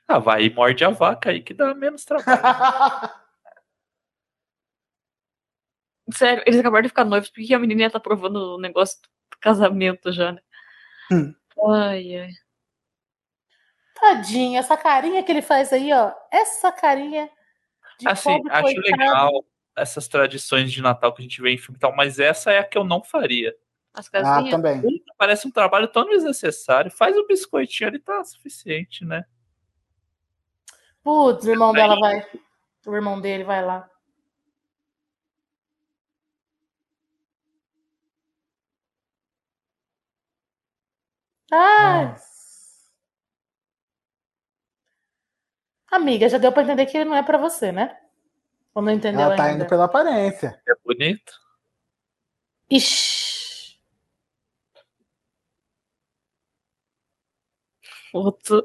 Speaker 3: Ah, vai e morde a vaca aí que dá menos
Speaker 5: Ah,
Speaker 3: trabalho.
Speaker 5: Tá
Speaker 10: Sério, eles acabaram de ficar noivos, porque a menina tá provando o negócio do casamento já, né?
Speaker 4: Hum.
Speaker 10: Ai, ai.
Speaker 5: Tadinho, essa carinha que ele faz aí, ó. Essa carinha. De
Speaker 3: assim,
Speaker 5: pobre
Speaker 3: acho
Speaker 5: coitado.
Speaker 3: legal essas tradições de Natal que a gente vê em filme e tal, mas essa é a que eu não faria.
Speaker 10: As
Speaker 5: assim?
Speaker 4: casinhas? Ah, também.
Speaker 3: Puta, Parece um trabalho tão desnecessário. Faz o biscoitinho ali, tá suficiente, né?
Speaker 5: Putz, o irmão dela vai. O irmão dele vai lá.
Speaker 4: Hum.
Speaker 5: Ai. Amiga, já deu pra entender que ele não é pra você, né? Ou não entendeu
Speaker 4: Ela tá
Speaker 5: ainda?
Speaker 4: indo pela aparência.
Speaker 3: É bonito.
Speaker 5: Ixi.
Speaker 10: Puto,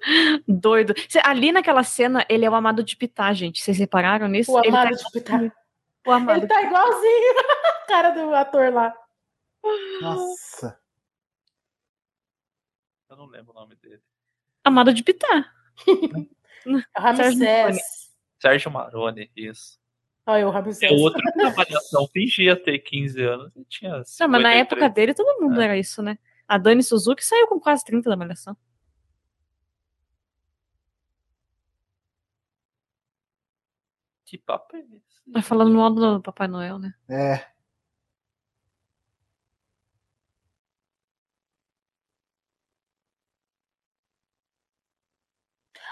Speaker 10: doido. Cê- ali naquela cena, ele é o amado de Pitá, gente. Vocês repararam nisso?
Speaker 5: O
Speaker 10: Ele
Speaker 5: amado
Speaker 10: tá-
Speaker 5: de Pitá.
Speaker 10: O amado
Speaker 5: Ele tá igualzinho a cara do ator lá.
Speaker 4: Nossa.
Speaker 3: Eu não lembro o nome dele.
Speaker 10: Amado de Pitá.
Speaker 5: Ramsés.
Speaker 3: Sérgio Maroni, isso.
Speaker 5: Olha o Ramsés.
Speaker 3: É outro que na Malhação fingia ter 15 anos e tinha.
Speaker 10: Não, mas na
Speaker 3: 53.
Speaker 10: época dele, todo mundo era isso, né? A Dani Suzuki saiu com quase 30 da Malhação.
Speaker 3: Que papo é esse?
Speaker 10: Tá falando mal do Papai Noel, né?
Speaker 4: É.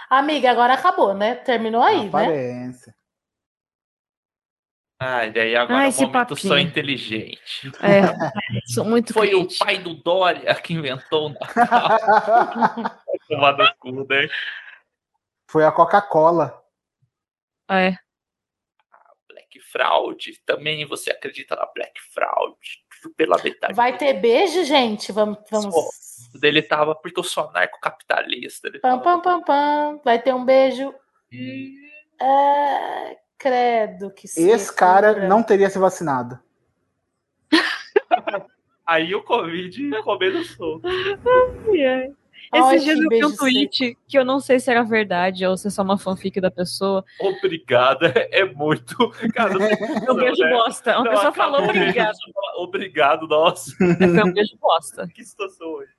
Speaker 5: Amiga, agora acabou, né? Terminou aí, né?
Speaker 4: Aparência.
Speaker 3: Ah, e aí agora
Speaker 5: Ah,
Speaker 3: é o
Speaker 5: esse
Speaker 3: momento
Speaker 5: papinho.
Speaker 3: só inteligente.
Speaker 10: É, sou muito
Speaker 3: Foi o pai do Dória que inventou o Natal. Vai Tomar no cu, né?
Speaker 4: Foi a Coca-Cola.
Speaker 10: É.
Speaker 3: Black Fraud. Também você acredita na Black Fraud. Pela metade.
Speaker 5: Vai ter beijo, gente? Vamos. vamos...
Speaker 3: Ele tava, porque eu sou anarcocapitalista. Ele
Speaker 5: Pam, pam, pam, pam. Vai ter um beijo. Ah, credo que
Speaker 4: Esse
Speaker 5: seco. né?
Speaker 4: cara não teria se vacinado.
Speaker 3: Aí o Covid comendo solto.
Speaker 10: Ai, ai.
Speaker 3: Ai,
Speaker 10: Esses dias
Speaker 3: que
Speaker 10: eu vi
Speaker 3: beijo
Speaker 10: um tweet que eu não sei se era verdade ou se é só uma fanfic da pessoa.
Speaker 3: Obrigada, é muito. Cara, não tem
Speaker 10: É um
Speaker 3: condição,
Speaker 10: beijo
Speaker 3: né?
Speaker 10: bosta. Uma
Speaker 3: Não,
Speaker 10: pessoa
Speaker 3: acabou
Speaker 10: falou
Speaker 3: o beijo,
Speaker 10: obrigado.
Speaker 3: só fala, Obrigado, nossa.
Speaker 10: Foi um beijo bosta.
Speaker 3: Que situação é hoje.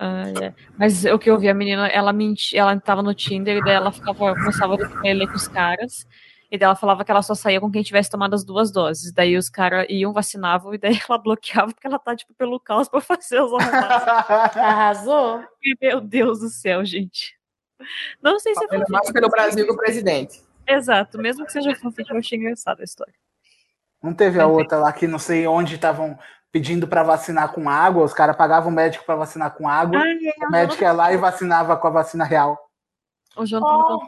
Speaker 10: Ai, ai. Mas o que eu vi, a menina, ela mentia, ela tava no Tinder e daí ela ficava, começava a ler com os caras. E daí ela falava que ela só saía com quem tivesse tomado as duas doses. Daí os caras iam, vacinavam, e daí ela bloqueava porque ela tá, tipo, pelo caos pra fazer os
Speaker 5: Arrasou.
Speaker 10: Meu Deus do céu, gente. Não sei se é fanfic.
Speaker 6: mais pelo Brasil que o presidente.
Speaker 10: Exato, mesmo que seja fanfic, eu achei engraçada a história.
Speaker 4: Não teve a outra lá que não sei onde estavam pedindo pra vacinar com água, os caras pagavam o médico pra vacinar com água,
Speaker 10: Ai, ai,
Speaker 4: o médico ia lá e vacinava com a vacina real.
Speaker 10: O tá
Speaker 5: Oh,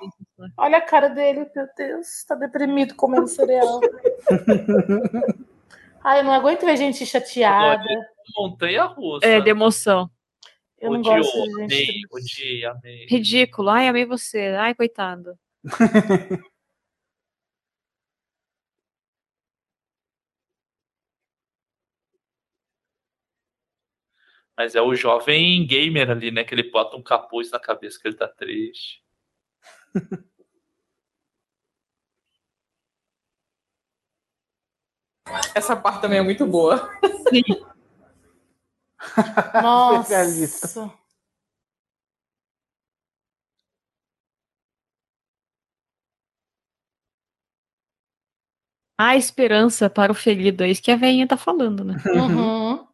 Speaker 10: Ah.
Speaker 5: olha a cara dele, meu Deus, tá deprimido comendo cereal. Ai, eu não aguento ver gente chateada.
Speaker 3: Montanha russa.
Speaker 10: É, de emoção.
Speaker 5: Eu não
Speaker 3: Odiou,
Speaker 5: gosto de gente.
Speaker 3: amei, odiei, amei.
Speaker 10: Ridículo. Ai, amei você. Ai, coitado.
Speaker 3: Mas é o jovem gamer ali, né? Que ele bota um capuz na cabeça que ele tá triste.
Speaker 6: Essa parte também é muito boa.
Speaker 5: Nossa.
Speaker 10: A esperança para o ferido. É isso que a veinha tá falando, né?
Speaker 5: Uhum.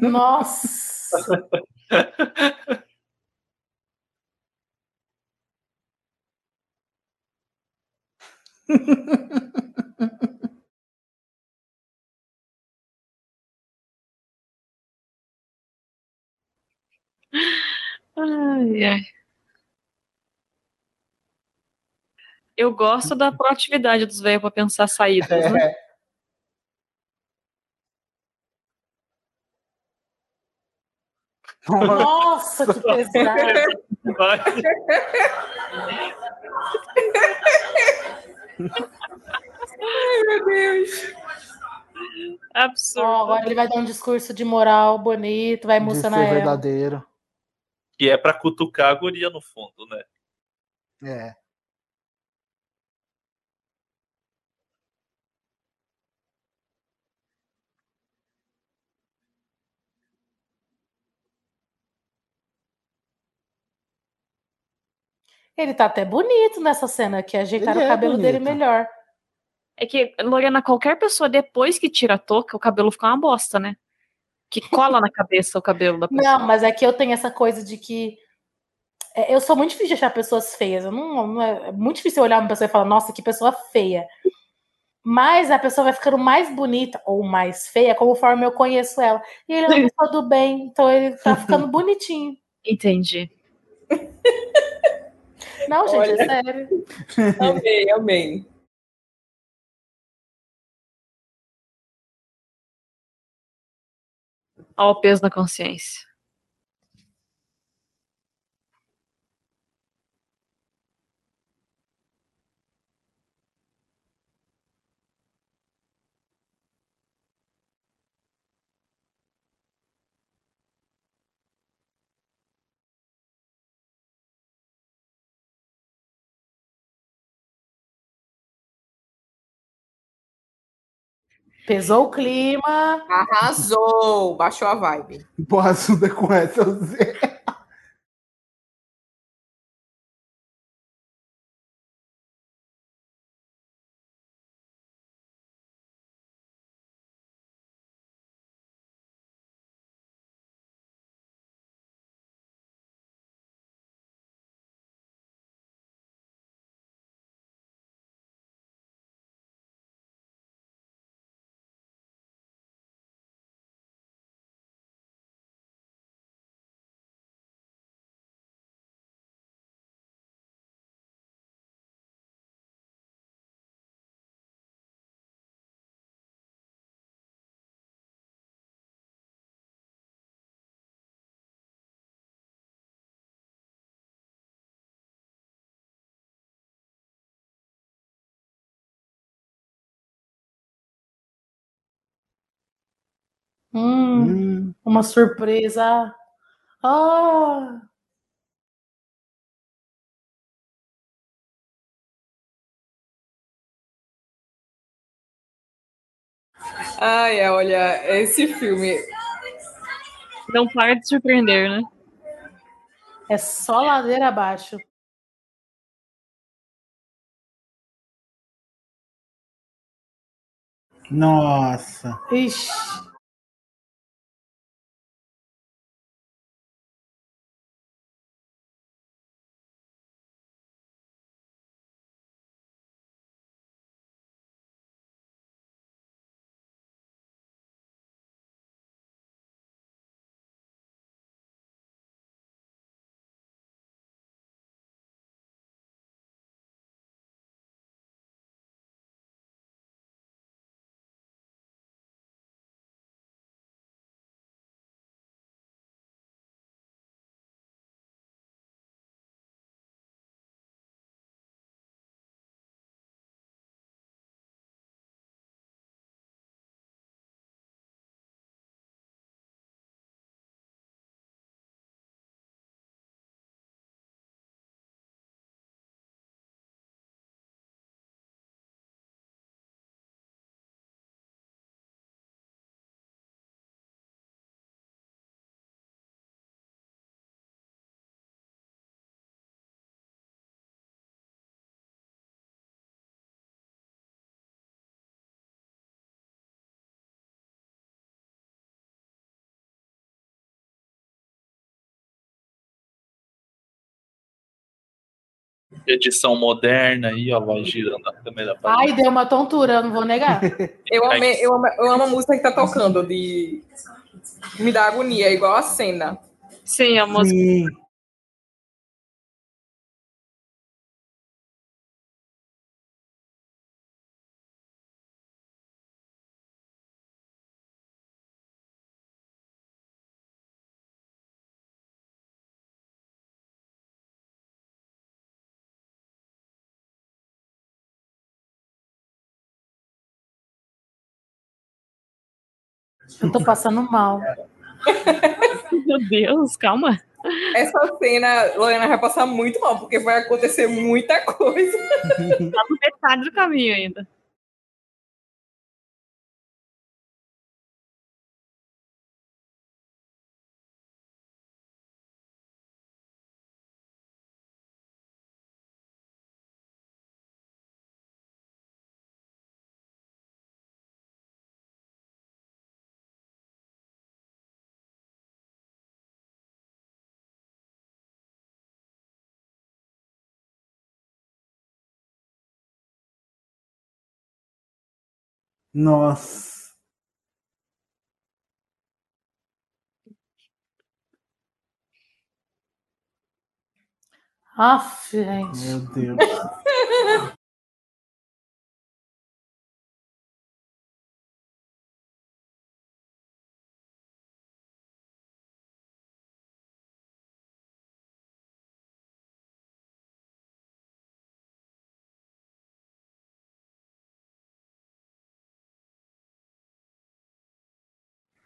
Speaker 5: Nossa!
Speaker 10: Ai, ai. Eu gosto da proatividade dos velhos pra pensar saídas, né?
Speaker 5: Nossa, que pesado!
Speaker 6: Ai, meu Deus!
Speaker 10: Absurdo.
Speaker 5: agora ele vai dar um discurso de moral bonito, vai
Speaker 4: De ser
Speaker 5: emocionar ela.
Speaker 4: verdadeiro.
Speaker 13: Que é pra cutucar a guria no fundo, né?
Speaker 4: É.
Speaker 5: Ele tá até bonito nessa cena aqui, ajeitaram
Speaker 10: Ele
Speaker 5: o
Speaker 10: é
Speaker 5: cabelo dele
Speaker 10: bonito.
Speaker 5: melhor.
Speaker 10: É que, Lorena, qualquer pessoa, depois que tira a touca, o cabelo fica uma bosta, né? Que cola na cabeça o cabelo da pessoa.
Speaker 5: Não, mas é que eu tenho essa coisa de que. é, Eu sou muito difícil de achar pessoas feias. Eu não, não é, é muito difícil eu olhar uma pessoa e falar, nossa, que pessoa feia. Mas a pessoa vai ficando mais bonita ou mais feia conforme eu conheço ela. E ele é uma pessoa do bem, então ele tá ficando bonitinho.
Speaker 10: Entendi.
Speaker 5: Não, gente,
Speaker 6: Olha.
Speaker 5: é sério.
Speaker 6: Amei, amei.
Speaker 10: Olha o peso na consciência.
Speaker 5: Pesou o clima.
Speaker 6: Arrasou, baixou a vibe.
Speaker 4: Porra, Suda com essa. eu sei.
Speaker 5: Hum, Uma surpresa. Ah!
Speaker 6: Ai, é, olha, esse filme.
Speaker 10: Não para de surpreender, né?
Speaker 5: É só ladeira abaixo.
Speaker 4: Nossa.
Speaker 5: Ixi.
Speaker 3: edição moderna aí, ó, vai girando a câmera. pra
Speaker 5: Ai, deu uma tontura, eu não vou negar.
Speaker 6: Eu, amei- eu, amo- eu amo a música que tá tocando, de... me dá agonia, é igual a cena.
Speaker 10: Sim, a música.
Speaker 5: Eu tô passando mal.
Speaker 10: Meu Deus, calma.
Speaker 6: Essa cena, Lorena vai passar muito mal, porque vai acontecer muita coisa.
Speaker 10: Tá no metade do caminho ainda.
Speaker 4: Nossa.
Speaker 5: Aff, gente.
Speaker 4: Meu Deus.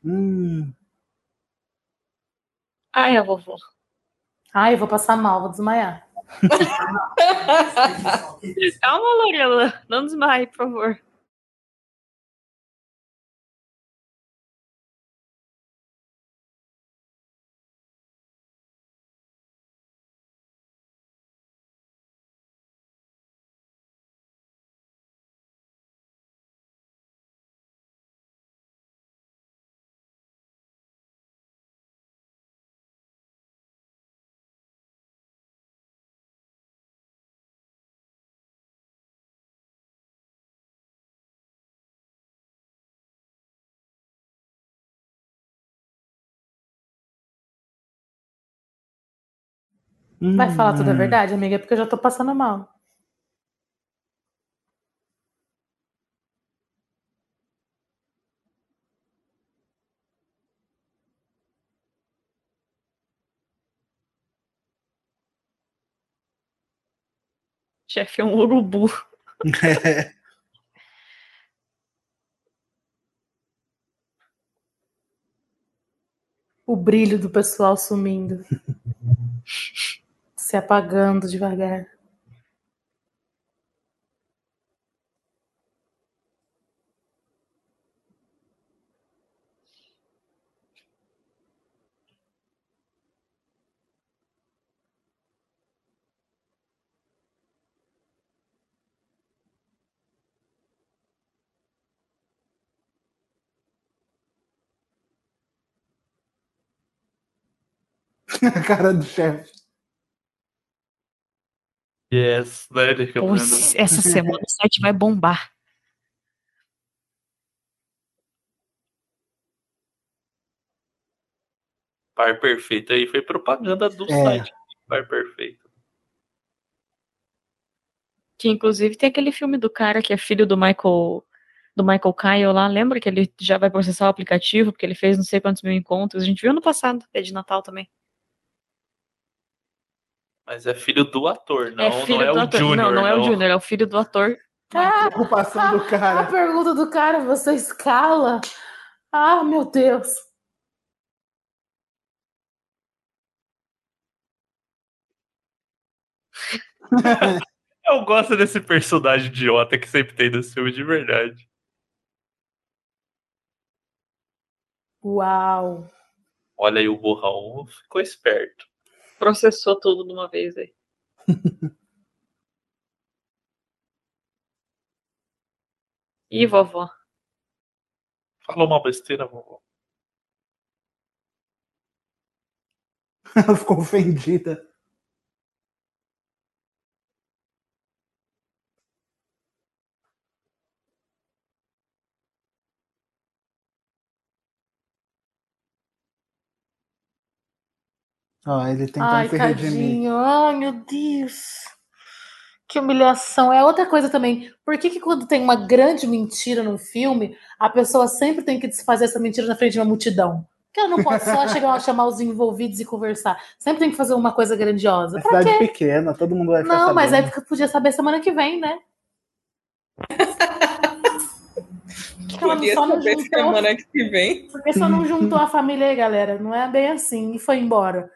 Speaker 4: Hum.
Speaker 10: Ai, a vovó.
Speaker 5: Ai, eu vou passar mal, vou desmaiar.
Speaker 10: Calma, Lorela. Não desmaie, por favor.
Speaker 5: Vai falar toda a
Speaker 4: Hum.
Speaker 5: verdade, amiga, É porque eu já tô passando mal.
Speaker 10: Chefe é um urubu.
Speaker 5: O brilho do pessoal sumindo. se apagando devagar.
Speaker 4: A cara do chefe.
Speaker 3: Yes, né? Ele fica
Speaker 10: Pô,
Speaker 3: olhando.
Speaker 10: esse- essa semana o site vai bombar.
Speaker 3: Par perfeito aí. Foi propaganda do
Speaker 10: É.
Speaker 3: site. um Par perfeito.
Speaker 10: Que inclusive tem aquele filme do cara que é filho do Michael do Michael Kyle lá, lembra que ele já vai processar o aplicativo porque ele fez não sei quantos mil encontros, a gente viu ano passado, é de Natal também.
Speaker 3: Mas é filho do ator, não
Speaker 10: é filho
Speaker 3: não é
Speaker 10: do
Speaker 3: o
Speaker 10: ator.
Speaker 3: Junior.
Speaker 10: não, não é o Junior, é o filho do ator.
Speaker 5: Ah,
Speaker 4: Ocupação do
Speaker 5: a
Speaker 4: cara.
Speaker 5: pergunta do cara, você escala? Ah, meu Deus.
Speaker 3: Eu gosto desse personagem idiota que sempre tem nesse filme de verdade.
Speaker 5: Uau.
Speaker 3: Olha aí o borrão, ficou esperto.
Speaker 10: Processou tudo de uma vez aí. Ih, vovó.
Speaker 3: Falou uma besteira, vovó.
Speaker 4: Ela ficou ofendida. Ó, Ah, ele tentando
Speaker 5: Ai,
Speaker 4: se redimir.
Speaker 5: tadinho. Ai, meu Deus. Que humilhação. É outra coisa também. Por que, que quando tem uma grande mentira num filme, a pessoa sempre tem que desfazer essa mentira na frente de uma multidão? Porque ela não pode só chegar a chamar os envolvidos e conversar. Sempre tem que fazer uma coisa grandiosa.
Speaker 4: É
Speaker 5: Pra
Speaker 4: cidade
Speaker 5: quê?
Speaker 4: pequena, todo mundo vai ficar
Speaker 5: Não, mas é aí
Speaker 4: sabendo.
Speaker 5: fica- podia saber semana que vem, né? Que ela
Speaker 6: Podia
Speaker 5: só não
Speaker 6: saber
Speaker 5: juntou.
Speaker 6: semana que vem.
Speaker 5: Porque só não juntou a família aí, galera. Não é bem assim. E foi embora.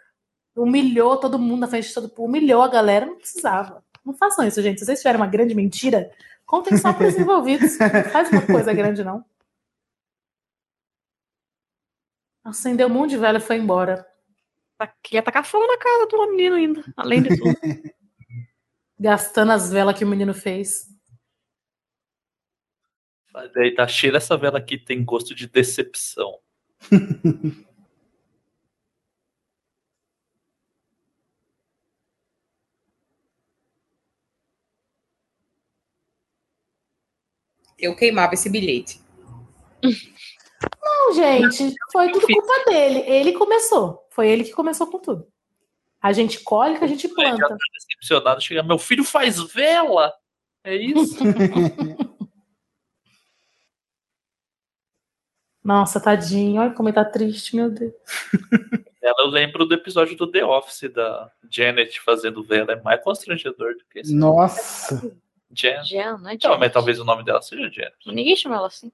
Speaker 5: Humilhou todo mundo na frente de todo mundo. Humilhou a galera. Não precisava. Não façam isso, gente. Se vocês tiverem uma grande mentira, contem só para os envolvidos. Não faz uma coisa grande, não. Acendeu um monte de velho e foi embora.
Speaker 10: Tá, Queria tacar fogo na casa do menino ainda. Além de tudo.
Speaker 5: Gastando as velas que o menino fez.
Speaker 13: Mas daí tá cheira essa vela aqui, tem gosto de decepção.
Speaker 6: Eu queimava esse bilhete.
Speaker 5: Não, gente, foi tudo culpa dele. Ele começou. Foi ele que começou com tudo. A gente colhe que a gente
Speaker 13: Aí já
Speaker 5: planta.
Speaker 13: tá decepcionado, chega, meu filho faz vela! É isso?
Speaker 5: Nossa, tadinho. Olha como ele tá triste, meu Deus.
Speaker 13: Ela, eu lembro do episódio do The Office da Janet fazendo vela, é mais constrangedor do que esse.
Speaker 4: Nossa.
Speaker 13: Jan.
Speaker 10: Jan, não é
Speaker 13: Então, mas
Speaker 10: Janet.
Speaker 13: talvez o nome dela seja Janet. Ah,
Speaker 10: Ninguém chama ela assim.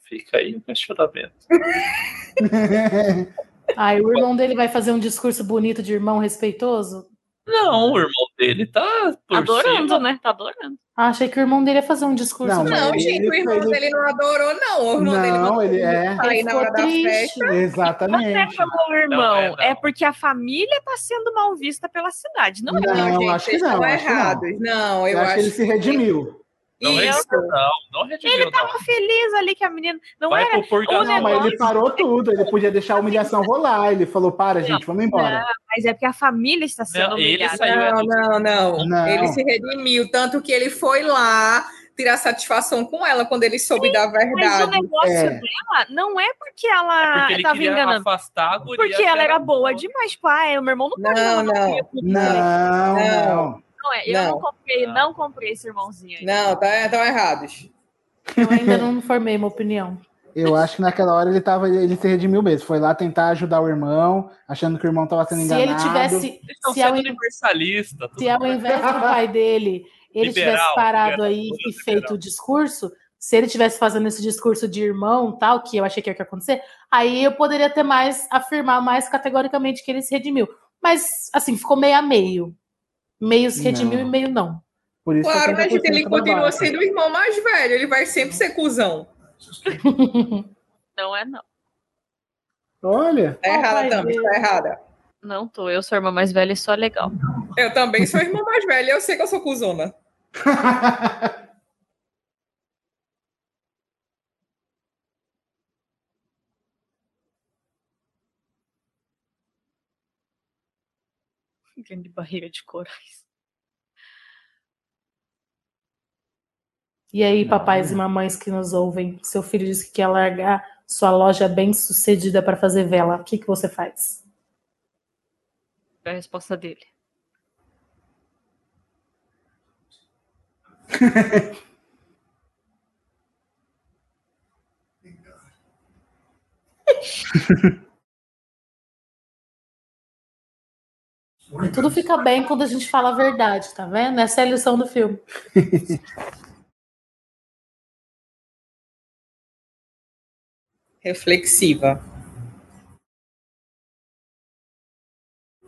Speaker 13: Fica aí o questionamento.
Speaker 10: Uhum.
Speaker 5: Aí o irmão dele vai fazer um discurso bonito de irmão respeitoso?
Speaker 13: Não, o irmão dele tá por
Speaker 10: Adorando,
Speaker 13: cima.
Speaker 10: né? Tá adorando.
Speaker 5: Ah, achei que o irmão dele ia fazer um discurso
Speaker 6: Não,
Speaker 5: bonito.
Speaker 6: gente, o irmão dele não adorou, não. O irmão dele
Speaker 4: Não,
Speaker 6: mandou
Speaker 4: ele é.
Speaker 6: sair na hora da festa.
Speaker 4: Exatamente.
Speaker 10: Não é pelo irmão,
Speaker 4: é,
Speaker 10: é, porque a família tá sendo mal vista pela cidade. Não, é
Speaker 4: Não,
Speaker 10: gente,
Speaker 4: acho que
Speaker 10: vocês
Speaker 4: não.
Speaker 10: estão
Speaker 4: acho que não.
Speaker 10: errados. Não, eu
Speaker 4: acho, que
Speaker 10: acho
Speaker 4: ele se redimiu.
Speaker 13: Não é isso, não. Não redimiu,
Speaker 10: Ele tava
Speaker 13: não.
Speaker 10: feliz ali que a menina. Não
Speaker 13: Vai
Speaker 10: era.
Speaker 13: pro purgatório.
Speaker 10: o
Speaker 4: Não, mas ele
Speaker 10: negócio-
Speaker 4: parou tudo. Ele podia deixar a humilhação rolar. Ele falou: para, gente, vamos embora.
Speaker 10: Não, mas é porque a família está sendo
Speaker 4: Não, ele
Speaker 10: humilhada.
Speaker 4: saiu-
Speaker 6: Não, não, não,
Speaker 4: Não.
Speaker 6: Ele se redimiu, tanto que ele foi lá tirar satisfação com ela quando ele soube da
Speaker 10: Mas o
Speaker 6: verdade.
Speaker 10: negócio dela não é porque ela
Speaker 6: ele
Speaker 10: tava
Speaker 6: queria
Speaker 10: enganando.
Speaker 13: afastar a guria
Speaker 10: porque
Speaker 13: que
Speaker 10: ela
Speaker 13: era um
Speaker 10: era boa demais. Tipo, ah, é, meu irmão não pode
Speaker 6: Não,
Speaker 10: não, não.
Speaker 4: Não, não.
Speaker 10: né?" Não, é, eu não,
Speaker 6: Não.
Speaker 10: comprei, não comprei esse irmãozinho aí.
Speaker 6: Não, tá, estão errados.
Speaker 5: Eu ainda não formei minha opinião.
Speaker 4: Eu acho que naquela hora ele tava, ele se redimiu mesmo. Foi lá tentar ajudar o irmão, achando que o irmão tava sendo
Speaker 5: Se
Speaker 4: enganado.
Speaker 5: ele tivesse.
Speaker 13: Eles estão
Speaker 5: Se ao,
Speaker 13: sendo
Speaker 5: in-
Speaker 13: universalistas.
Speaker 5: se ao invés do pai dele, ele
Speaker 13: Liberal,
Speaker 5: tivesse parado
Speaker 13: liberal,
Speaker 5: aí e feito o discurso, se ele tivesse fazendo esse discurso de irmão tal, que eu achei que era o que ia acontecer, aí eu poderia ter mais, afirmar mais categoricamente que ele se redimiu. Mas, assim, ficou meio a meio. Meio se redimiu
Speaker 4: Não.
Speaker 5: e meio não.
Speaker 4: Por tá isso
Speaker 6: Claro,
Speaker 4: 70%
Speaker 6: né, gente? Ele
Speaker 4: da
Speaker 6: continua
Speaker 4: base.
Speaker 6: sendo o irmão mais velho. Ele vai sempre ser cuzão.
Speaker 10: Não é, não.
Speaker 4: Olha.
Speaker 6: Tá errada, Tami, tá errada.
Speaker 10: Não tô, eu sou a irmã mais velha e sou a legal.
Speaker 6: Eu também sou a irmã mais velha, eu sei que eu sou cuzona.
Speaker 10: Grande barreira de corais.
Speaker 5: E aí, papais e mamães que nos ouvem, seu filho disse que quer largar sua loja bem sucedida para fazer vela, o que, que você faz?
Speaker 10: É a resposta dele.
Speaker 5: E tudo fica bem quando a gente fala a verdade, tá vendo? Essa é a lição do filme.
Speaker 6: Reflexiva.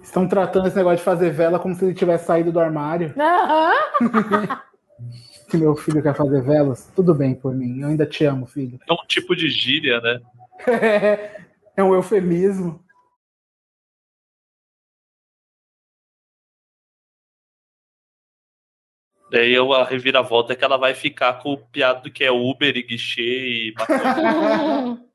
Speaker 4: Estão tratando esse negócio de fazer vela como se ele tivesse saído do armário. Que meu filho quer fazer velas. Tudo bem por mim. Eu ainda te amo, filho.
Speaker 13: É um tipo de gíria, né?
Speaker 4: É um eufemismo.
Speaker 13: Daí eu- a reviravolta é que ela vai ficar com o piado que é Uber e guichê e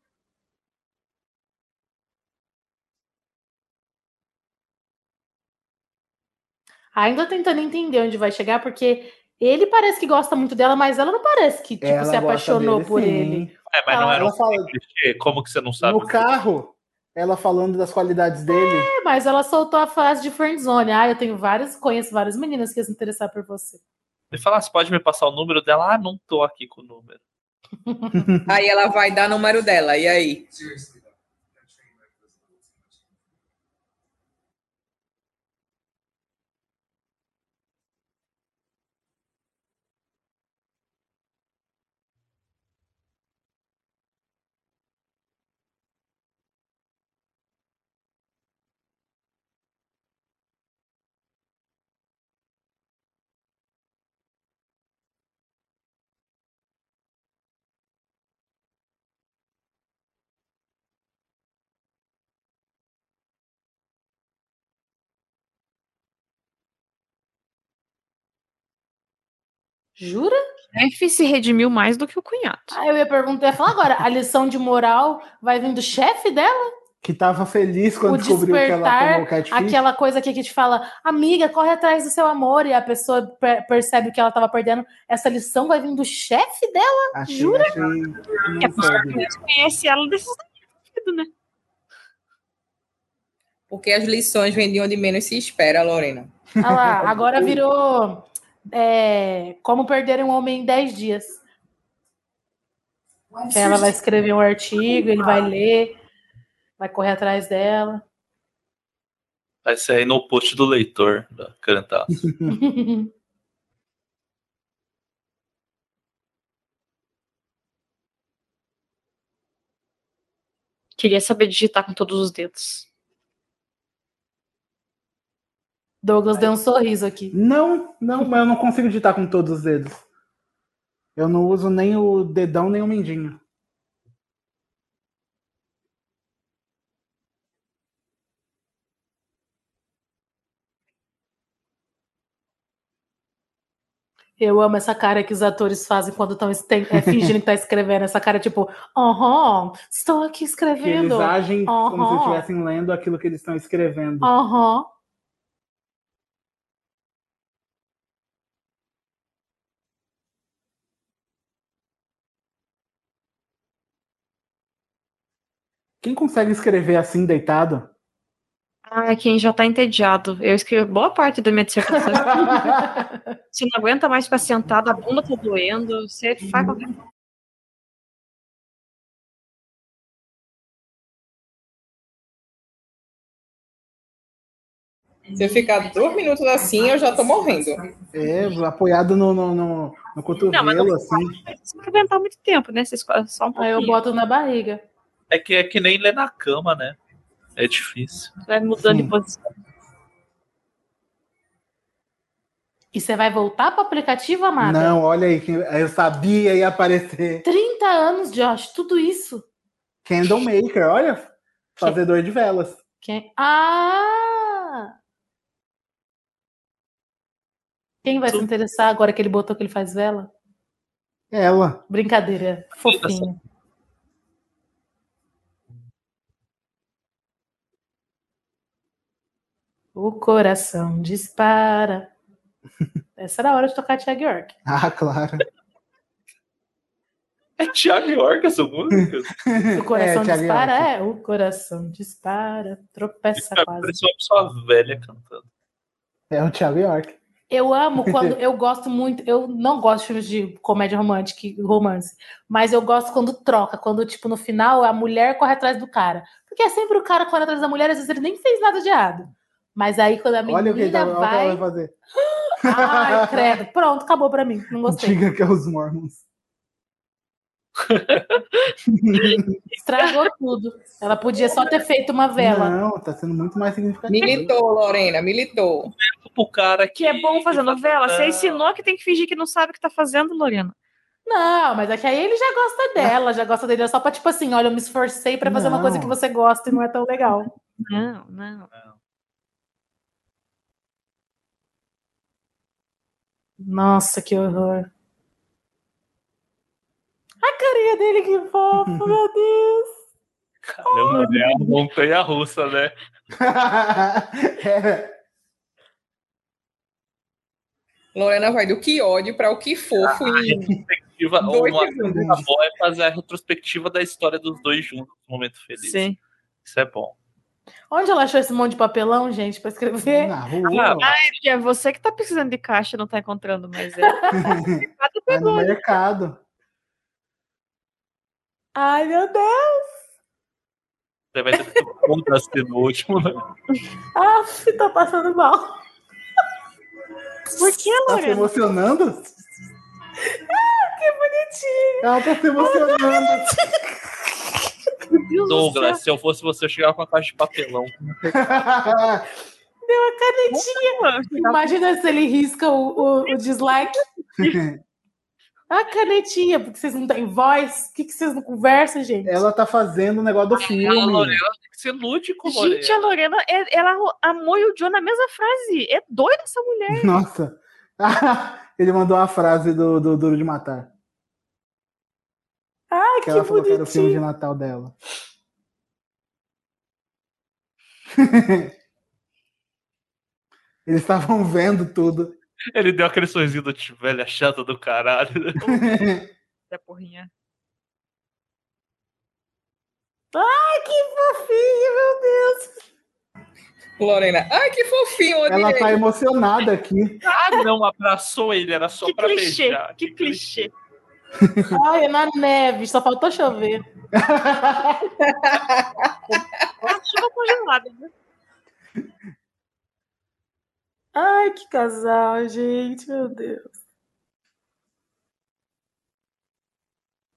Speaker 5: Ainda tentando entender onde vai chegar, porque ele parece que gosta muito dela, mas ela não parece que tipo,
Speaker 4: Ela
Speaker 5: se
Speaker 4: gosta
Speaker 5: apaixonou
Speaker 4: dele,
Speaker 5: por
Speaker 4: sim.
Speaker 5: ele.
Speaker 13: É, mas não
Speaker 5: Ela
Speaker 13: era um
Speaker 4: fala-
Speaker 13: clichê, como que você não sabe?
Speaker 4: No carro, ela falando das qualidades dele.
Speaker 5: É, mas ela soltou a frase de friendzone. Ah, eu tenho vários, conheço várias meninas que iam se interessar por você.
Speaker 13: Ele fala, ah, você pode me passar o número dela? Ah, não tô aqui com o número.
Speaker 6: Aí ela vai dar o número dela, e aí?
Speaker 5: Jura?
Speaker 8: Chefe se redimiu mais do que o cunhado.
Speaker 5: Ah, eu ia perguntar, eu ia falar agora, a lição de moral vai vir do chefe dela?
Speaker 4: Que tava feliz quando
Speaker 5: o
Speaker 4: descobriu que ela
Speaker 5: despertar,
Speaker 4: tomou catfish.
Speaker 5: aquela coisa que a gente fala, amiga, corre atrás do seu amor, e a pessoa per- percebe que ela tava perdendo. Essa lição vai vir do chefe dela?
Speaker 4: Achei-
Speaker 5: Jura?
Speaker 4: achei-
Speaker 8: É
Speaker 4: não
Speaker 8: porque
Speaker 4: soube.
Speaker 8: Deus conhece ela desses né?
Speaker 6: Porque as lições vêm de onde menos se espera, Lorena.
Speaker 5: Ah lá, agora virou é, Como Perder um Homem em 10 Dias. Ela vai escrever um artigo, ele vai ler, vai correr atrás dela.
Speaker 13: Vai sair no post do leitor né, da cantar.
Speaker 10: Queria saber digitar com todos os dedos.
Speaker 5: Douglas deu um sorriso aqui.
Speaker 4: Não, não, mas eu não consigo digitar com todos os dedos. Eu não uso nem o dedão nem o mindinho.
Speaker 5: Eu amo essa cara que os atores fazem quando estão fingindo que tá escrevendo. Essa cara tipo, aham, estou aqui
Speaker 4: Que eles
Speaker 5: escrevendo.
Speaker 4: agem como se
Speaker 5: Aham.
Speaker 4: estivessem lendo aquilo que eles estão escrevendo.
Speaker 5: Aham.
Speaker 4: Quem consegue escrever assim, deitado?
Speaker 10: Ah, quem já tá entediado. Eu escrevi boa parte da minha dissertação. Você não aguenta mais ficar sentado, a bunda tá doendo, você faz qualquer coisa.
Speaker 6: Se eu ficar dois minutos assim, eu já tô morrendo.
Speaker 4: É, apoiado no, no, no, no cotovelo, assim.
Speaker 10: Você não vai aguentar muito tempo, né? Você escolhe só um pouquinho.
Speaker 5: eu boto na barriga.
Speaker 13: É que é que nem ler na cama, né? É difícil.
Speaker 10: Vai mudando de posição.
Speaker 5: E você vai voltar pro aplicativo, amada?
Speaker 4: Não, olha aí, quem- eu sabia ia aparecer.
Speaker 5: 30 anos, Josh, tudo isso.
Speaker 4: Candle Maker, olha. Fazedor de velas.
Speaker 5: Quem... Ah! Quem vai se interessar agora que ele botou que ele faz vela?
Speaker 4: Ela.
Speaker 5: Brincadeira, fofinha. O coração dispara. Essa era a hora de tocar Tiago York.
Speaker 4: Ah, claro.
Speaker 13: É Thiago York essa música?
Speaker 5: O coração
Speaker 13: É, Thiago
Speaker 5: dispara,
Speaker 13: York.
Speaker 5: é. O coração dispara, tropeça quase.
Speaker 13: Parece uma pessoa velha cantando.
Speaker 4: É o Thiago York.
Speaker 5: Eu amo quando eu gosto muito, eu não gosto de filmes de comédia romântica, e romance, mas eu gosto quando troca, quando tipo no final a mulher corre atrás do cara, porque é sempre o cara correndo atrás da mulher, às vezes ele nem fez nada de errado. Mas aí quando a menina
Speaker 4: Olha o que ele tá- olha o que ela tá- vai
Speaker 5: vai,
Speaker 4: fazer.
Speaker 5: ai, credo, pronto, acabou pra mim, não gostei.
Speaker 4: Diga que é os Mormons.
Speaker 5: Estragou tudo. Ela podia só ter feito uma vela.
Speaker 4: Não, tá sendo muito mais significativo.
Speaker 6: Militou, Lorena, militou.
Speaker 13: O cara
Speaker 10: Que é bom fazer novela. Você ensinou que tem que fingir que não sabe o que tá fazendo, Lorena.
Speaker 5: Não, mas é que aí ele já gosta dela, já gosta dele, é só pra tipo assim, olha, eu me esforcei pra fazer uma
Speaker 10: Não.
Speaker 5: coisa que você gosta e não é tão legal.
Speaker 10: Não, não.
Speaker 5: Nossa, que horror. A carinha dele, que fofo, meu Deus.
Speaker 13: Caramba, é a montanha russa, né?
Speaker 4: É,
Speaker 6: Lorena vai do que ódio pra o que fofo.
Speaker 13: A
Speaker 6: em-
Speaker 13: retrospectiva,
Speaker 6: Dois
Speaker 13: uma
Speaker 6: segundos.
Speaker 13: coisa boa é fazer a retrospectiva da história dos dois juntos no momento feliz.
Speaker 10: Sim.
Speaker 13: Isso é bom.
Speaker 5: Onde ela achou esse monte de papelão, gente, pra escrever?
Speaker 4: Na
Speaker 10: Ah, é você que tá precisando de caixa e não tá encontrando mais ela.
Speaker 4: É no mercado.
Speaker 5: Ai, meu Deus!
Speaker 13: Você vai ter que contar se no último, né?
Speaker 5: Ah, tô passando mal. Por que,
Speaker 4: Tá se
Speaker 5: Lorena?
Speaker 4: emocionando?
Speaker 5: Ah, que bonitinho!
Speaker 4: Ela tá se emocionando.
Speaker 13: Douglas, se eu fosse você, eu chegava com a caixa de papelão.
Speaker 5: Deu a canetinha. Imagina se ele risca o, o- o dislike. A canetinha, porque vocês não têm voz. O que, que vocês não conversam, gente?
Speaker 4: Ela tá fazendo o negócio do filme.
Speaker 13: tem que ser lúdico,
Speaker 10: Gente, a Lorena, é- ela amou e o John na mesma frase. É doida essa mulher.
Speaker 4: Nossa. Ele mandou a frase do, do Duro de Matar.
Speaker 5: Ah,
Speaker 4: Que, ela falou que era o filme de Natal dela. Eles estavam vendo tudo.
Speaker 13: Ele deu aquele sorrisinho do tipo, velha chata do caralho.
Speaker 10: Da porrinha.
Speaker 5: Ai, que fofinho, meu Deus!
Speaker 6: Lorena, ai que fofinho,
Speaker 4: Ela tá emocionada aqui.
Speaker 13: Ah, não, abraçou ele, era só pra
Speaker 5: clichê,
Speaker 13: beijar. Que, clichê.
Speaker 5: Ai, é na neve, só faltou chover.
Speaker 10: É Chuva congelada, né?
Speaker 5: Ai, que casal, gente, meu Deus.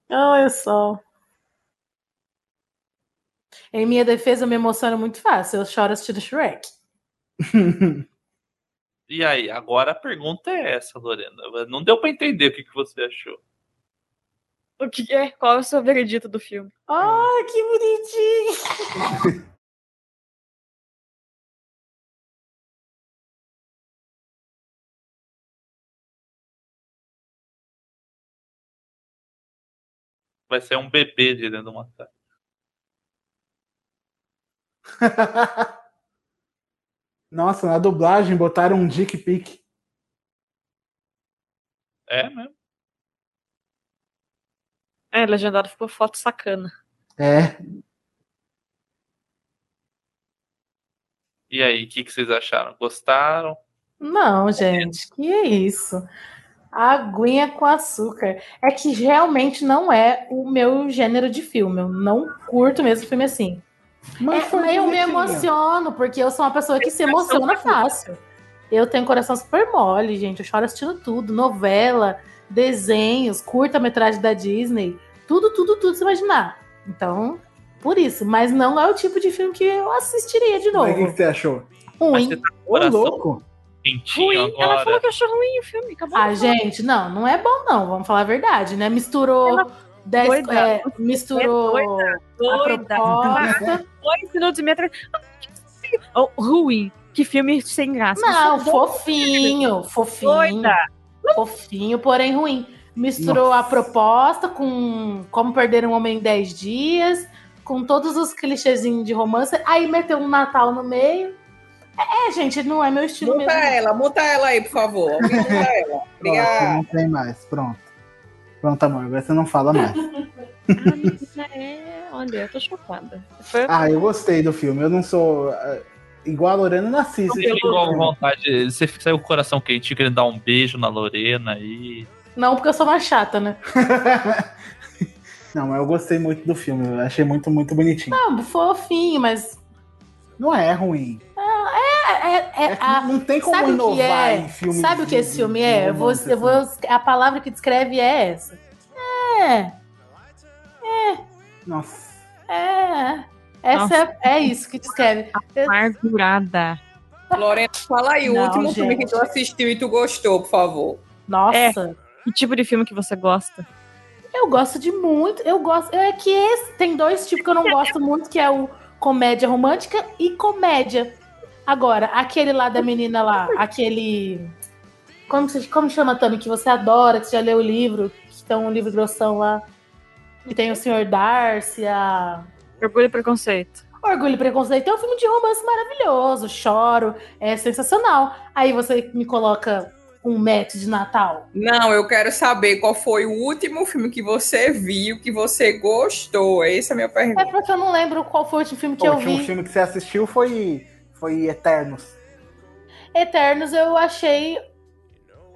Speaker 5: Olha só. Em minha defesa, eu me emociono muito fácil. Eu choro assistindo Shrek.
Speaker 13: E aí, agora a pergunta é essa, Lorena. Não deu pra entender o que, que você achou.
Speaker 10: O que é? Qual é o seu veredito do filme?
Speaker 5: Ai, que bonitinho!
Speaker 13: Vai ser um bebê de dentro de uma casa.
Speaker 4: Nossa, na dublagem botaram um dick pic.
Speaker 13: É mesmo?
Speaker 10: É, legendado ficou foto sacana.
Speaker 4: É.
Speaker 13: E aí, o que, que vocês acharam? Gostaram?
Speaker 5: Não, gente, que é isso? Aguinha com açúcar. É que realmente não é o meu gênero de filme. Eu não curto mesmo filme assim.
Speaker 4: Mas
Speaker 5: É,
Speaker 4: foi
Speaker 5: eu me
Speaker 4: divertido.
Speaker 5: emociono, porque eu sou uma pessoa que se
Speaker 10: tá
Speaker 5: emociona fácil. Eu tenho um coração super mole, gente. Eu choro assistindo tudo: novela, desenhos, curta-metragem da Disney. Tudo, tudo, tudo, se imaginar. Então, por isso. Mas não é o tipo de filme que eu assistiria de
Speaker 4: Mas o é que que
Speaker 5: novo.
Speaker 4: você achou?
Speaker 5: Ruim.
Speaker 10: tá
Speaker 4: Ô, louco.
Speaker 13: Quentinho
Speaker 10: Ela
Speaker 13: agora.
Speaker 10: falou que achou ruim o filme, acabou.
Speaker 5: Ah,
Speaker 10: de falar.
Speaker 5: gente, não, não é bom, não. Vamos falar a verdade, né? Misturou. dez-
Speaker 10: doida.
Speaker 5: é, misturou
Speaker 10: É doida,
Speaker 5: a proposta.
Speaker 10: Dois minutos e meia. atrás. Oh, ruim. Que filme sem graça.
Speaker 5: Não,
Speaker 10: Isso é bom.
Speaker 5: fofinho, fofinho.
Speaker 10: Doida.
Speaker 5: Fofinho, porém ruim. Misturou a proposta com Como Perder um Homem em 10 Dias, com todos os clichêzinhos de romance. Aí meteu um Natal no meio. É, é, gente, não é meu estilo
Speaker 6: Muta
Speaker 5: mesmo. não.
Speaker 6: ela, muta ela aí, por favor. Alguém Muta ela.
Speaker 4: Pronto,
Speaker 6: Obrigada.
Speaker 4: não tem mais. Pronto. Pronto, amor. Agora você não fala mais.
Speaker 10: Ah, menina, é... Olha, eu tô chocada. Foi...
Speaker 4: Ah, eu gostei do filme. Eu não sou. ah, Igual a Lorena, eu não assisto.
Speaker 13: Você ficou à vontade, você saiu com o coração quentinho querendo dar um beijo na Lorena e.
Speaker 5: porque eu sou uma chata, né?
Speaker 4: Não, mas eu gostei muito do filme. Eu achei muito, muito bonitinho.
Speaker 5: Não, Ah, fofinho, mas.
Speaker 4: Não é ruim.
Speaker 5: É, é, é, a-
Speaker 4: Não tem como
Speaker 5: Sabe o que
Speaker 4: inovar
Speaker 5: é?
Speaker 4: em filme.
Speaker 5: Sabe o que esse filme é? Eu vou, eu
Speaker 4: assim.
Speaker 5: vou, a palavra que descreve é essa. É.
Speaker 4: Nossa.
Speaker 5: É. Essa é, é isso que descreve.
Speaker 10: Amargurada.
Speaker 6: Lorena, fala aí o
Speaker 5: Não,
Speaker 6: último filme
Speaker 5: gente.
Speaker 6: que tu assistiu e tu gostou, por favor.
Speaker 5: Nossa,
Speaker 10: Que tipo de filme que você gosta?
Speaker 5: eu gosto de muito. Eu gosto. É que esse tem dois tipos que eu não gosto muito, que é o comédia romântica e comédia. Agora, aquele lá da menina lá, aquele. Como, se- como chama, Tami, que você adora, que você já leu o livro, que tem um livro grossão lá. Que tem o Sr. Darcy, a.
Speaker 10: Orgulho e preconceito.
Speaker 5: Orgulho e Preconceito é um filme de romance maravilhoso, choro, é sensacional. Aí você me coloca um match de Natal?
Speaker 6: Não, eu quero saber qual foi o último filme que você viu, que você gostou. Essa é a minha pergunta.
Speaker 5: É porque eu não lembro qual foi o último filme que
Speaker 4: o
Speaker 5: eu
Speaker 4: último
Speaker 5: vi.
Speaker 4: um filme que você assistiu foi, foi Eternos.
Speaker 5: Eternos eu achei.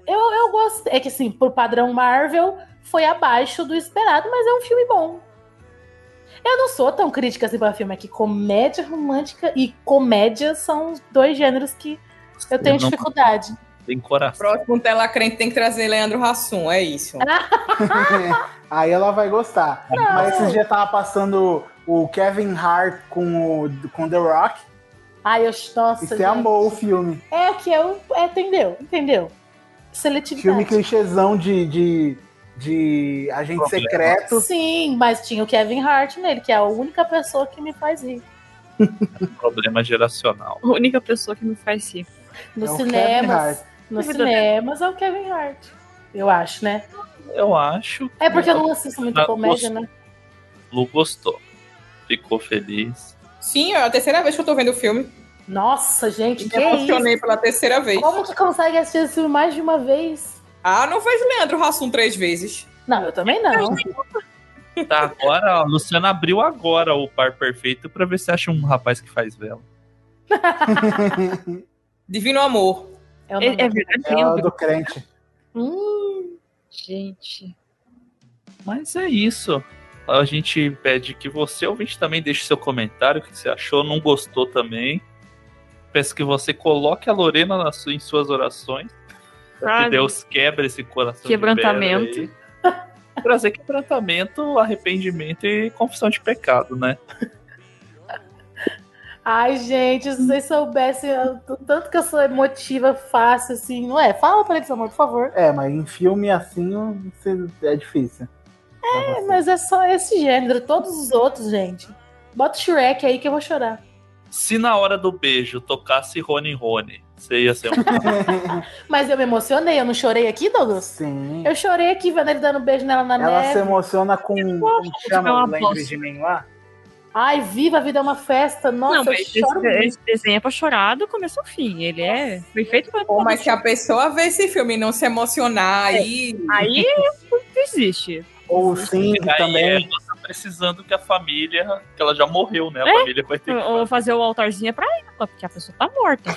Speaker 5: Eu, eu gostei. É que assim, por padrão Marvel, foi abaixo do esperado, mas é um filme bom. Eu não sou tão crítica assim para filme, é que comédia romântica e comédia são dois gêneros que eu tenho
Speaker 13: Eu não-
Speaker 5: dificuldade.
Speaker 13: Tem coração.
Speaker 6: Próximo Tela Crente tem que trazer Leandro Hassum, é isso.
Speaker 4: Aí ela vai gostar.
Speaker 6: Não.
Speaker 4: Mas esses dias tava passando o Kevin Hart com, o, com The Rock.
Speaker 5: Ai, eu. Nossa.
Speaker 4: E você
Speaker 13: é
Speaker 5: gente.
Speaker 4: amou o filme.
Speaker 5: É que eu. É, entendeu? Entendeu?
Speaker 4: Filme
Speaker 5: Seletividade.
Speaker 4: clichêzão de, de, de agente secreto.
Speaker 5: Sim, mas tinha o Kevin Hart nele, que é a única pessoa que me faz rir.
Speaker 13: Problema geracional.
Speaker 5: A única pessoa que me faz rir. Nos
Speaker 13: É o Kevin Hart.
Speaker 5: cinemas. Nos cinemas é o Kevin Hart. Eu acho, né?
Speaker 13: Eu acho.
Speaker 5: É porque eu não assisto muita
Speaker 13: Ah,
Speaker 5: comédia,
Speaker 13: gosto.
Speaker 5: né?
Speaker 13: Lu gostou. Ficou feliz.
Speaker 6: Sim, é a terceira vez que eu tô vendo o filme.
Speaker 5: Nossa, gente,
Speaker 6: Me
Speaker 5: que
Speaker 6: emocionei
Speaker 5: isso?
Speaker 6: pela terceira vez.
Speaker 5: Como que consegue assistir esse filme mais de uma vez?
Speaker 6: Ah, não fez Leandro Hassum três vezes.
Speaker 5: Não, eu também não.
Speaker 13: Tá, agora, ó, a Luciana abriu agora o par perfeito pra ver se acha um rapaz que faz vela.
Speaker 6: Divino Amor.
Speaker 5: É,
Speaker 10: verdade.
Speaker 4: É o do crente.
Speaker 5: Hum,
Speaker 10: gente.
Speaker 13: Mas é isso. A gente pede que você, ouvinte, também deixe seu comentário, o que você achou, não gostou também. Peço que você coloque a Lorena na sua- em suas orações.
Speaker 10: Ah,
Speaker 13: que Deus quebre esse coração. de
Speaker 10: Quebrantamento.
Speaker 13: pedra aí. Trazer quebrantamento, arrependimento e confissão de pecado, né?
Speaker 5: Ai, gente, se vocês soubessem eu- o tanto que eu sou emotiva, fácil, assim, não é? Fala pra eles, amor, por favor.
Speaker 4: É, mas em filme assim você- é difícil.
Speaker 5: É, mas é só esse gênero, todos os outros, gente. Bota o Shrek aí que eu vou chorar.
Speaker 13: Se na hora do beijo tocasse Rony Rony, você ia ser um.
Speaker 5: Mas eu me emocionei, eu não chorei aqui, Douglas?
Speaker 4: Sim.
Speaker 5: Eu chorei aqui vendo ele dando beijo nela na
Speaker 4: Ela
Speaker 5: neve.
Speaker 4: se emociona com. Como que
Speaker 5: é
Speaker 4: chama?
Speaker 5: uma
Speaker 4: Lembre
Speaker 5: bosta.
Speaker 4: de mim lá?
Speaker 5: Ai, viva, a vida é uma festa. Nossa,
Speaker 10: Não, mas
Speaker 5: eu choro
Speaker 10: esse,
Speaker 5: muito.
Speaker 10: esse desenho é pra chorar do começo ao fim. Ele é perfeito pra
Speaker 6: Pô, mas se a pessoa vê esse filme e não se emocionar,
Speaker 5: É.
Speaker 6: aí.
Speaker 10: Aí existe.
Speaker 4: Ou sim,
Speaker 13: Aí
Speaker 3: é,
Speaker 13: ela tá precisando que a família, que ela já morreu, né? A
Speaker 10: É?
Speaker 13: família vai ter que.
Speaker 10: Ou fazer o altarzinho é pra ela, porque a pessoa tá morta.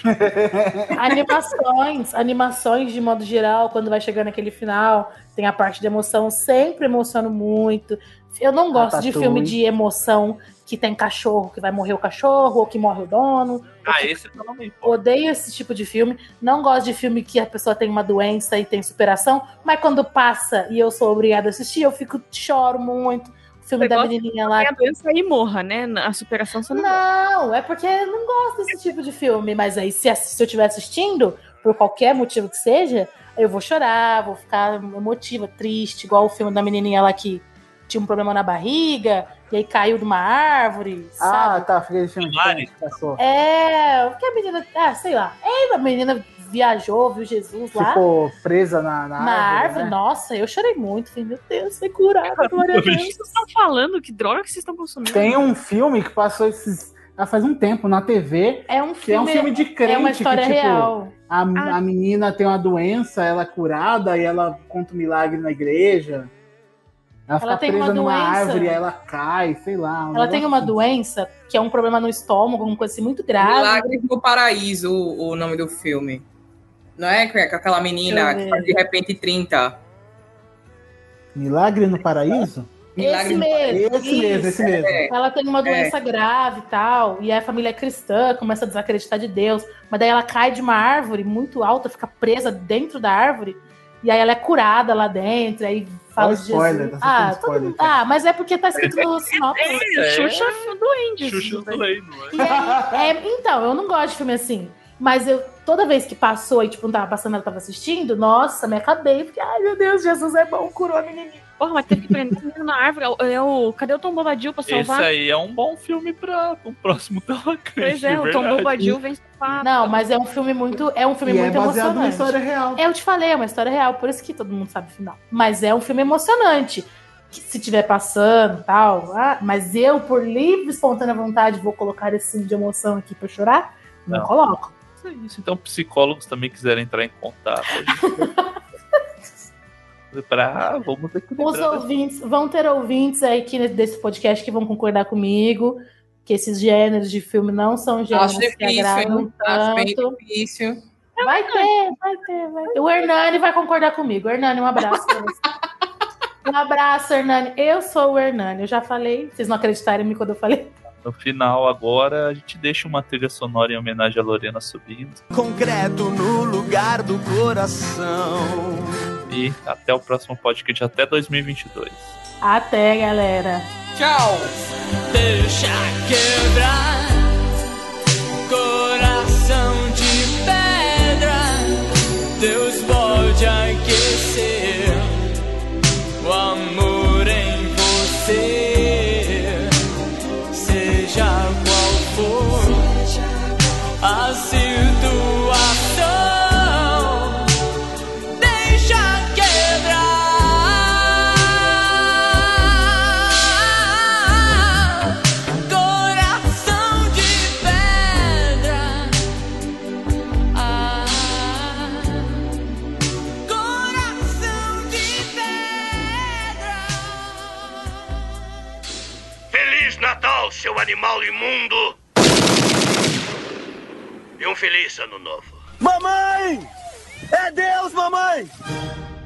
Speaker 5: Animações, animações de modo geral, quando vai chegando aquele final, tem a parte de emoção, sempre emociono muito. Eu não gosto de
Speaker 13: Ratatouille.
Speaker 5: filme de emoção que tem cachorro, que vai morrer o cachorro, ou que morre o dono.
Speaker 13: Ah, esse
Speaker 10: tá
Speaker 13: eu não me importo.
Speaker 5: Odeio esse tipo de filme. Não gosto de filme que a pessoa tem uma doença e tem superação, mas quando passa e eu sou obrigada a assistir, eu fico choro muito. O filme
Speaker 10: Você
Speaker 5: da
Speaker 10: gosta
Speaker 5: menininha lá.
Speaker 10: Tem a doença aí morra, né? A superação você não
Speaker 5: Não, é porque eu não gosto desse tipo de filme. Mas aí, se, ass- se eu estiver assistindo, por qualquer motivo que seja, eu vou chorar, vou ficar emotiva, triste, igual o filme da menininha lá que tinha um problema na barriga e aí caiu de uma árvore, sabe?
Speaker 4: Ah, tá, fiquei de filme diferente, passou.
Speaker 5: É, o que a menina. Ah, sei lá. É, a menina viajou, viu Jesus lá.
Speaker 4: Ficou presa na, na
Speaker 5: na
Speaker 4: árvore,
Speaker 5: árvore,
Speaker 4: né?
Speaker 5: nossa, eu chorei muito. Falei, meu Deus, foi curada, glória a Deus.
Speaker 10: Vocês estão falando? Que droga que vocês estão consumindo?
Speaker 4: Tem um filme que passou esses. ah, faz um tempo na TV.
Speaker 5: É um
Speaker 4: que é um filme de crente.
Speaker 5: é uma história
Speaker 4: que, tipo,
Speaker 5: real. Ah.
Speaker 4: A, a menina tem uma doença, ela é curada e ela conta um milagre na igreja. Ela,
Speaker 5: Ela
Speaker 4: fica
Speaker 5: tem
Speaker 4: presa
Speaker 5: uma
Speaker 4: numa
Speaker 5: doença.
Speaker 4: árvore, aí ela cai, sei lá. um
Speaker 5: Ela tem
Speaker 4: negócio
Speaker 5: uma
Speaker 4: assim.
Speaker 5: doença que é um problema no estômago, uma coisa assim muito grave.
Speaker 6: Milagres no Paraíso, o, o nome do filme. Não é? Com aquela
Speaker 5: Deixa
Speaker 6: menina
Speaker 5: eu
Speaker 6: que
Speaker 5: ver.
Speaker 6: faz de repente 30.
Speaker 4: Milagre no Paraíso?
Speaker 5: Esse mesmo.
Speaker 4: Esse mesmo, esse
Speaker 5: isso.
Speaker 4: mesmo.
Speaker 5: Ela tem uma doença
Speaker 4: É.
Speaker 5: grave e tal, e aí a família é cristã, começa a desacreditar de Deus, mas daí ela cai de uma árvore muito alta, fica presa dentro da árvore, e aí ela é curada lá dentro, aí fala
Speaker 4: Olha o
Speaker 5: de
Speaker 4: spoiler,
Speaker 5: Jesus.
Speaker 4: tá soltando
Speaker 5: Ah, todo
Speaker 4: spoiler,
Speaker 5: mundo- ah, mas é porque tá escrito no sinopse.
Speaker 10: É, Xuxa é né? doente.
Speaker 13: Xuxa doendo,
Speaker 3: né?
Speaker 5: E aí, é, então, eu não gosto de filme assim. Mas eu, toda vez que passou e, tipo, não tava passando, eu tava assistindo, nossa, me acabei. Fiquei, ai meu Deus, Jesus é bom, curou a menininha.
Speaker 10: Porra, mas teve que prender o menino na árvore. É o... Cadê o Tom Bobadil pra
Speaker 13: Esse
Speaker 10: salvar?
Speaker 13: aí é um bom filme pra
Speaker 3: um
Speaker 13: o próximo Tela Crente.
Speaker 10: Pois é, o Tom
Speaker 13: verdade.
Speaker 10: Bobadil vem safado.
Speaker 5: Não, mas é um filme muito. É um filme
Speaker 4: E é
Speaker 5: muito
Speaker 4: baseado
Speaker 5: emocionante.
Speaker 4: numa história real.
Speaker 5: Eu te falei, é uma história real, por isso que todo mundo sabe o final. Mas é um filme emocionante. Que se tiver passando tal, ah, mas eu, por livre e espontânea vontade, vou colocar esse filme de emoção aqui pra eu chorar, não,
Speaker 13: Não.
Speaker 5: coloco.
Speaker 3: Mas é isso. Então, psicólogos também quiserem entrar em contato. pra, vamos equilibrar.
Speaker 5: Os ouvintes, vão ter ouvintes aí que, desse podcast que vão concordar comigo que esses gêneros de filme não são gêneros
Speaker 6: Acho
Speaker 5: que
Speaker 6: difícil,
Speaker 5: agradam
Speaker 6: hein? Acho bem
Speaker 5: tanto.
Speaker 6: difícil.
Speaker 5: Vai ter, vai ter, vai ter. O Hernani vai concordar comigo. Hernani, um abraço pra você. Um abraço, Hernani. Eu sou o Hernani. Eu já falei. Vocês não acreditaram em mim quando eu falei.
Speaker 3: No final, agora, a gente deixa uma trilha sonora em homenagem a Lorena subindo.
Speaker 14: Concreto no lugar do coração.
Speaker 3: E até o próximo podcast, até 2022.
Speaker 5: Até, galera.
Speaker 6: Tchau.
Speaker 14: Deixa quebrar coração de pedra. Deus pode aquecer o amor em você, seja qual for a situação. Deixa quebrar coração de pedra. Ah, coração de pedra.
Speaker 11: Feliz Natal, seu animal imundo! E um feliz ano novo.
Speaker 14: Mamãe! É Deus, mamãe!